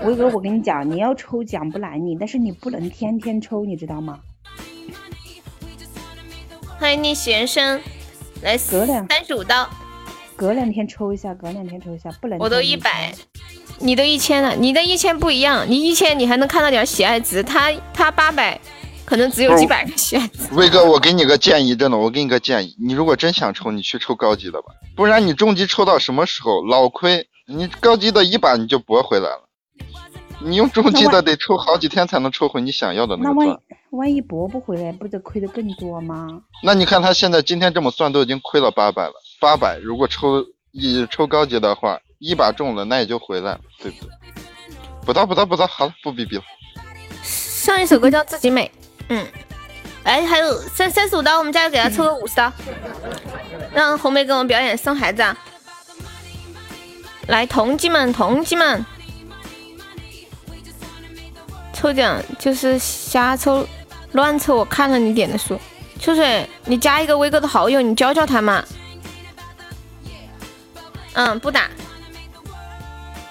C: 威哥，我跟你讲，你要抽奖不拦你，但是你不能天天抽，你知道吗？
A: 欢迎逆贤生，来
C: 隔两
A: 三十五刀，
C: 隔两天抽一下，隔两天抽一下，不能。
A: 我都一。百，你都一千了，你的一千不一样，你一千你还能看到点喜爱值，他他八百，可能只
C: 哦
A: 有几百个喜爱值。
G: 威哥， [LAUGHS] 我给你个建议，真的，我给你个建议，你如果真想抽，你去抽高级的吧，不然你中级抽到什么时候老亏，你高级的一把你就驳回来了，你用中级
C: 那
G: 的
C: 万
G: 得抽好几天才能抽回你想要的那
C: 那
G: 个
C: 万
G: 钻
C: 一。万一博不回来，不得亏的更多吗？
G: 那你看他现在今天这么算，都已经亏了八百了，八百如果抽一抽高级的话，一把中了那也就回来了，对不对？不到不到不到，好了，不逼逼了。
A: 上一首歌叫《自己美》，嗯，哎，还有三三十五刀，我们加油给他抽个五十刀，让红梅给我们表演生孩子啊！来，同志们，同志们，抽奖就是瞎抽，乱抽。我看了你点的书，秋水，你加一个威哥的好友，你教教他嘛。嗯，不打。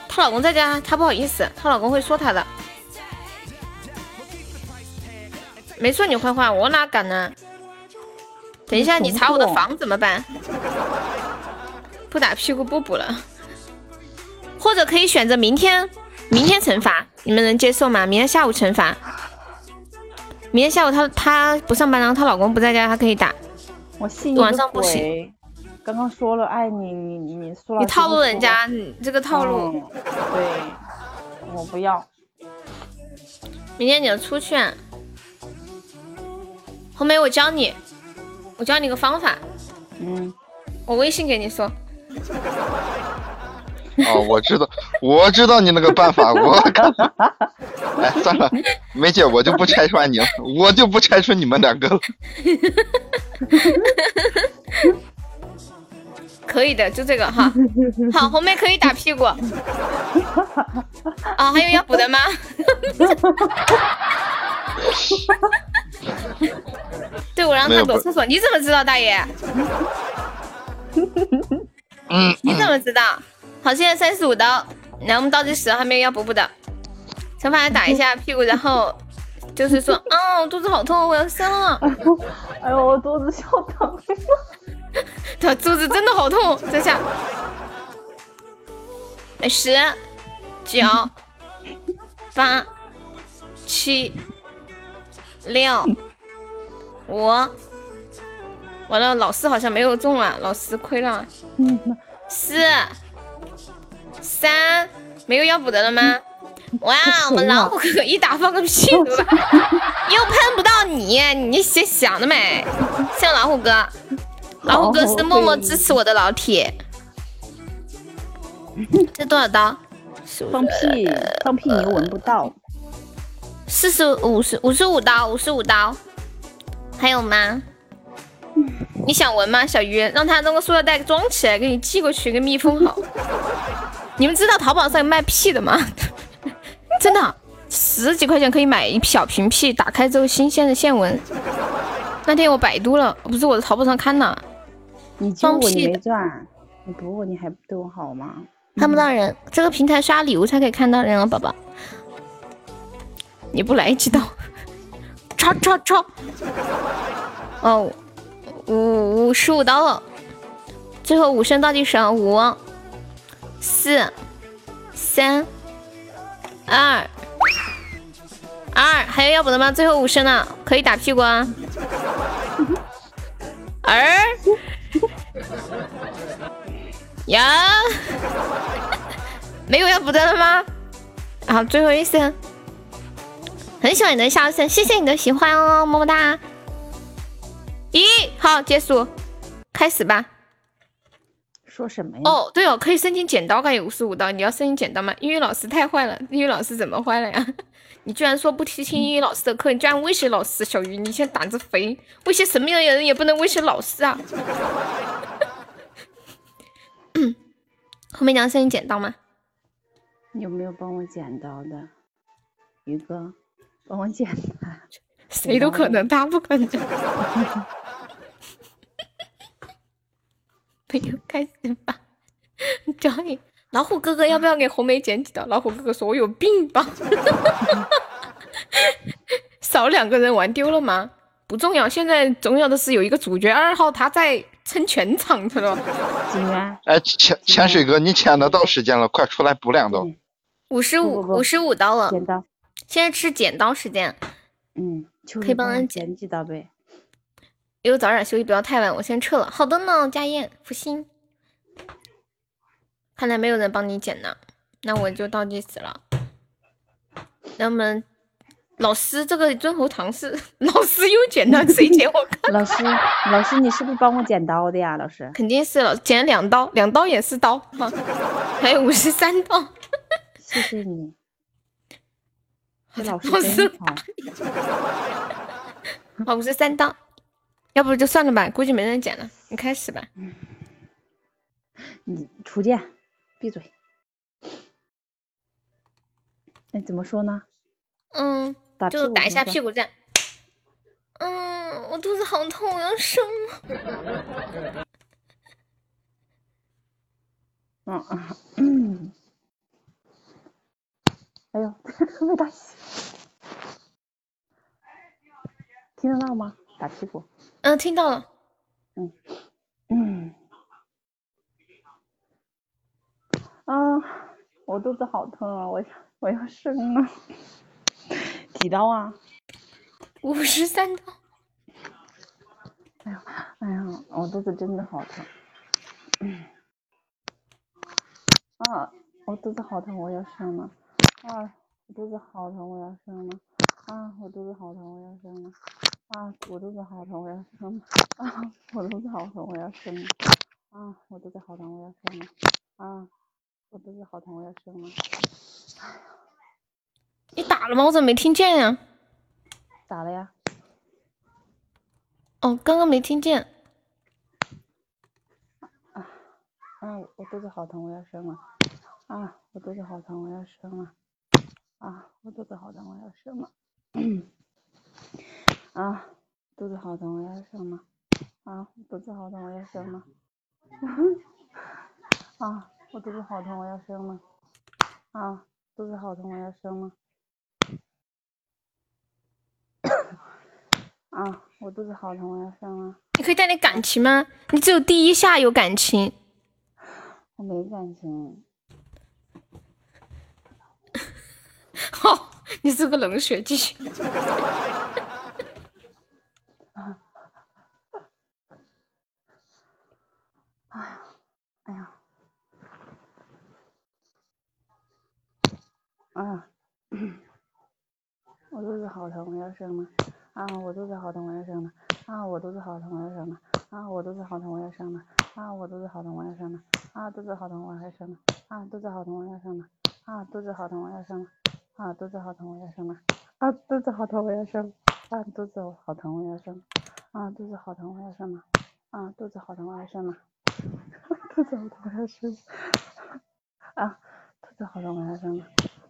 A: 她老公在家，她不好意思，她老公会说她的。没说你坏话，我哪敢呢？等一下你查我的房怎么办？不打屁股不补了，或者可以选择明天，明天惩罚，你们能接受吗？明天下午惩罚，明天下午她她不上班，然后她老公不在家，她可以打。
C: 我信你
A: 晚
C: 个
A: 上不
C: 鬼
A: 行。
C: 刚刚说了爱你，你你你说了
A: 你
C: 就
A: 套
C: 不
A: 路人
C: 说
A: 家，你这个套路。
C: 嗯对，我不要。
A: 明天你要出去、啊，红梅，我教你，我教你个方法，
C: 嗯，
A: 我微信给你说。
G: 哦，我知道， [LAUGHS] 我知道你那个办法，我靠！
C: [LAUGHS]
G: 哎，算了，梅姐，我就不拆穿你了，我就不拆穿你们两个了。
A: 可以的，就这个哈。好，红妹可以打屁股。啊，还有要补的吗？对，我让
G: 没
A: 他
G: 有
A: 躲
G: 不
A: 厕所，你怎么知道，大爷？
G: 嗯，
A: 你怎么知道？好，现在三十五刀，然后我们倒计时，还没有要补补的。惩罚来打一下屁股，然后就是说，啊、肚子好痛，我要生了。
C: 哎呦，我肚子小疼。
A: 他肚子真的好痛，等下。哎十、九、八、七、六、五，完了，老四好像没有中啊，老四亏了。四、三，没有要补的了吗？哇，我们老虎可以打放个屁股吧，又喷不到你，你想想得美，像老虎哥，老虎哥是默默支持我的老
C: [LAUGHS]
A: 铁。这多少刀？呃
C: 放屁，放屁你又闻不到。
A: 四十五十五十五刀，五十五刀，还有吗？
C: 嗯
A: 你想闻吗，小鱼？让他弄个塑料袋装起来，给你寄过去，给密封
C: [LAUGHS]
A: 好。你们知道淘宝上有卖屁的吗？ [LAUGHS] 真的，十几块钱可以买一小瓶屁，打开之后新鲜的现闻。那天我百度了，不是我在淘宝上看的，
C: 你就
A: 放
C: 我你
A: 屁
C: 没
A: 的
C: 赚，你补我你还不对我好吗？
A: 看不到人，这个平台刷礼物才可以看到人啊，宝宝。你不来知道？超超超！哦，五五十五刀了，最后五声倒计时啊，五、四、三、二、二，还有要补的吗？最后五声了，可以打屁股啊。 [LAUGHS] 儿 [LAUGHS] 呀，没有要补的了吗？好，最后一声，很喜欢你的笑声，谢谢你的喜欢哦，么么哒。一，好，结束，开始吧。
C: 说什么呀？
A: 哦，对哦，可以申请剪刀，该有五十五刀，你要申请剪刀吗？英语老师太坏了，英语老师怎么坏了呀？ [LAUGHS] 你居然说不听听英语老师的课，你居然威胁老师，小鱼，你现在胆子肥，威胁什么样的人也不能威胁老师
C: [LAUGHS]
A: 啊！后面娘申请剪刀吗？
C: 你有没有帮我剪刀的，于哥？帮我剪 [LAUGHS] 吧。
A: 谁都可能，他不可
C: [LAUGHS]
A: 能。没有开始吧，表演。老虎哥哥要不要给红梅剪几刀？老虎哥哥说：“我有病吧？” [LAUGHS] 少两个人玩丢了吗？不重要，现在重要的是有一个主角二号他在撑全场，知道吗？
C: 警员，
G: 哎，潜潜水哥，你潜的哎到时间了，快出来补两刀。
A: 五十五
C: 不不
A: 五十五刀了，
C: 剪刀。
A: 现在是剪刀时间，
C: 嗯，求
A: 可
C: 你
A: 以帮
C: 我
A: 人
C: 剪几刀呗。
A: 因为早点休息，不要太晚。我先撤了。好的呢，家燕，福星。看来没有人帮你剪呢，那我就倒计时了。那我们老师，这个尊侯堂是 [LAUGHS] 老师又剪了，谁剪我？ [LAUGHS]
C: 老师，老师，你是不是帮我剪刀的呀？老师，
A: 肯定是了，剪了两刀，两刀也是刀哈、还有五十三刀。
C: 谢谢你。这老师
A: 老师
C: 真好。
A: 好，五十三刀，要不就算了吧，估计没人捡了。你开始吧。
C: 你楚剑，闭嘴。那哎怎么说呢？
A: 嗯，
C: 打屁
A: 就
C: 股
A: 打一
C: 怎
A: 下
C: 么
A: 屁
C: 说
A: 股战。嗯，我肚子好痛，我要生了。
C: [LAUGHS] 嗯啊，嗯。哎呦，没打醒。听得到吗？打屁股。
A: 嗯，听到了。
C: 嗯。啊，我肚子好疼啊！我要我要生了。几刀啊？
A: 五十三刀，
P: 哎呀，我肚子真的好疼。啊，我肚子好疼，我要生了。啊，我肚子好疼，我要生了。啊，我肚子好疼，我要生了。啊，我肚子好疼，我要生了。啊，我肚子好疼，我要生了。啊，我肚子好疼，我要生了。啊，我肚子好疼，我要生了。
A: 你打了吗？我怎么没听见呀、
P: 咋了呀？
A: 哦，刚刚没听见。
P: 啊，我肚子好疼，我要生了。啊，我肚子好疼，我要生了。啊，我肚子好疼，我要生了。啊，肚子好疼，我要生了。啊，肚子好疼，我要生了。 [LAUGHS] 啊，我肚子好疼，我要生了。啊，肚子好疼，我要生了。啊，我肚子好疼，我要生了。
A: 你可以带点感情吗？你只有第一下有感情。 [LAUGHS]
P: 我没感情。
A: 好，哦你是个冷血，继续。
P: 啊，我肚子好疼，我要生了。啊，我肚子好疼，我要生了。啊，我肚子好疼，我要生了。啊，我肚子好疼，我要生了。啊，我肚子好疼，我要生了。啊，肚子好疼，我要生了。啊，肚子好疼，我要生了。啊，肚子好疼，我要生了。啊，肚子好疼，我要生了。啊，肚子好疼，我要生了。啊，肚子好疼，我要生了。啊，肚子好疼，我要生了。啊，肚子好疼，我要生了。 [LAUGHS] 肚子好疼，我要生了。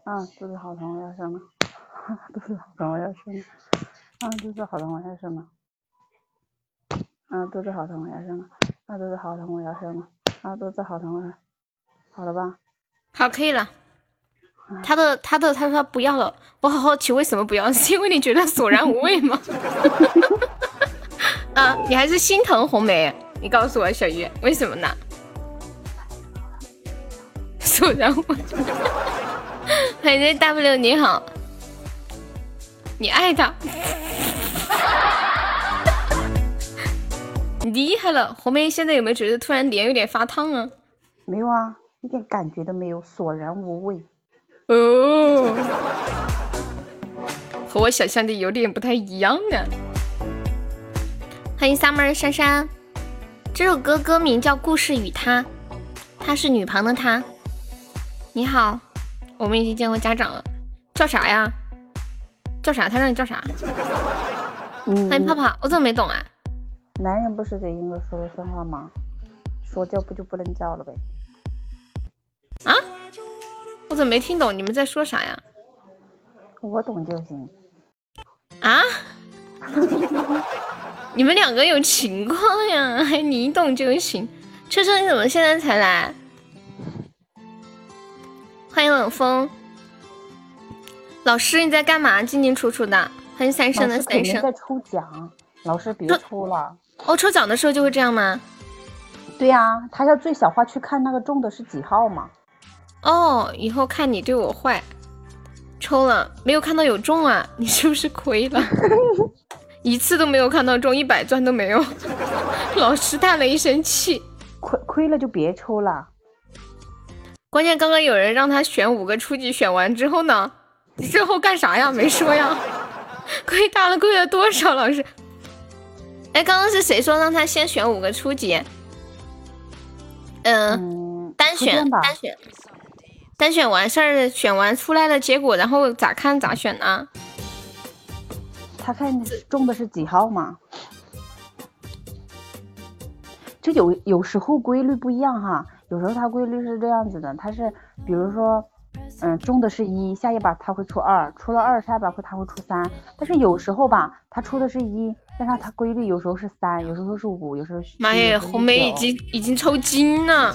P: 啊，肚子好疼，我要生了。啊，肚子好疼，我要生了。肚子好疼，我要生了。啊，肚子好疼，我要生了。啊，肚子好疼，我要生了。啊，肚子好疼，我要生了。啊，肚子好疼，我要好了吧？
A: 好，可以了。他的他的他说他不要了，我好好奇为什么不要？ [LAUGHS] 是因为你觉得索然无味吗？ [LAUGHS] 啊，你还是心疼红梅？你告诉我，小鱼为什么呢？ [LAUGHS] 索然无味。海贼 W 你好，你爱他， [LAUGHS] 你厉害了。红梅现在有没有觉得突然脸有点发烫啊？
P: 没有啊，一点感觉都没有，索然无味。
A: 哦， [LAUGHS] 和我想象的有点不太一样啊呢。欢迎 summer 珊珊，这首歌歌名叫《故事与她》，她是女旁的她。你好，我们已经见过家长了，叫啥呀？叫啥？他让你叫啥？欢迎
P: 嗯
A: 泡泡，我怎么没懂啊？
P: 男人不是得应该说说算话吗？说叫不就不能叫了呗？
A: 啊？我怎么没听懂你们在说啥呀？
P: 我懂就行。
A: 啊？ [LAUGHS] 你们两个有情况呀？还你懂就行。车车，你怎么现在才来？欢迎冷风。老师，你在干嘛？进进出出的。欢迎三
P: 老
A: 生的
P: 师肯
A: 三
P: 定
A: 生
P: 在。抽奖，老师别抽了。
A: 哦，抽奖的时候就会这样吗？
P: 对呀、他要最小化去看那个中的是几号嘛？
A: 哦，以后看你对我坏。抽了没有看到有中啊？你是不是亏了？ [LAUGHS] 一次都没有看到中，一百钻都没有。 [LAUGHS] 老师叹了一声气。
P: 亏亏了就别抽了。
A: 关键刚刚有人让他选五个初级，选完之后呢，你最后干啥呀？没说呀， [LAUGHS] 亏大了，亏了多少？老师，哎，刚刚是谁说让他先选五个初级？嗯，单
P: 初
A: 选
P: 见吧
A: 单选，单选完事儿，选完出来的结果，然后咋看咋选呢？
P: 他看中的是几号嘛？就有有时候规律不一样哈，有时候它规律是这样子的，它是比如说，嗯，中的是一，下一把它会出二，出了二下一把会它会出三，但是有时候吧，它出的是一，但是它规律有时候是三，有时候是五，有时候是七
C: 嗯
A: 妈
P: 有
A: 耶，
P: 时候是
A: 红梅已
P: 九
A: 经已经抽筋了。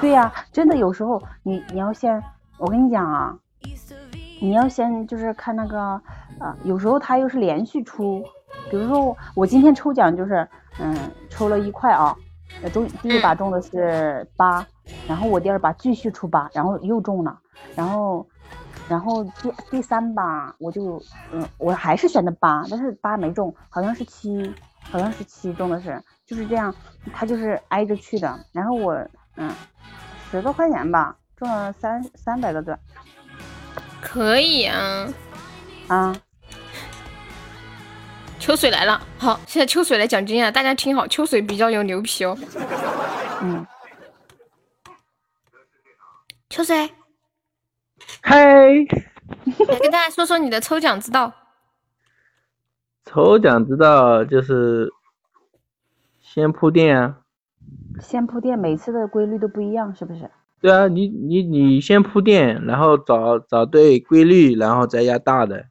P: 对呀、真的有时候你你要先，我跟你讲啊，你要先就是看那个，呃，有时候它又是连续出，比如说我我今天抽奖就是，嗯，抽了一块啊，呃中第一把中的是八，然后我第二把继续出八，然后又中了，然后
C: 然后第第三把我就嗯，我还是选的八，但是八没中，好像是七，好像是七中的是，就是这样，他就是挨着去的。然后我嗯，十多块钱吧，中了三三百个钻
A: 可以啊。
C: 啊，
A: 秋水来了，好，现在秋水来讲经验了，大家听好，秋水比较有牛皮哦。
C: 嗯，
A: 秋水，
Q: 嘿，
A: 来跟大家说说你的抽奖之道。
Q: 抽奖之道就是先铺垫啊。
C: 先铺垫，每次的规律都不一样，是不是？
Q: 对啊，你你你先铺垫，然后找找对规律，然后再压大的。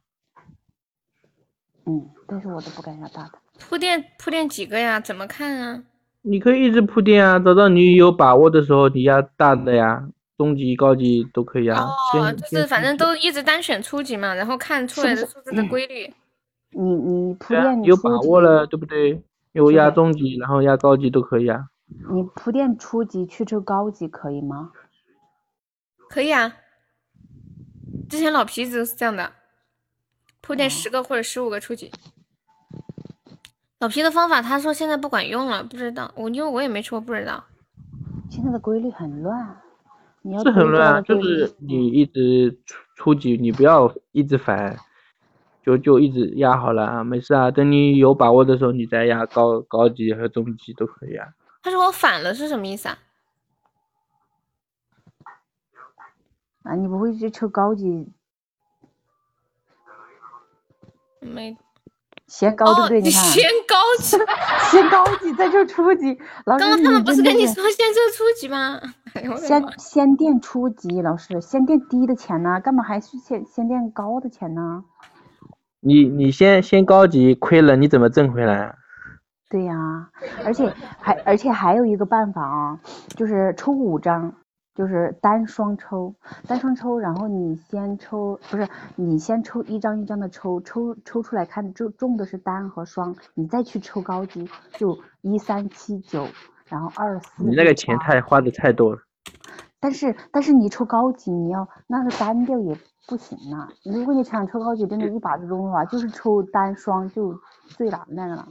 C: 嗯，但是我都不敢压大的。
A: 铺垫铺垫几个呀？怎么看啊？
Q: 你可以一直铺垫啊，找到你有把握的时候，你压大的呀，中级、高级都可以啊。
A: 哦，
Q: 先
A: 就是反正都一直单选初级嘛，然后看出来的数字
C: 嗯
A: 的规律。
C: 你你铺
Q: 对啊
C: 垫，你
Q: 有
C: 初
Q: 把
C: 级
Q: 握了，对不对？有压中级，然后压高级都可以啊。
C: 你铺垫初级去抽高级可以吗？
A: 可以啊，之前老皮子都是这样的，铺垫
C: 哦
A: 十个或者十五个初级。老皮的方法，他说现在不管用了，不知道我因为我也没抽，不知道。
C: 现在的规律很乱，你要
Q: 是很
C: 遵照
Q: 乱啊，
C: 规
Q: 就
C: 律
Q: 是你一直初初级，你不要一直烦，就就一直压好了啊，没事啊。等你有把握的时候，你再压高高级和中级都可以啊。
A: 他说我反了是什么意思啊？
C: 啊，你不会去抽高级，
A: 没哦
C: 嫌高对 [LAUGHS] 不对？啊你看，
A: 先高级，
C: 先高级，再抽初级。 [LAUGHS] 老
A: 刚
C: 师，
A: 刚他们不是
C: 真的
A: 跟你
C: 是
A: 说先做初级吗？哎呦我的妈！
C: 先先垫初级，老师先垫低的钱呢，干嘛还去先先垫高的钱呢？
Q: 你你先先高级亏了，你怎么挣回来啊？
C: 对呀、而且还而且还有一个办法啊，就是抽五张，就是单双抽，单双抽，然后你先抽，不是你先抽一张一张的抽，抽抽出来看中中的是单和双，你再去抽高级，就一三七九，然后二四。
Q: 你那个钱太花的太多了。
C: 但是但是你抽高级，你要那个单调也不行呐、如果你想抽高级，真的一把就中的话，就是抽单双就最难的了。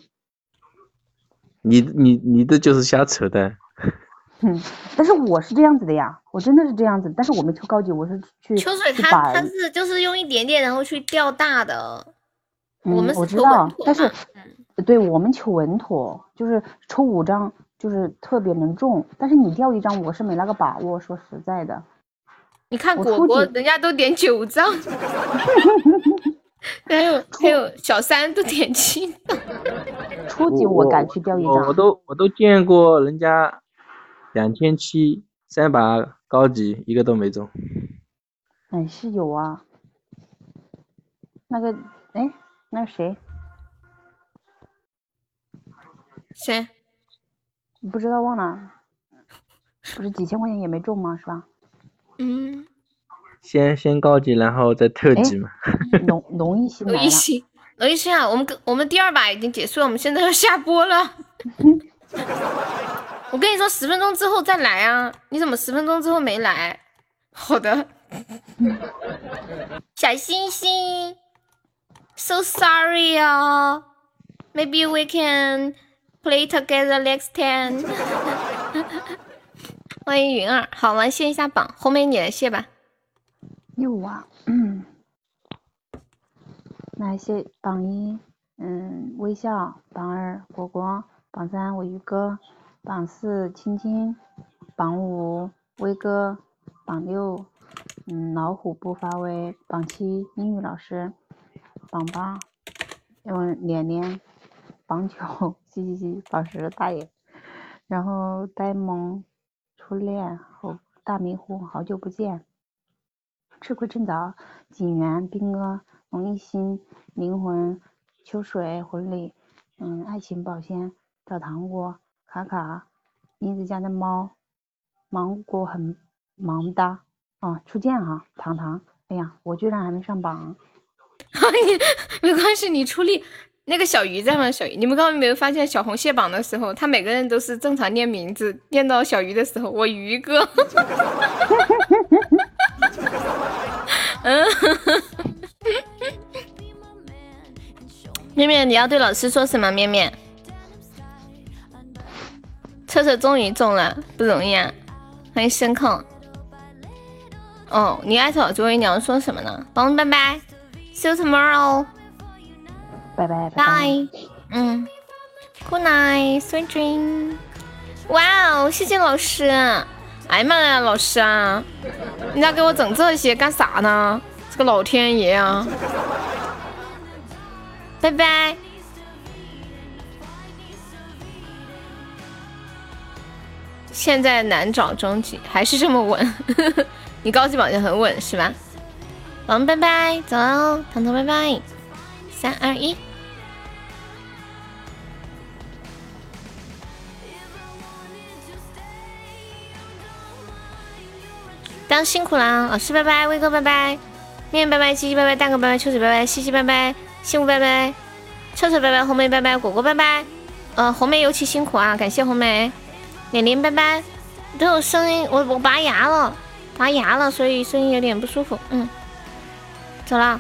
Q: 你你你这就是瞎扯淡。
C: 哼，但是我是这样子的呀，我真的是这样子，但是我没抽高级，我是去
A: 秋水
C: 去
A: 他
C: 把
A: 他是就是用一点点，然后去钓大的。
C: 嗯，
A: 我们
C: 我
A: 是
C: 知
A: 求稳
C: 道，
A: 妥
C: 但是
A: 嘛
C: 对我们求稳妥，就是抽五张就是特别能中，但是你掉一张，我是没那个把握，说实在的，
A: 你看
C: 我
A: 果
C: 初
A: 果，
C: 级
A: 人家都点九
C: [LAUGHS]
A: 张，还有还有小三都点七张，
C: 初级我敢去掉一
Q: 我我
C: 张，
Q: 都我都见过人家两千七三把高级一个都没中。
C: 嗯，是有啊，那个哎，那个谁，
A: 谁？
C: 不知道忘了，不是几千块钱也没中吗？是吧？
A: 嗯，
Q: 先先高级，然后再特级嘛。
C: 农农一新
A: 娄
C: 来
A: 艺
C: 了，
A: 昕，娄艺昕啊，我们跟我们第二把已经结束了，我们现在要下播了。我跟你说，十分钟之后再来啊！你怎么十分钟之后没来？好的，小星星，so sorry 哦。Maybe we can play together next time 。欢迎云儿，好，我们卸一下榜，红梅你来卸吧。
C: 有啊，嗯，那些榜一，嗯，微笑；榜二，果果；榜三，我鱼哥；榜四，青青；榜五，威哥；榜六，嗯，老虎不发威；榜七，英语老师；榜八，嗯，脸脸；榜九， [LAUGHS] 嘻嘻嘻；榜十，大爷。然后呆萌，初恋，好大迷糊，好久不见。吃亏趁早，锦源、兵哥、龙一心、灵魂、秋水、魂力，嗯，爱情保鲜、找糖果、卡卡、妮子家的猫、芒果很忙哒啊，初见哈、糖糖，哎呀，我居然还没上榜，
A: 没关系，你出力。那个小鱼在吗？小鱼，你们刚刚没有发现小红卸榜的时候，他每个人都是正常念名字，念到小鱼的时候，我鱼哥，嗯，面面，你要对老师说什么？面面，车车终于中了，不容易啊！欢迎声控。哦，你艾特我作为你要说什么呢？宝宝，拜拜，see you tomorrow，
C: 拜拜拜拜。
A: bye。嗯，good night，sweet dream。哇哦，谢谢老师！哎呀妈呀，老师啊，你咋给我整这些干啥呢？这个老天爷啊！拜拜。现在难找中级，还是这么稳。 [LAUGHS] 你高级榜就很稳是吧？我们拜拜，走喽，糖糖拜拜，三二一。当辛苦啦，老师拜拜，威哥拜拜，面拜拜，七七拜拜，蛋哥拜拜，秋水拜拜，西西拜拜，幸福拜拜，臭臭拜拜，红梅拜拜，果果拜拜，呃，红梅尤其辛苦啊，感谢红梅，脸脸拜拜，都有声音，我我拔牙了，拔牙了，所以声音有点不舒服，嗯，走了。